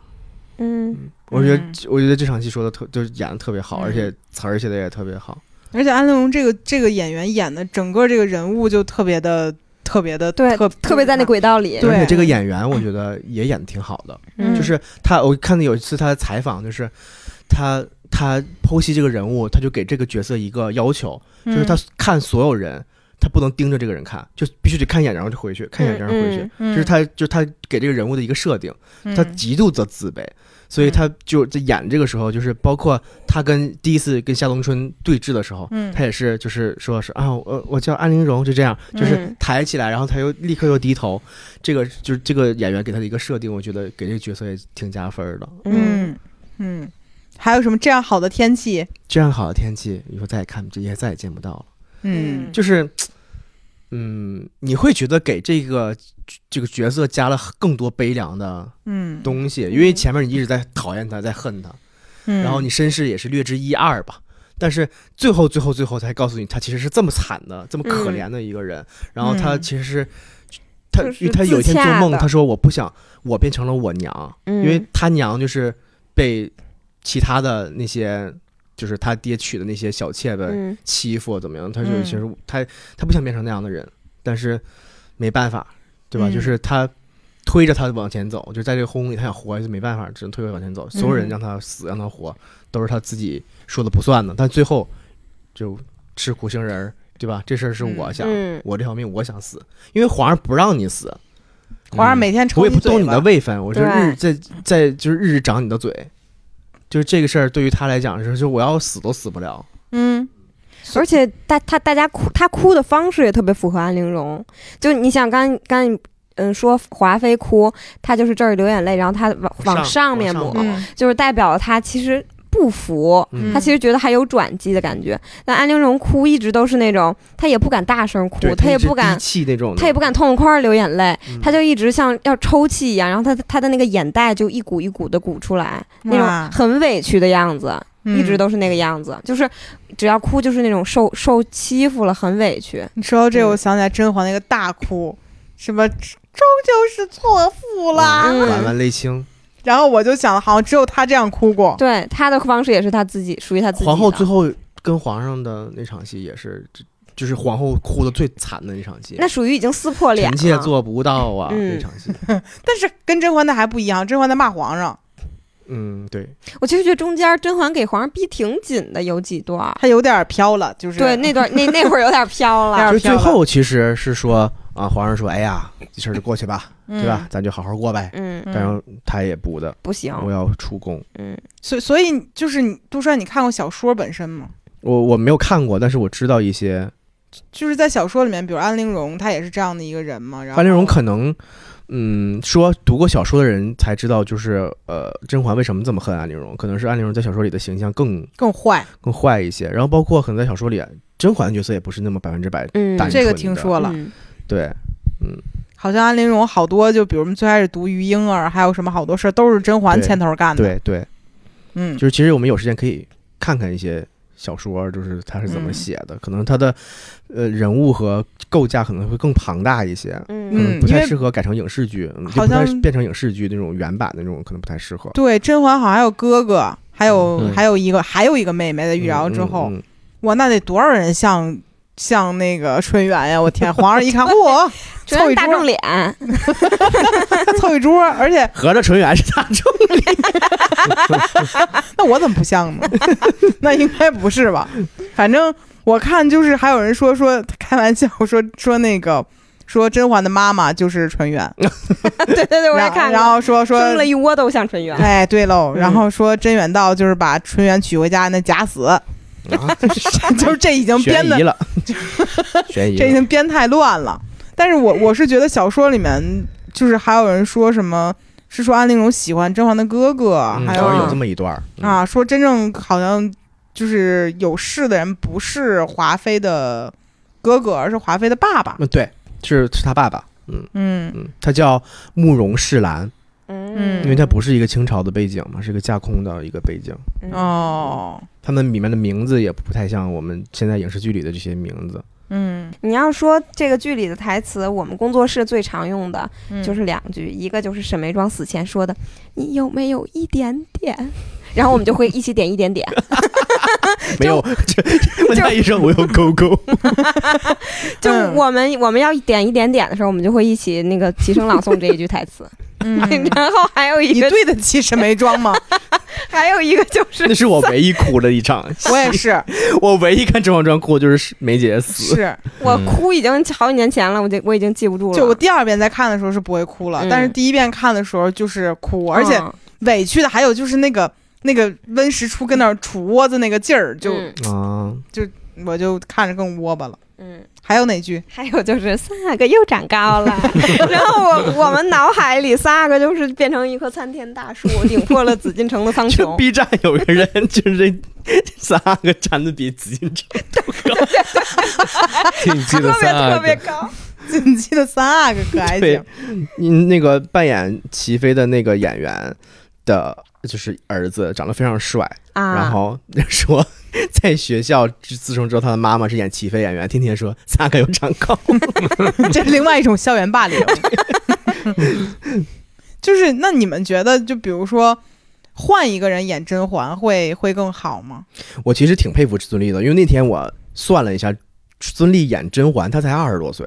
Speaker 4: 嗯，
Speaker 3: 我觉得、
Speaker 2: 嗯
Speaker 3: 我觉得这场戏说的特就是演的特别好，
Speaker 2: 嗯
Speaker 3: 而且词儿写的也特别好。
Speaker 2: 而且安陵容这个这个演员演的整个这个人物就特别的特别的
Speaker 4: 对，
Speaker 2: 特
Speaker 4: 特别在那轨道里，
Speaker 2: 对
Speaker 3: 而且这个演员我觉得也演的挺好的，
Speaker 2: 嗯
Speaker 3: 就是他我看到有一次他的采访，就是他他剖析这个人物，他就给这个角色一个要求，就是
Speaker 2: 嗯
Speaker 3: 他看所有人，他不能盯着这个人看，就必须得看一眼然后就回去，看一眼然后回去。
Speaker 4: 嗯
Speaker 2: 嗯
Speaker 3: 就是他，就是他给这个人物的一个设定，
Speaker 2: 嗯
Speaker 3: 他极度的自卑，所以他就在演这个时候，就是包括他跟第一次跟夏冬春对峙的时候，
Speaker 2: 嗯
Speaker 3: 他也是就是说是啊，我我叫安陵容，就这样，就是
Speaker 4: 嗯
Speaker 3: 抬起来，然后他又立刻又低头，这个就是这个演员给他的一个设定，我觉得给这个角色也挺加分儿的。
Speaker 4: 嗯，
Speaker 2: 嗯嗯，还有什么这样好的天气？
Speaker 3: 这样好的天气，以后再也看不也再也见不到了，
Speaker 2: 嗯
Speaker 3: 就是。嗯，你会觉得给这个这个角色加了更多悲凉的
Speaker 2: 嗯，
Speaker 3: 东西，因为前面你一直在讨厌他，在恨他，
Speaker 2: 嗯
Speaker 3: 然后你身世也是略知一二吧。但是最后最后最后才告诉你，他其实是这么惨的，这么可怜的一个人。然后他
Speaker 2: 嗯
Speaker 3: 其实是他
Speaker 4: 就是，
Speaker 3: 因为他有一天
Speaker 4: 自
Speaker 3: 做
Speaker 4: 洽
Speaker 3: 梦，
Speaker 4: 的
Speaker 3: 他说我不想我变成了我娘，
Speaker 4: 嗯
Speaker 3: 因为他娘就是被其他的那些就是他爹娶的那些小妾们
Speaker 4: 嗯
Speaker 3: 欺负怎么样，他就
Speaker 2: 嗯
Speaker 3: 其实他他不想变成那样的人，但是没办法，对吧？
Speaker 2: 嗯
Speaker 3: 就是他。推着他往前走，就在这个轰里，他想活下去没办法，只能推着往前走。所有
Speaker 2: 嗯
Speaker 3: 人让他死，让他活，都是他自己说的不算的。但最后就吃苦杏仁儿，对吧？这事儿是我想，
Speaker 4: 嗯
Speaker 3: 我这条命我想死，因为皇上不让你死，
Speaker 2: 皇上
Speaker 3: 嗯
Speaker 2: 每天抽
Speaker 3: 我也不
Speaker 2: 嘴
Speaker 3: 动你的
Speaker 2: 巴
Speaker 3: 位分，我就日
Speaker 4: 对
Speaker 3: 在在就是日日长你的嘴，就是这个事儿对于他来讲是，就我要死都死不了。
Speaker 2: 嗯
Speaker 4: 而且大他大家哭，他哭的方式也特别符合安陵容。就你想刚刚你嗯说华妃哭，她就是这儿流眼泪，然后她往往
Speaker 3: 上
Speaker 4: 上面
Speaker 3: 往
Speaker 4: 抹
Speaker 3: 上，抹
Speaker 2: 嗯
Speaker 4: 就是代表了她其实不服，
Speaker 3: 嗯
Speaker 4: 她其实觉得还有转机的感觉。但安陵容哭一直都是那种，她也不敢大声哭
Speaker 3: 对，
Speaker 4: 她也
Speaker 3: 一直
Speaker 4: 不敢
Speaker 3: 低。气那种的，
Speaker 4: 她也不敢痛痛快流眼泪，
Speaker 3: 嗯
Speaker 4: 她就一直像要抽泣一样，然后她她的那个眼袋就一股一股的鼓出来，那
Speaker 2: 哇
Speaker 4: 种很委屈的样子。
Speaker 2: 嗯
Speaker 4: 一直都是那个样子，就是只要哭就是那种受受欺负了，很委屈。
Speaker 2: 你说到这个，
Speaker 4: 嗯
Speaker 2: 我想起来甄嬛那个大哭，什么终究是错付啦。
Speaker 4: 嗯
Speaker 3: 晚晚泪清。
Speaker 2: 然后我就想，好像只有她这样哭过。
Speaker 4: 对他的方式也是他自己，属于他自己的。啊
Speaker 3: 皇后最后跟皇上的那场戏也是，就就是皇后哭的最惨的那场戏。
Speaker 4: 那属于已经撕破脸
Speaker 3: 臣妾
Speaker 4: 了。
Speaker 3: 做不到啊，
Speaker 4: 嗯
Speaker 3: 那场戏。
Speaker 2: 但是跟甄嬛的还不一样，甄嬛在骂皇上，
Speaker 3: 嗯， 对，
Speaker 4: 我其实觉得中间甄嬛给皇上逼挺紧的，有几段儿。
Speaker 2: 她有点飘了，就是嗯
Speaker 4: 对，那段那那会儿有点 飘
Speaker 2: 有
Speaker 4: 了。
Speaker 3: 就
Speaker 2: 点
Speaker 3: 最
Speaker 2: 飘了
Speaker 3: 后其实是说啊，皇上说，哎呀，这事儿就过去吧，
Speaker 2: 嗯
Speaker 3: 对吧？？咱就好好过呗。
Speaker 4: 嗯，
Speaker 2: 嗯
Speaker 3: 但是他也不的，
Speaker 4: 不行。
Speaker 3: 我要出宫。
Speaker 4: 嗯，
Speaker 2: 所以所以就是你杜帅，你看过小说本身吗？
Speaker 3: 我我没有看过，但是我知道一些
Speaker 2: 就是在小说里面，比如安陵容，她也是这样的一个人嘛。然后
Speaker 3: 安陵容可能，嗯，说读过小说的人才知道，就是呃，甄嬛为什么这么恨安陵容，可能是安陵容在小说里的形象更
Speaker 2: 更坏，
Speaker 3: 更坏一些，然后包括可能在小说里，啊甄嬛的角色也不是那么百分之百，
Speaker 4: 嗯
Speaker 3: 单纯
Speaker 2: 这个
Speaker 3: 的
Speaker 2: 听说了。
Speaker 4: 嗯
Speaker 3: 对，
Speaker 2: 好像安陵容好多，就比如我们最开始读《鱼婴儿》，还有什么好多事儿都是甄嬛
Speaker 3: 对
Speaker 2: 牵头干的。，
Speaker 3: 对对，
Speaker 2: 嗯
Speaker 3: 就是其实我们有时间可以看看一些小说，就是它是怎么
Speaker 2: 嗯
Speaker 3: 写的，可能它的呃人物和构架可能会更庞大一些，可
Speaker 4: 嗯
Speaker 2: 嗯
Speaker 3: 能不
Speaker 2: 因
Speaker 3: 太
Speaker 2: 为
Speaker 3: 适合改成影视剧，嗯就
Speaker 2: 好
Speaker 3: 不太
Speaker 2: 像
Speaker 3: 变成影视剧那种原版的那种可能不太适合。
Speaker 2: 对，甄嬛好像还有哥哥，还有、
Speaker 1: 嗯
Speaker 2: 还有一个还有一个妹妹在
Speaker 3: 嗯
Speaker 2: 玉娆之后，
Speaker 3: 嗯嗯
Speaker 2: 哇，那得多少人像像那个纯元呀！我天，皇上一 看，嚯，凑
Speaker 4: 主要
Speaker 2: 一
Speaker 4: 是大
Speaker 2: 桌
Speaker 4: 众脸，
Speaker 2: 凑一桌，而且
Speaker 3: 合着纯元是大 众，
Speaker 2: 那我怎么不像呢？那应该不是吧？反正我看就是还有人说说开玩笑说说那个说甄嬛的妈妈就是纯元，
Speaker 4: 对对对，我也
Speaker 2: 然
Speaker 4: 看
Speaker 2: 然后说说
Speaker 4: 生了一窝都像纯元。
Speaker 2: 哎，对喽，
Speaker 4: 嗯
Speaker 2: 然后说甄远道就是把纯元娶回家那假死，
Speaker 3: 啊、
Speaker 2: 就是这已经编
Speaker 3: 悬
Speaker 2: 的
Speaker 3: 疑 了，悬疑
Speaker 2: 这已
Speaker 3: 了。
Speaker 2: 经编太乱了。但是我我是觉得小说里面就是还有人说什么，是说安陵容喜欢甄嬛的哥哥，
Speaker 3: 嗯
Speaker 2: 还
Speaker 3: 好像
Speaker 2: 有
Speaker 3: 有这么一段儿，
Speaker 2: 啊，说真正好像就是有事的人不是华妃的哥哥，而是华妃的爸爸。
Speaker 3: 嗯，对，是是他爸爸，嗯
Speaker 2: 嗯
Speaker 3: 嗯，他叫慕容世兰，
Speaker 4: 嗯，
Speaker 3: 因为他不是一个清朝的背景嘛，是一个架空的一个背景。
Speaker 4: 嗯
Speaker 2: 哦，
Speaker 3: 他们里面的名字也不太像我们现在影视剧里的这些名字，
Speaker 2: 嗯，
Speaker 4: 你要说这个剧里的台词，我们工作室最常用的
Speaker 2: 嗯
Speaker 4: 就是两句，一个就是沈眉庄死前说的“你有没有一点点”， 然后我们就会一起点一点点。
Speaker 3: 没有，这问他一声我有勾勾，
Speaker 4: 就
Speaker 2: 嗯
Speaker 4: 我们、我们要点一点点的时候，我们就会一起那个齐声朗诵这一句台词。
Speaker 2: 嗯
Speaker 4: 然后还有一
Speaker 2: 你
Speaker 4: 个，
Speaker 2: 对得嗯起沈眉庄 吗？
Speaker 4: 还有一个就是
Speaker 3: 那是我唯一哭的 一场。
Speaker 2: 我也是，
Speaker 3: 我唯一看《甄嬛传》哭就是梅姐死，
Speaker 2: 是，
Speaker 4: 我
Speaker 1: 嗯
Speaker 4: 哭已经好几年前了，我就我已经记不住了。
Speaker 2: 就我第二遍再看的时候是不会哭了，
Speaker 4: 嗯
Speaker 2: 但是第一遍看的时候就是哭，
Speaker 4: 嗯
Speaker 2: 而且委屈的还有就是那个那个温实初跟那儿杵窝子那个劲儿，就、
Speaker 3: 啊，
Speaker 4: 嗯
Speaker 2: 我就看着更窝巴了。
Speaker 4: 嗯
Speaker 2: 还有哪句？
Speaker 4: 还有就是三阿哥又长高了，然后我我们脑海里三阿哥就是变成一棵参天大 树，顶破了紫禁城的苍
Speaker 3: 这
Speaker 4: 穹。
Speaker 3: B 站有个人就是这三个站的比紫禁城，
Speaker 1: 你记 得
Speaker 4: 特别
Speaker 1: 三阿
Speaker 4: 特别
Speaker 1: 哥，
Speaker 4: 高，
Speaker 2: 你记得三阿哥可还
Speaker 3: 对
Speaker 2: 行？
Speaker 3: 嗯，那个扮演齐飞的那个演员的，就是儿子长得非常帅，
Speaker 4: 啊
Speaker 3: 然后 说在学校自自从知道他的妈妈是演齐飞演员，天天说三个有长 高，
Speaker 2: 这是另外一种校园霸凌。 就是那你们觉得，就比如说换一个人演甄嬛会会更好吗？
Speaker 3: 我其实挺佩服孙俪的，因为那天我算了一下，孙俪演甄嬛，她才二十多岁，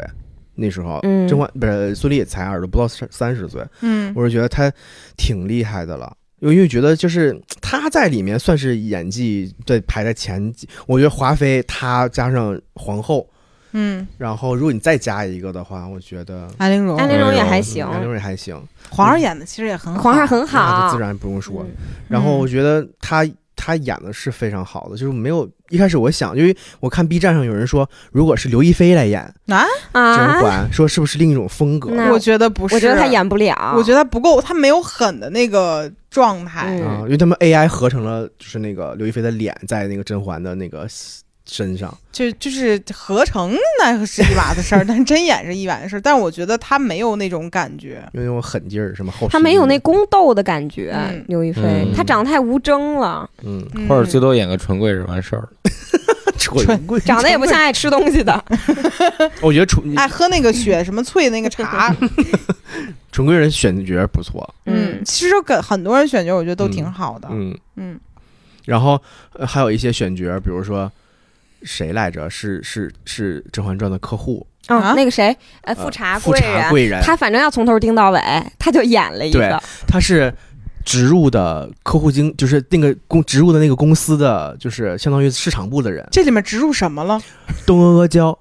Speaker 3: 那时候，
Speaker 4: 嗯
Speaker 3: 甄嬛不是孙俪也才二十多，不到三三十岁，
Speaker 2: 嗯
Speaker 3: 我是觉得她挺厉害的了。因为觉得就是她在里面算是演技对排在前几，我觉得华妃她加上皇后，
Speaker 2: 嗯，
Speaker 3: 然后如果你再加一个的话，我觉得
Speaker 2: 安陵容，
Speaker 4: 安陵容也还行，
Speaker 3: 梁玲也还行，
Speaker 2: 皇上演的其实也很好，
Speaker 4: 皇上很
Speaker 3: 那就
Speaker 4: 好
Speaker 3: 自，然不用说。
Speaker 4: 嗯
Speaker 3: 然后我觉得他他演的是非常好的，就是没有一开始我想，因为我看 B 站上有人说，如果是刘亦菲来演
Speaker 2: 啊，
Speaker 3: 甄
Speaker 4: 啊，嗯
Speaker 3: 嬛，说是不是另一种风格？
Speaker 4: 那
Speaker 2: 我觉得不是，
Speaker 4: 我觉得他，演不了，
Speaker 2: 我觉得不够，他没有狠的那个状态。
Speaker 3: 啊，
Speaker 4: 嗯
Speaker 3: 因为他们 AI 合成了就是那个刘亦菲的脸在那个甄嬛的那个身上，
Speaker 2: 就就是合成那是一码子 事儿，但真演是一码子事儿。但我觉得他没有那种感觉，
Speaker 3: 有那种狠劲儿，什么后
Speaker 4: 他没有那宫斗的感觉
Speaker 2: 嗯，
Speaker 4: 刘亦菲
Speaker 1: 嗯
Speaker 4: 她长得太无争了，
Speaker 3: 嗯，
Speaker 2: 嗯
Speaker 1: 或者最多演个纯贵人完事儿了。
Speaker 3: 蠢
Speaker 2: 嗯
Speaker 3: 棍，
Speaker 4: 长啊得也不像爱吃东 西的，
Speaker 3: 我觉得蠢
Speaker 2: 爱哎喝那个雪什么脆那个 茶，
Speaker 3: 蠢贵人选角不错，
Speaker 2: 嗯，其实跟很多人选角，我觉得都挺好的，
Speaker 3: 嗯，
Speaker 2: 嗯
Speaker 3: 然后、呃还有一些选角，比如说谁来着？是是是《甄嬛传》的客户，
Speaker 2: 啊
Speaker 4: 嗯，那个谁，呃，
Speaker 3: 呃
Speaker 4: 富察
Speaker 3: 富
Speaker 4: 贵
Speaker 3: 察
Speaker 4: 人，
Speaker 3: 贵人，
Speaker 4: 他反正要从头盯到尾，他就演了一个，
Speaker 3: 他是植入的客户经，就是那个公植入的那个公司的，就是相当于市场部的人。
Speaker 2: 这里面植入什么了？
Speaker 3: 东阿阿胶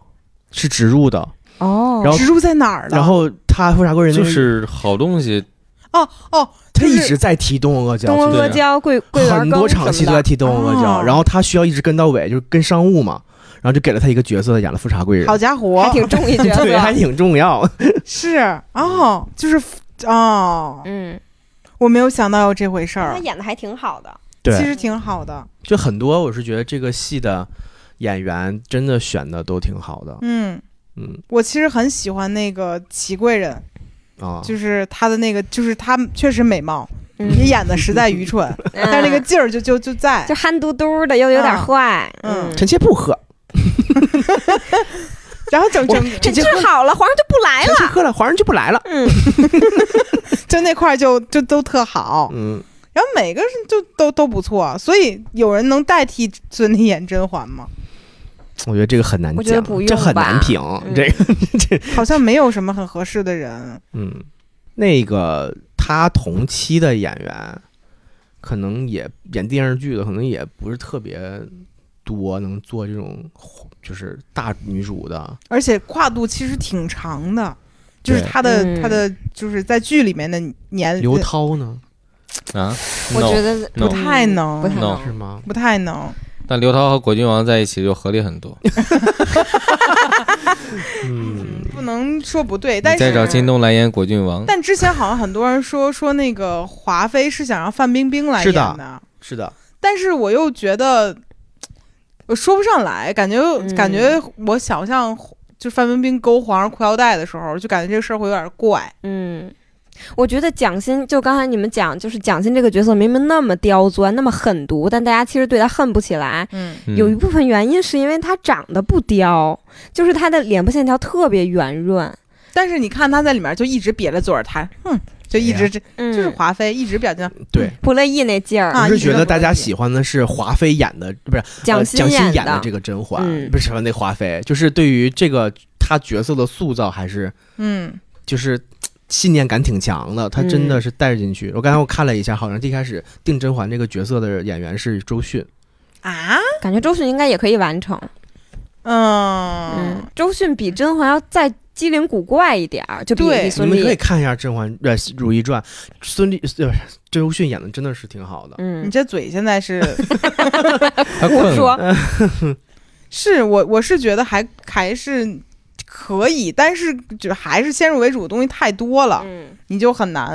Speaker 3: 是植入的，
Speaker 4: 哦
Speaker 3: 然后
Speaker 2: 植入在哪儿了？
Speaker 3: 然后他富察贵人那
Speaker 1: 就
Speaker 3: 个
Speaker 1: 是好东西，
Speaker 2: 哦哦，
Speaker 3: 他
Speaker 2: 就
Speaker 3: 一
Speaker 2: 是
Speaker 3: 直在提东阿阿胶，
Speaker 4: 东阿
Speaker 3: 其实
Speaker 4: 阿胶、桂桂圆
Speaker 3: 很多
Speaker 4: 羹什
Speaker 3: 场
Speaker 4: 么
Speaker 3: 戏都在
Speaker 4: 的，
Speaker 3: 提东阿阿胶，
Speaker 2: 哦
Speaker 3: 然后他需要一直跟到尾，就是跟商务嘛，然后就给了他一个角色，演了富察贵人
Speaker 2: 好，家伙，
Speaker 4: 还挺重一角
Speaker 3: 对，还
Speaker 4: 色，啊
Speaker 3: 挺重 要。
Speaker 2: 是哦，就是哦，
Speaker 4: 嗯，
Speaker 2: 我没有想到有这回事
Speaker 4: 他
Speaker 2: 儿，
Speaker 4: 演的还挺好的，
Speaker 2: 其
Speaker 3: 对，
Speaker 2: 实挺好的，
Speaker 3: 就很多我是觉得这个戏的演员真的选的都挺好的，
Speaker 2: 嗯。
Speaker 3: 嗯
Speaker 2: 我其实很喜欢那个祺贵人，
Speaker 3: 啊，
Speaker 2: 就是她的那个，就是她确实美貌，
Speaker 4: 嗯
Speaker 2: 也演的实在愚蠢，但是那个
Speaker 4: 嗯
Speaker 2: 劲儿就就就在
Speaker 4: 就。憨嘟嘟的，又有点
Speaker 2: 嗯
Speaker 4: 坏，
Speaker 2: 嗯
Speaker 4: 嗯，
Speaker 3: 臣妾不喝，
Speaker 2: 然后整整
Speaker 4: 这治好了，皇上就不来
Speaker 3: 臣妾
Speaker 4: 了，
Speaker 3: 喝了，皇上就不来了。
Speaker 4: 嗯，
Speaker 2: 就那块儿就就都特好，
Speaker 3: 嗯，
Speaker 2: 然后每个人就都都不错，所以有人能代替孙俪演甄嬛吗？
Speaker 3: 我觉得这个很难
Speaker 4: 我觉得
Speaker 3: 讲，
Speaker 4: 不用
Speaker 3: 这很难
Speaker 4: 吧
Speaker 3: 评。
Speaker 4: 嗯
Speaker 3: 这个，
Speaker 2: 好像没有什么很合适的人。
Speaker 3: 嗯，那个他同期的演员，可能也演电视剧的，可能也不是特别多，能做这种就是大女主的。
Speaker 2: 而且跨度其实挺长的，就是
Speaker 3: 对
Speaker 2: 他的、
Speaker 4: 嗯
Speaker 2: 他的就是在剧里面的年呃
Speaker 3: 刘涛呢？
Speaker 1: 啊，
Speaker 4: 我
Speaker 1: no
Speaker 4: 觉得
Speaker 2: 不太能，
Speaker 4: 不太
Speaker 1: No
Speaker 3: 是
Speaker 4: 能，
Speaker 3: 吗？
Speaker 2: 不太能。
Speaker 1: 但刘涛和果郡王在一起就合理很多。
Speaker 3: 嗯，
Speaker 2: 不能说不对， 但
Speaker 1: 你再
Speaker 2: 是
Speaker 1: 找金东来演果郡王，
Speaker 2: 但之前好像很多人说说那个华妃是想让范冰冰来
Speaker 3: 是
Speaker 2: 演
Speaker 3: 的
Speaker 2: 的，
Speaker 3: 是的，
Speaker 2: 但是我又觉得我说不上来，感觉、
Speaker 4: 嗯
Speaker 2: 感觉我想象就范冰冰勾皇上裤腰带的时候，就感觉这个事儿会有点怪。
Speaker 4: 嗯，我觉得蒋欣，就刚才你们讲，就是蒋欣这个角色明明那么刁钻，那么狠毒，但大家其实对她恨不起来。
Speaker 2: 嗯，
Speaker 1: 嗯
Speaker 4: 有一部分原因是因为她长得不刁，就是她的脸部线条特别圆润，
Speaker 2: 但是你看他在里面就一直瘪着嘴儿弹，哼，就一直这、
Speaker 4: 嗯，
Speaker 2: 就是华妃一直表情
Speaker 3: 对，
Speaker 4: 不乐意那劲儿。
Speaker 2: 啊
Speaker 3: 我是觉
Speaker 2: 一直
Speaker 3: 得
Speaker 2: 都不
Speaker 3: 嗯大家
Speaker 2: 乐意
Speaker 3: 喜欢的是华妃演的，不是
Speaker 4: 蒋
Speaker 3: 呃
Speaker 4: 欣
Speaker 3: 欣演
Speaker 4: 的
Speaker 3: 这个甄嬛，
Speaker 4: 嗯
Speaker 3: 不是什么那华妃，就是对于这个她角色的塑造还是
Speaker 2: 嗯
Speaker 3: 就是嘖信念感挺强的，她真的是带进去。我刚才我看了一下，好像最开始定甄嬛这个角色的演员是周迅，
Speaker 2: 啊
Speaker 4: 感觉周迅应该也可以完成。
Speaker 2: 嗯
Speaker 4: 嗯，周迅比甄嬛要再机灵古怪一点儿，就比
Speaker 2: 对
Speaker 4: 比
Speaker 3: 你
Speaker 4: 孙
Speaker 3: 们可以
Speaker 4: 俪。
Speaker 3: 看一下《甄嬛》呃《如懿传》，孙俪呃周迅演的真的是挺好的。
Speaker 2: 你
Speaker 4: 嗯，
Speaker 2: 这嘴现在是
Speaker 1: 他困
Speaker 4: 我
Speaker 1: 了
Speaker 4: 说，
Speaker 2: 是我我是觉得还还是可以，但是就还是先入为主的东西太多了，
Speaker 4: 嗯，
Speaker 2: 你就很难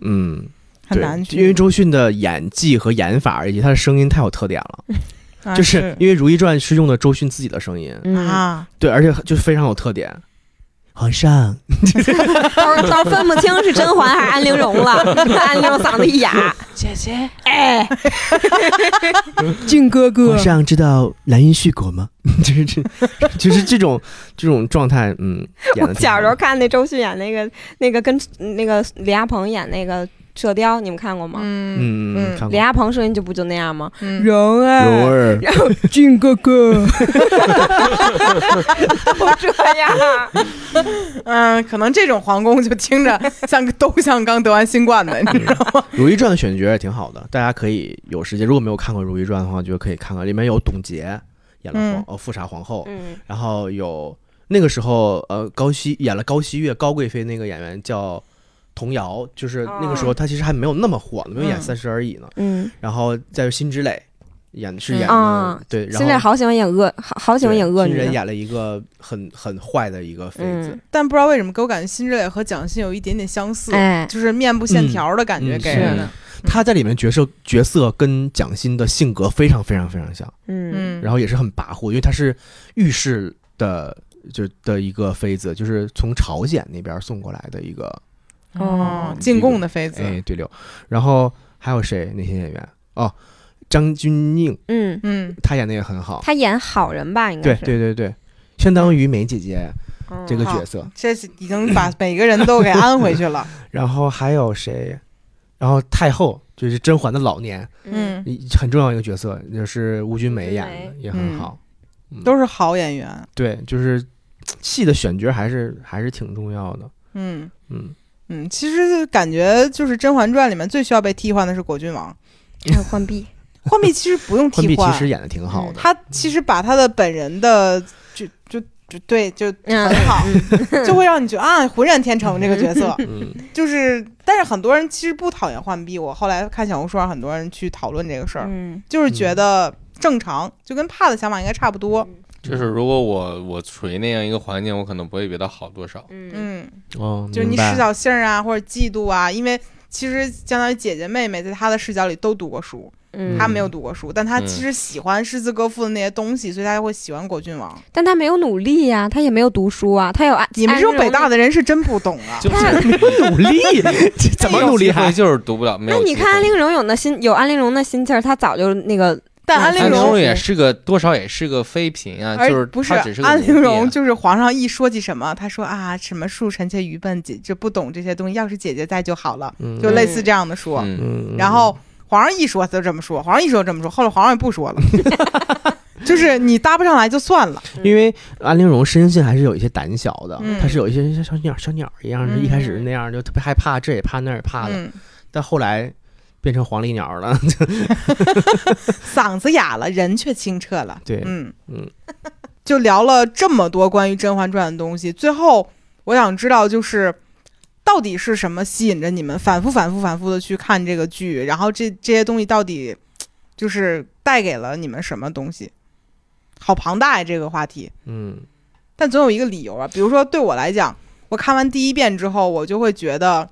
Speaker 3: 嗯，
Speaker 2: 很
Speaker 3: 对
Speaker 2: 难去，
Speaker 3: 因为周迅的演技和演法以及她的声音太有特点了，
Speaker 2: 啊
Speaker 3: 就是因为《如懿传》是用的周迅自己的声音，
Speaker 2: 是
Speaker 4: 嗯，
Speaker 2: 啊，
Speaker 3: 对，而且就非常有特点。皇上，
Speaker 4: 都都分不清是甄嬛还是安陵容了。安陵容嗓子一哑，
Speaker 2: 姐姐
Speaker 4: 哎，
Speaker 2: 靖哥
Speaker 3: 皇上知道兰因絮果吗？ 就是这， 就是这种这种状态，嗯，演
Speaker 4: 我
Speaker 3: 的
Speaker 4: 小时候看那周迅演那个那个跟那个李亚鹏演那个《射雕》，你们看过吗？
Speaker 2: 嗯
Speaker 3: 嗯
Speaker 2: 嗯
Speaker 3: 嗯，看
Speaker 4: 李
Speaker 3: 过。
Speaker 4: 亚鹏声音就不就那样吗？
Speaker 2: 嗯，
Speaker 4: 蓉
Speaker 3: 蓉
Speaker 4: 儿，
Speaker 3: 儿，
Speaker 4: 俊哥 哥，不这样。
Speaker 2: 嗯，可能这种皇宫就听 着像都像刚得完新冠的，你知道吗？
Speaker 3: 《如懿传》的选角也挺好的，大家可以有时间，如果没有看过《如懿传》的话，就可以看看，里面有董洁演了皇、
Speaker 2: 嗯
Speaker 3: 呃富察皇后，
Speaker 4: 嗯
Speaker 3: 然后有那个时候呃高希演了高希月高贵妃那个演员叫童瑶，就是
Speaker 4: 哦
Speaker 3: 那个时候她其实还没有那么火呢，没有演《
Speaker 2: 嗯
Speaker 3: 三十而已》呢。
Speaker 4: 嗯，
Speaker 3: 然后再有辛芷蕾演是
Speaker 2: 嗯
Speaker 3: 演的、
Speaker 4: 啊
Speaker 3: 对，然
Speaker 4: 现在
Speaker 3: 后
Speaker 4: 好喜欢演恶，好好喜欢演恶
Speaker 3: 辛芷蕾
Speaker 4: 女。
Speaker 3: 演了一个很很坏的一个妃子
Speaker 4: 嗯，，
Speaker 2: 但不知道为什么给我感觉辛芷蕾和蒋欣有一点点相似，
Speaker 4: 哎，
Speaker 2: 就是面部线条的感觉
Speaker 3: 嗯
Speaker 2: 给
Speaker 3: 是
Speaker 2: 人的。
Speaker 3: 她在里面角色角色跟蒋欣的性格非常非常非常像。
Speaker 4: 嗯
Speaker 2: 嗯，
Speaker 3: 然后也是很跋扈，因为她是御室的，就的一个妃子，就是从朝鲜那边送过来的一个
Speaker 4: 嗯
Speaker 2: 哦，进贡的妃子，
Speaker 3: 哎对流。然后还有谁？哪些演员？哦，张钧甯，
Speaker 4: 嗯，
Speaker 2: 嗯，
Speaker 3: 她演的也很好。
Speaker 4: 他演好人吧，应
Speaker 3: 对
Speaker 4: 该是嗯
Speaker 3: 对对对，相当于梅姐姐这个
Speaker 2: 嗯好
Speaker 3: 角色。
Speaker 2: 这是已经把每个人都给安回去了。
Speaker 3: 然后还有谁？然后太后就是甄嬛的老年，
Speaker 4: 嗯，
Speaker 2: 嗯，
Speaker 3: 一很重要一个角色，就是吴君梅
Speaker 4: 吴君
Speaker 3: 演
Speaker 4: 梅
Speaker 3: 的也
Speaker 2: 嗯
Speaker 3: 很好。
Speaker 2: 都是好演员。
Speaker 3: 对，就是戏的选角还是还是挺重要的。
Speaker 2: 嗯
Speaker 3: 嗯。
Speaker 2: 嗯，其实感觉就是《甄嬛传》里面最需要被替换的是果郡王，
Speaker 4: 还有浣碧，
Speaker 2: 浣碧其实不用
Speaker 3: 昆
Speaker 2: 替
Speaker 3: 碧 其
Speaker 2: 换，
Speaker 3: 实演的挺好的，
Speaker 2: 他其实把他的本人的就就就对就
Speaker 4: 嗯
Speaker 2: 很好， 就会让你觉得啊浑然天成这个角色，
Speaker 3: 嗯，
Speaker 2: 就是但是很多人其实不讨厌浣碧，我后来看小红书上很多人去讨论这个事儿，
Speaker 4: 嗯
Speaker 2: 就是觉得正常，就跟帕的想法应该差不多。
Speaker 1: 就是如果我我处于那样一个环境，我可能不会比他好多少。
Speaker 4: 嗯
Speaker 2: 嗯，
Speaker 3: 哦，
Speaker 2: 就是你
Speaker 3: 明白
Speaker 2: 使小性儿啊，或者嫉妒啊，因为其实相当于姐姐妹妹在她的视角里都读过书，
Speaker 4: 嗯，
Speaker 2: 她
Speaker 3: 他
Speaker 2: 没有读过书，但她
Speaker 1: 嗯
Speaker 2: 其实喜欢诗词歌赋的那些东西，所以她会喜欢果郡王。
Speaker 4: 但他没有努力呀，他也没有读书啊，他有安
Speaker 2: 你们这种北大
Speaker 4: 的，
Speaker 2: 的人是真不懂啊！
Speaker 1: 就
Speaker 4: 他
Speaker 1: 是
Speaker 3: 努力， 这怎么努力
Speaker 1: 机会
Speaker 3: 还
Speaker 1: 就是读不了，没
Speaker 4: 那
Speaker 1: 有
Speaker 4: 你
Speaker 1: 机
Speaker 4: 看
Speaker 1: 会
Speaker 4: 安陵容有那心有安陵容那心气儿，他早就那个
Speaker 2: 但安陵
Speaker 1: 安陵
Speaker 2: 容
Speaker 1: 容也是个多少也是个妃嫔啊，
Speaker 2: 而
Speaker 1: 就是
Speaker 2: 不
Speaker 1: 她只是个
Speaker 2: 安
Speaker 1: 奴婢
Speaker 2: 陵
Speaker 1: 啊
Speaker 2: 容，就是皇上一说起什么，他说啊什么恕臣妾愚笨，姐就不懂这些东西，要是姐姐在就好了，
Speaker 3: 嗯
Speaker 2: 就类似这样的说。
Speaker 1: 嗯，
Speaker 3: 嗯
Speaker 2: 然后皇上一说他就这么说，皇上一说就这么说，后来皇上也不说了， 就是你搭不上来就算了。
Speaker 3: 因为安陵容身性还是有一些胆小的
Speaker 2: 嗯，
Speaker 3: 她是有一些像小鸟小鸟一样，
Speaker 2: 嗯
Speaker 3: 就一开始是那样，就特别害怕，这也怕那儿也怕的，
Speaker 2: 嗯，
Speaker 3: 但后来变成黄鹂鸟 了，
Speaker 2: 嗓子哑了，人却清澈了。
Speaker 3: 对
Speaker 2: 嗯
Speaker 3: 嗯，
Speaker 2: 就聊了这么多关于《甄嬛传》的东西，最后我想知道就是。到底是什么吸引着你们反复、反复、反复的去看这个剧？然后这这些东西到底就是带给了你们什么东西？好庞大呀、这个话题。
Speaker 3: 嗯
Speaker 2: 但总有一个理由吧。啊比如说对我来讲，我看完第一遍之后，我就会觉得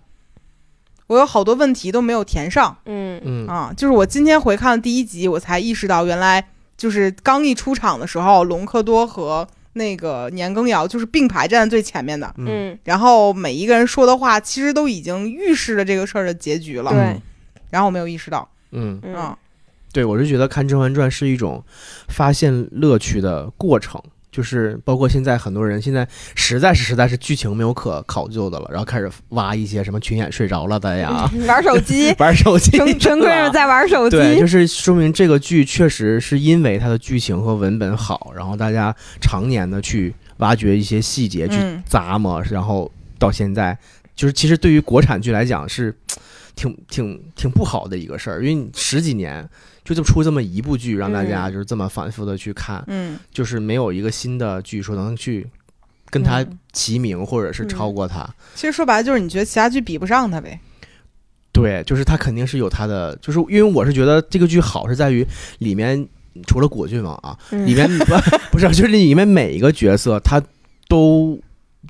Speaker 2: 我有好多问题都没有填上
Speaker 4: 嗯
Speaker 3: 嗯
Speaker 2: 啊。就是我今天回看第一集，我才意识到原来就是刚一出场的时候，隆科多和那个年羹尧就是并排站在最前面的，
Speaker 3: 嗯，
Speaker 4: 嗯，
Speaker 2: 然后每一个人说的话其实都已经预示着这个事儿的结局了，
Speaker 4: 对，
Speaker 2: 然后我没有意识到，啊
Speaker 3: 嗯，
Speaker 4: 嗯，
Speaker 3: 对，我是觉得看《甄嬛传》是一种发现乐趣的过程，就是包括现在很多人现在实在是实在是剧情没有可考究的了，然后开始挖一些什么群演睡着了的呀，，
Speaker 4: 哎 玩手机
Speaker 2: 嗯
Speaker 3: 玩手机，
Speaker 4: 陈陈贵儿在玩手
Speaker 3: 嗯
Speaker 4: 机，
Speaker 3: 对，就是说明这个剧确实是因为它的剧情和文本好，然后大家常年的去挖掘一些细节去
Speaker 2: 嗯
Speaker 3: 咂摸，然后到现在，就是其实对于国产剧来讲是挺挺挺不好的一个事儿，因为你十几年就这么出这么一部剧，让大家
Speaker 4: 嗯
Speaker 3: 就是这么反复的去看，
Speaker 2: 嗯，
Speaker 3: 就是没有一个新的剧说能去跟它
Speaker 4: 嗯
Speaker 3: 齐名或者是超过它。
Speaker 2: 其实说白了就是你觉得其他剧比不上他呗，
Speaker 3: 对，就是它肯定是有它的，就是因为我是觉得这个剧好是在于里面除了果郡王啊，
Speaker 4: 嗯
Speaker 3: 里面 不不是，就是里面每一个角色他都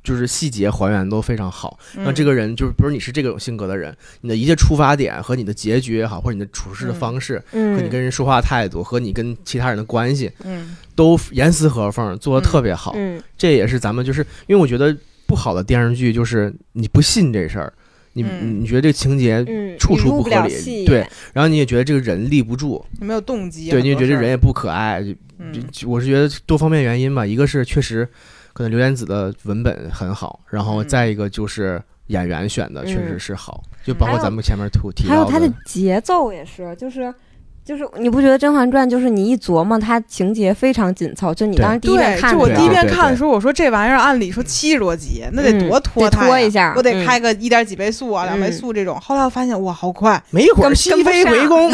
Speaker 3: 就是细节还原都非常好。那
Speaker 2: 嗯
Speaker 3: 这个人就是，比如你是这种性格的人，你的一切出发点和你的结局也好，或者你的处事的
Speaker 2: 嗯
Speaker 3: 方式，和你
Speaker 4: 嗯
Speaker 3: 跟人说话态度，和你跟其他人的关系，
Speaker 2: 嗯
Speaker 3: 都严丝合缝，做的特别好。
Speaker 4: 嗯
Speaker 3: 这也是咱们就是因为我觉得不好的电视剧就是你不信这事儿，你、
Speaker 2: 嗯
Speaker 3: 你觉得这个情节，
Speaker 4: 嗯，
Speaker 3: 处处
Speaker 4: 你入
Speaker 3: 不
Speaker 4: 不
Speaker 3: 合
Speaker 4: 了
Speaker 3: 理
Speaker 4: 戏，
Speaker 3: 对，然后你也觉得这个人立不住，
Speaker 2: 没有动机，
Speaker 3: 对，你也
Speaker 2: 很多
Speaker 3: 觉得
Speaker 2: 事
Speaker 3: 这
Speaker 2: 儿
Speaker 3: 人也不可爱，就
Speaker 2: 嗯
Speaker 3: 就我是觉得多方面原因吧，一个是确实可能刘莲子的文本很好，然后
Speaker 2: 嗯
Speaker 3: 再一个就是演员选的确实
Speaker 4: 嗯
Speaker 3: 是好，就包括
Speaker 4: 还有
Speaker 3: 咱们前面吐提
Speaker 4: 还有
Speaker 3: 到
Speaker 4: 它的节奏也是，就是。就是你不觉得《甄嬛传》就是你一琢磨，它情节非常紧凑，就你当时第一遍
Speaker 2: 对，
Speaker 4: 看
Speaker 2: 就
Speaker 4: 的
Speaker 2: 我
Speaker 4: 时
Speaker 2: 第一
Speaker 4: 候，
Speaker 2: 遍
Speaker 3: 对对
Speaker 2: 看的时候，我说这玩意儿按理说七十多集，那得
Speaker 4: 嗯
Speaker 2: 多拖
Speaker 4: 得
Speaker 2: 沓
Speaker 4: 拖
Speaker 2: 呀
Speaker 4: 一下
Speaker 2: 我得
Speaker 4: 嗯
Speaker 2: 开个一点几倍速啊，两倍
Speaker 4: 嗯
Speaker 2: 速这种。后来我发现哇，好快，
Speaker 3: 没一
Speaker 4: 会儿跟跟不西非上回
Speaker 3: 宫，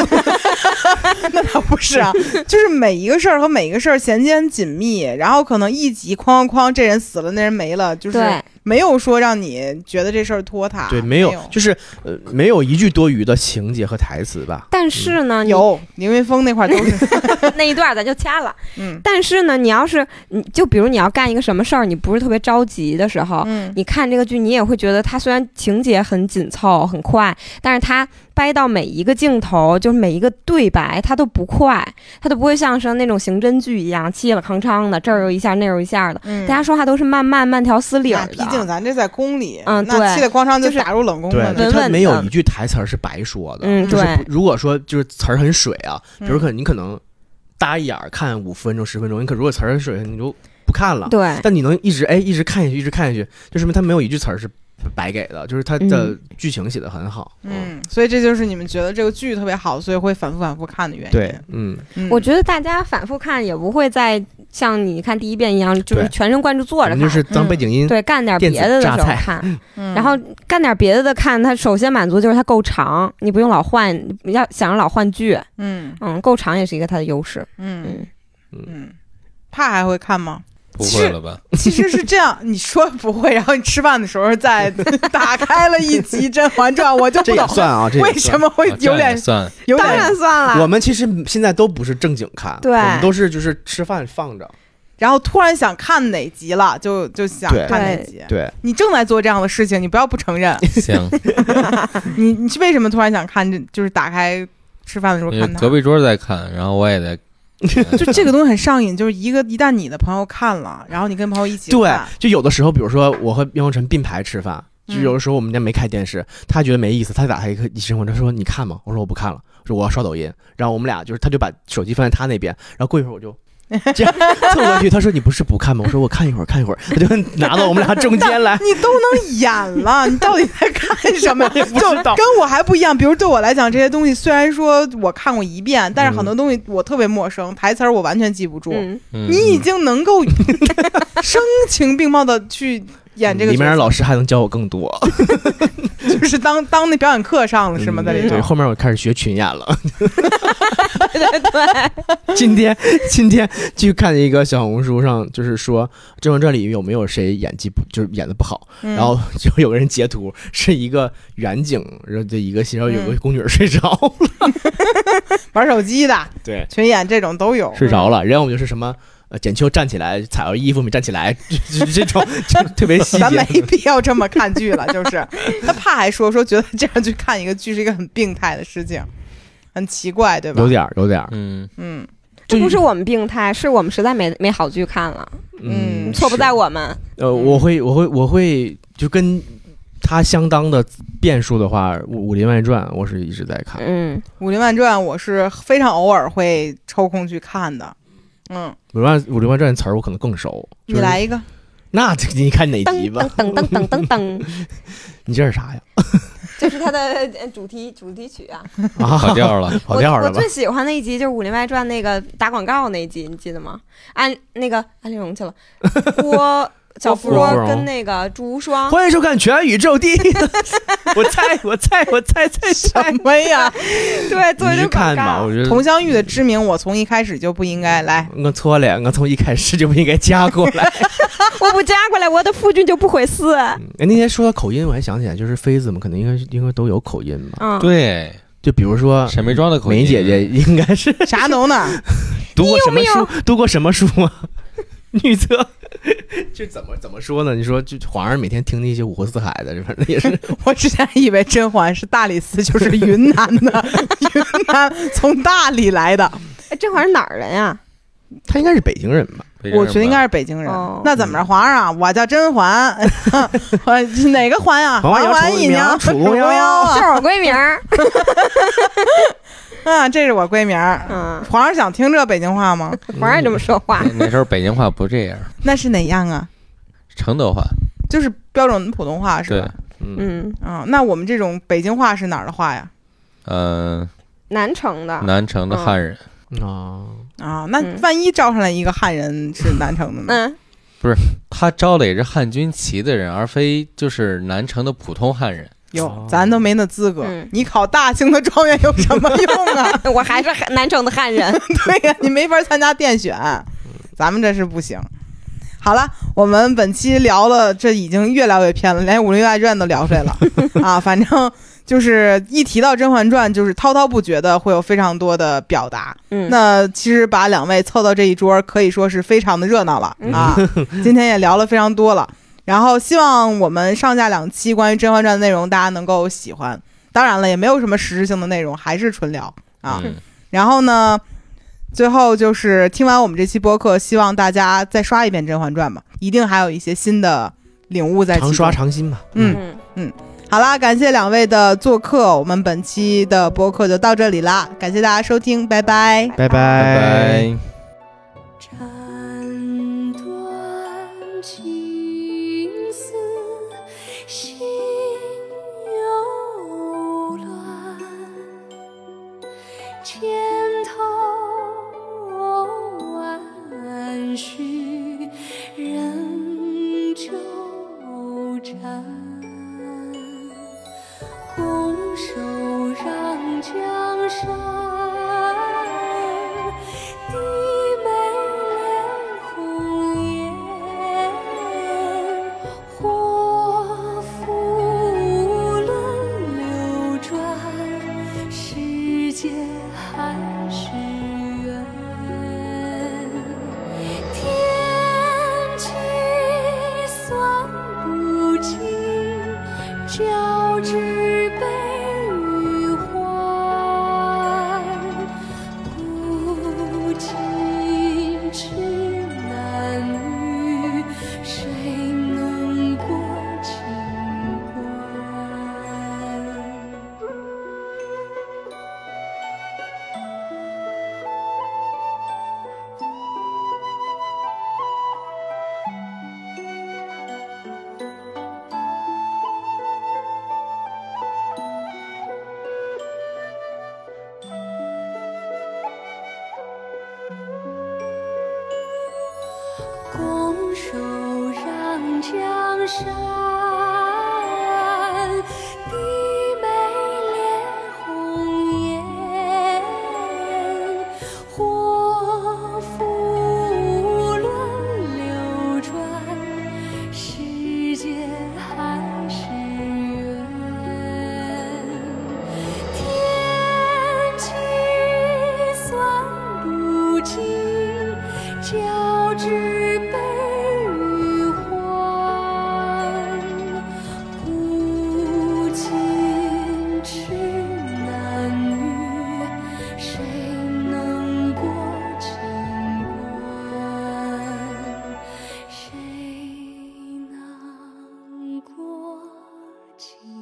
Speaker 2: 那倒不是 啊，就是每一个事儿和每一个事儿衔接很紧密，然后可能一集哐哐哐，这人死了，那人没了，就是
Speaker 4: 对，
Speaker 2: 没有说让你觉得这事儿拖沓，
Speaker 3: 对，
Speaker 2: 没
Speaker 3: 没有，就是呃，没有一句多余的情节和台词吧。
Speaker 4: 但是呢，你
Speaker 2: 有凌云峰那块儿都是，
Speaker 4: 那一段咱就掐了。
Speaker 2: 嗯
Speaker 4: 但是呢，你要是你就比如你要干一个什么事儿，你不是特别着急的时候，
Speaker 2: 嗯
Speaker 4: 你看这个剧，你也会觉得它虽然情节很紧凑、很快，但是它掰到每一个镜头，就是每一个对白，它都不快，它都不会像是那种刑侦剧一样嘁了吭哧的，这儿又一下，那儿又一下的。
Speaker 2: 嗯
Speaker 4: 大家说话都是慢慢、慢条斯理
Speaker 2: 那
Speaker 4: 儿
Speaker 2: 毕竟
Speaker 4: 的。
Speaker 2: 咱这在宫里，
Speaker 4: 嗯
Speaker 2: 那
Speaker 4: 对
Speaker 2: 嘁里咣当就
Speaker 4: 就是
Speaker 2: 打入冷宫
Speaker 3: 对
Speaker 2: 了，
Speaker 3: 就
Speaker 2: 呢，
Speaker 4: 稳
Speaker 3: 他
Speaker 4: 稳
Speaker 3: 没有
Speaker 4: 的
Speaker 3: 一句台词儿是白说的。
Speaker 4: 嗯，
Speaker 3: 就是
Speaker 4: 对，
Speaker 3: 不如果说就是词儿很水啊，比如
Speaker 2: 嗯
Speaker 3: 可能你可能搭一眼儿看五分钟十分钟，你可如果词儿很水，你就不看了。
Speaker 4: 对，
Speaker 3: 但你能一直哎一直看下去，一直看下去，就说明他没有一句词儿是白给的，就是他的
Speaker 4: 嗯
Speaker 3: 剧情写的很好。，
Speaker 2: 嗯，所以这就是你们觉得这个剧特别好，所以会反复反复看的原因。
Speaker 3: 对，嗯，
Speaker 2: 嗯
Speaker 4: 我觉得大家反复看也不会再像你看第一遍一样，就是
Speaker 3: 对
Speaker 4: 全神贯注坐
Speaker 3: 我
Speaker 4: 着
Speaker 3: 们
Speaker 4: 看，
Speaker 3: 就是当背景音。
Speaker 4: 对，干点
Speaker 3: 电
Speaker 4: 别
Speaker 3: 子
Speaker 4: 的的
Speaker 3: 榨
Speaker 4: 时候
Speaker 3: 菜
Speaker 4: 看。
Speaker 2: 嗯
Speaker 4: 然后干点别的的看，它首先满足就是它够长，你不用老换，你要想着老换剧，
Speaker 2: 嗯
Speaker 4: 嗯，够长也是一个它的优势。
Speaker 2: 嗯
Speaker 4: 嗯，
Speaker 2: 嗯，怕还会看吗？
Speaker 1: 不会了吧？
Speaker 2: 其实是这样，你说不会，然后你吃饭的时候 再打开了一集《甄嬛传》，我就
Speaker 3: 这
Speaker 2: 不
Speaker 3: 也
Speaker 2: 懂
Speaker 3: 算啊，这也
Speaker 2: 为
Speaker 3: 算
Speaker 2: 什。么会
Speaker 1: 啊这
Speaker 2: 有
Speaker 1: 样也
Speaker 2: 点
Speaker 1: 算
Speaker 2: 有
Speaker 4: 当
Speaker 2: 点。啊
Speaker 4: 然算
Speaker 3: 我
Speaker 4: 了，
Speaker 3: 们其实现在都不是正经看，
Speaker 4: 对
Speaker 3: 我们都是就是吃饭放着。
Speaker 2: 然后突然想看哪集了，就就想
Speaker 3: 对
Speaker 2: 看哪集。
Speaker 3: 对，
Speaker 2: 你正在做这样的事情，你不要不承认。
Speaker 1: 行，
Speaker 2: 你你是为什么突然想看？这就是打开吃饭的时候
Speaker 1: 因为
Speaker 2: 看它
Speaker 1: 隔。壁桌在看，然后我也在，
Speaker 2: 就这个东西很上瘾，就是一个一旦你的朋友看了，然后你跟朋友一起
Speaker 3: 对
Speaker 2: 看，，
Speaker 3: 就有的时候，比如说我和杨红尘并排吃饭，就
Speaker 2: 嗯。
Speaker 3: 有的时候我们家没开电视，他觉得没意思，他打开一个一生活，他说你看吗？我说我不看了，我说我要刷抖音。然后我们俩就是，他就把手机放在他那边，然后过一会儿我 就这样凑过去，他说你不是不看吗？我说我看一会儿，看一会儿，他就拿到我们俩中间来
Speaker 2: 你都能演了，你到底在看什么？就跟我还不一样。比如对我来讲，这些东西虽然说我看过一遍，但是
Speaker 3: 嗯
Speaker 2: 很多东西我特别陌生，台词儿我完全记不住。
Speaker 4: 嗯，
Speaker 1: 嗯
Speaker 2: 你已经能够 声情并茂的去演这个
Speaker 3: 里
Speaker 2: 角色，
Speaker 3: 面老师还能教我更 多，
Speaker 2: 就是当当那表演课上了是吗？在里
Speaker 3: 嗯
Speaker 2: 头，
Speaker 3: 对，后面我开始学群演了。
Speaker 4: 对 对，
Speaker 3: 今天今天去看一个小红书上，就是说《甄嬛传》里有没有谁演技不就是演的不好？
Speaker 2: 嗯
Speaker 3: 然后就有个人截图，是一个远景的一个戏，然后有个
Speaker 2: 嗯
Speaker 3: 宫女儿睡着 了，
Speaker 2: 玩手机的、
Speaker 3: 对，
Speaker 2: 群演这种都有。
Speaker 3: 睡着了。然后我们就是什么，呃，简秋站起来踩到衣服没站起来， 就就这种就特别细
Speaker 2: 咱没
Speaker 3: 节。
Speaker 2: 必要这么看剧了，就是他怕还说说觉得这样去看一个剧是一个很病态的事情，很奇怪，对吧
Speaker 3: 有？点儿，有点儿，
Speaker 1: 嗯，
Speaker 2: 嗯，
Speaker 4: 这
Speaker 5: 就
Speaker 4: 不是我们病态，是我们实在没没好剧看了，
Speaker 2: 嗯
Speaker 4: 错不
Speaker 5: 是
Speaker 4: 在我们。
Speaker 5: 呃，我会，我会，我会就跟他相当的变数的话，《武武林外传》我是一直在看。
Speaker 4: 嗯，
Speaker 2: 《武林外传》我是非常偶尔会抽空去看的。嗯，
Speaker 5: 武林外武林外传词儿我可能更熟，就
Speaker 2: 你
Speaker 5: 是
Speaker 2: 来一个，
Speaker 5: 那这你看哪集
Speaker 4: 噔
Speaker 5: 吧
Speaker 4: 噔？噔噔噔噔噔，
Speaker 5: 你这是啥呀？
Speaker 4: 就是它的呃主题主题曲啊。
Speaker 5: 啊，
Speaker 1: 跑调 了。
Speaker 5: 跑调
Speaker 4: 我
Speaker 5: 了
Speaker 4: 我
Speaker 5: 吧
Speaker 4: 最？喜欢的一集就是《武林外传》那个打广告那一集，你记得吗？安那个安陵容去了， 郭小芙
Speaker 5: 郭芙
Speaker 4: 蓉
Speaker 5: 蓉
Speaker 4: 跟那个朱 无双，
Speaker 5: 欢迎收看全宇宙 第一。我猜，我猜，我猜猜猜
Speaker 2: 什。么 呀？
Speaker 4: 对，做一
Speaker 5: 你
Speaker 4: 堆
Speaker 5: 去
Speaker 4: 广
Speaker 5: 看吧，
Speaker 4: 告
Speaker 5: 我。觉得
Speaker 2: 佟湘玉的知名，我从一开始就不应该来。
Speaker 5: 我错了，我从一开始就不应该加过 来。
Speaker 4: 我不加过来，我的夫君就不悔死。
Speaker 5: 嗯哎，那天说到口音，我还想起来，就是妃子们可能应该应该都有口音吧？
Speaker 4: 嗯，
Speaker 1: 对，
Speaker 5: 就比如说
Speaker 1: 沈眉庄的口音，
Speaker 5: 梅姐姐，应该是
Speaker 2: 啥能呢？
Speaker 5: 读过什么
Speaker 4: 你有
Speaker 5: 书？读过什么书 啊？女厕 就怎么怎么说呢？你说就皇上每天听那些五湖四海的，反正也 是
Speaker 2: 我之前以为甄嬛是大理寺，就是云南的， 云南从大理来的。
Speaker 4: 哎这会儿哪儿人呀？
Speaker 5: 他应该是北京人吧？
Speaker 1: 北京人吧
Speaker 2: 我觉得应该是北京人。
Speaker 4: 哦
Speaker 2: 那怎么着，皇上，我叫甄嬛， 我哪个嬛呀？
Speaker 5: 嬛
Speaker 2: 嬛
Speaker 5: 嬛
Speaker 2: 嬛
Speaker 5: 崇
Speaker 2: 姨
Speaker 5: 明
Speaker 2: 娘，
Speaker 5: 楚
Speaker 2: 楚
Speaker 5: 宫
Speaker 2: 妖
Speaker 5: 妖
Speaker 4: 这
Speaker 2: 啊
Speaker 4: 是我闺名儿。
Speaker 2: 啊，这是我闺名儿。
Speaker 4: 嗯，
Speaker 2: 皇上想听这北京话吗？
Speaker 4: 皇上这么说话
Speaker 1: 那那时候北京话不这样，
Speaker 2: 那是哪样啊？
Speaker 1: 承德话。
Speaker 2: 就是标准普通话是
Speaker 1: 对
Speaker 2: 吧？，啊
Speaker 5: 嗯，
Speaker 4: 嗯，
Speaker 2: 嗯，那我们这种北京话是哪儿的话呀？
Speaker 1: 嗯，
Speaker 4: 南城的。
Speaker 1: 南城的汉人
Speaker 5: 啊，
Speaker 2: 啊，那
Speaker 4: 嗯
Speaker 2: 万一招上来一个汉人是南城的呢？
Speaker 4: 嗯，
Speaker 1: 他招的也是汉军旗的人，而非就是南城的普通汉人。
Speaker 2: 哟，咱都没那资格
Speaker 4: 嗯。
Speaker 2: 你考大兴的状元有什么用 啊？
Speaker 4: 我还是南城的汉人。
Speaker 2: 对呀，你没法参加电选，咱们这是不行。好了，我们本期聊了，这已经越聊越偏了，连《武林外传》都聊出 来了啊！反正就是一提到《甄嬛传》，就是滔滔不绝的，会有非常多的表达。
Speaker 4: 嗯，
Speaker 2: 那其实把两位凑到这一桌，可以说是非常的热闹了啊！今天也聊了非常多了，然后希望我们上下两期关于《甄嬛传》的内容大家能够喜欢。当然了，也没有什么实质性的内容，还是纯聊啊。
Speaker 1: 嗯，
Speaker 2: 然后呢，最后就是听完我们这期播客，希望大家再刷一遍《甄嬛传》吧，一定还有一些新的领悟在其
Speaker 5: 常
Speaker 2: 中。
Speaker 5: 刷常新吧。
Speaker 2: 嗯，
Speaker 4: 嗯，
Speaker 2: 好啦，感谢两位的做客，我们本期的播客就到这里啦，感谢大家收听，拜拜。
Speaker 5: 拜
Speaker 1: 拜
Speaker 5: 拜
Speaker 1: 拜。
Speaker 6: 斩断情丝，心犹乱，千头万绪仍纠缠，拱手让江山。低眉敛红颜，祸福无论流转，世界还是缘。天机算不尽，交织悲与欢。不尽痴男女，谁能过情关？拱手让江山，低眉敛红颜，祸福无论流转，世界还是缘。天机算不尽，交织悲与欢。情。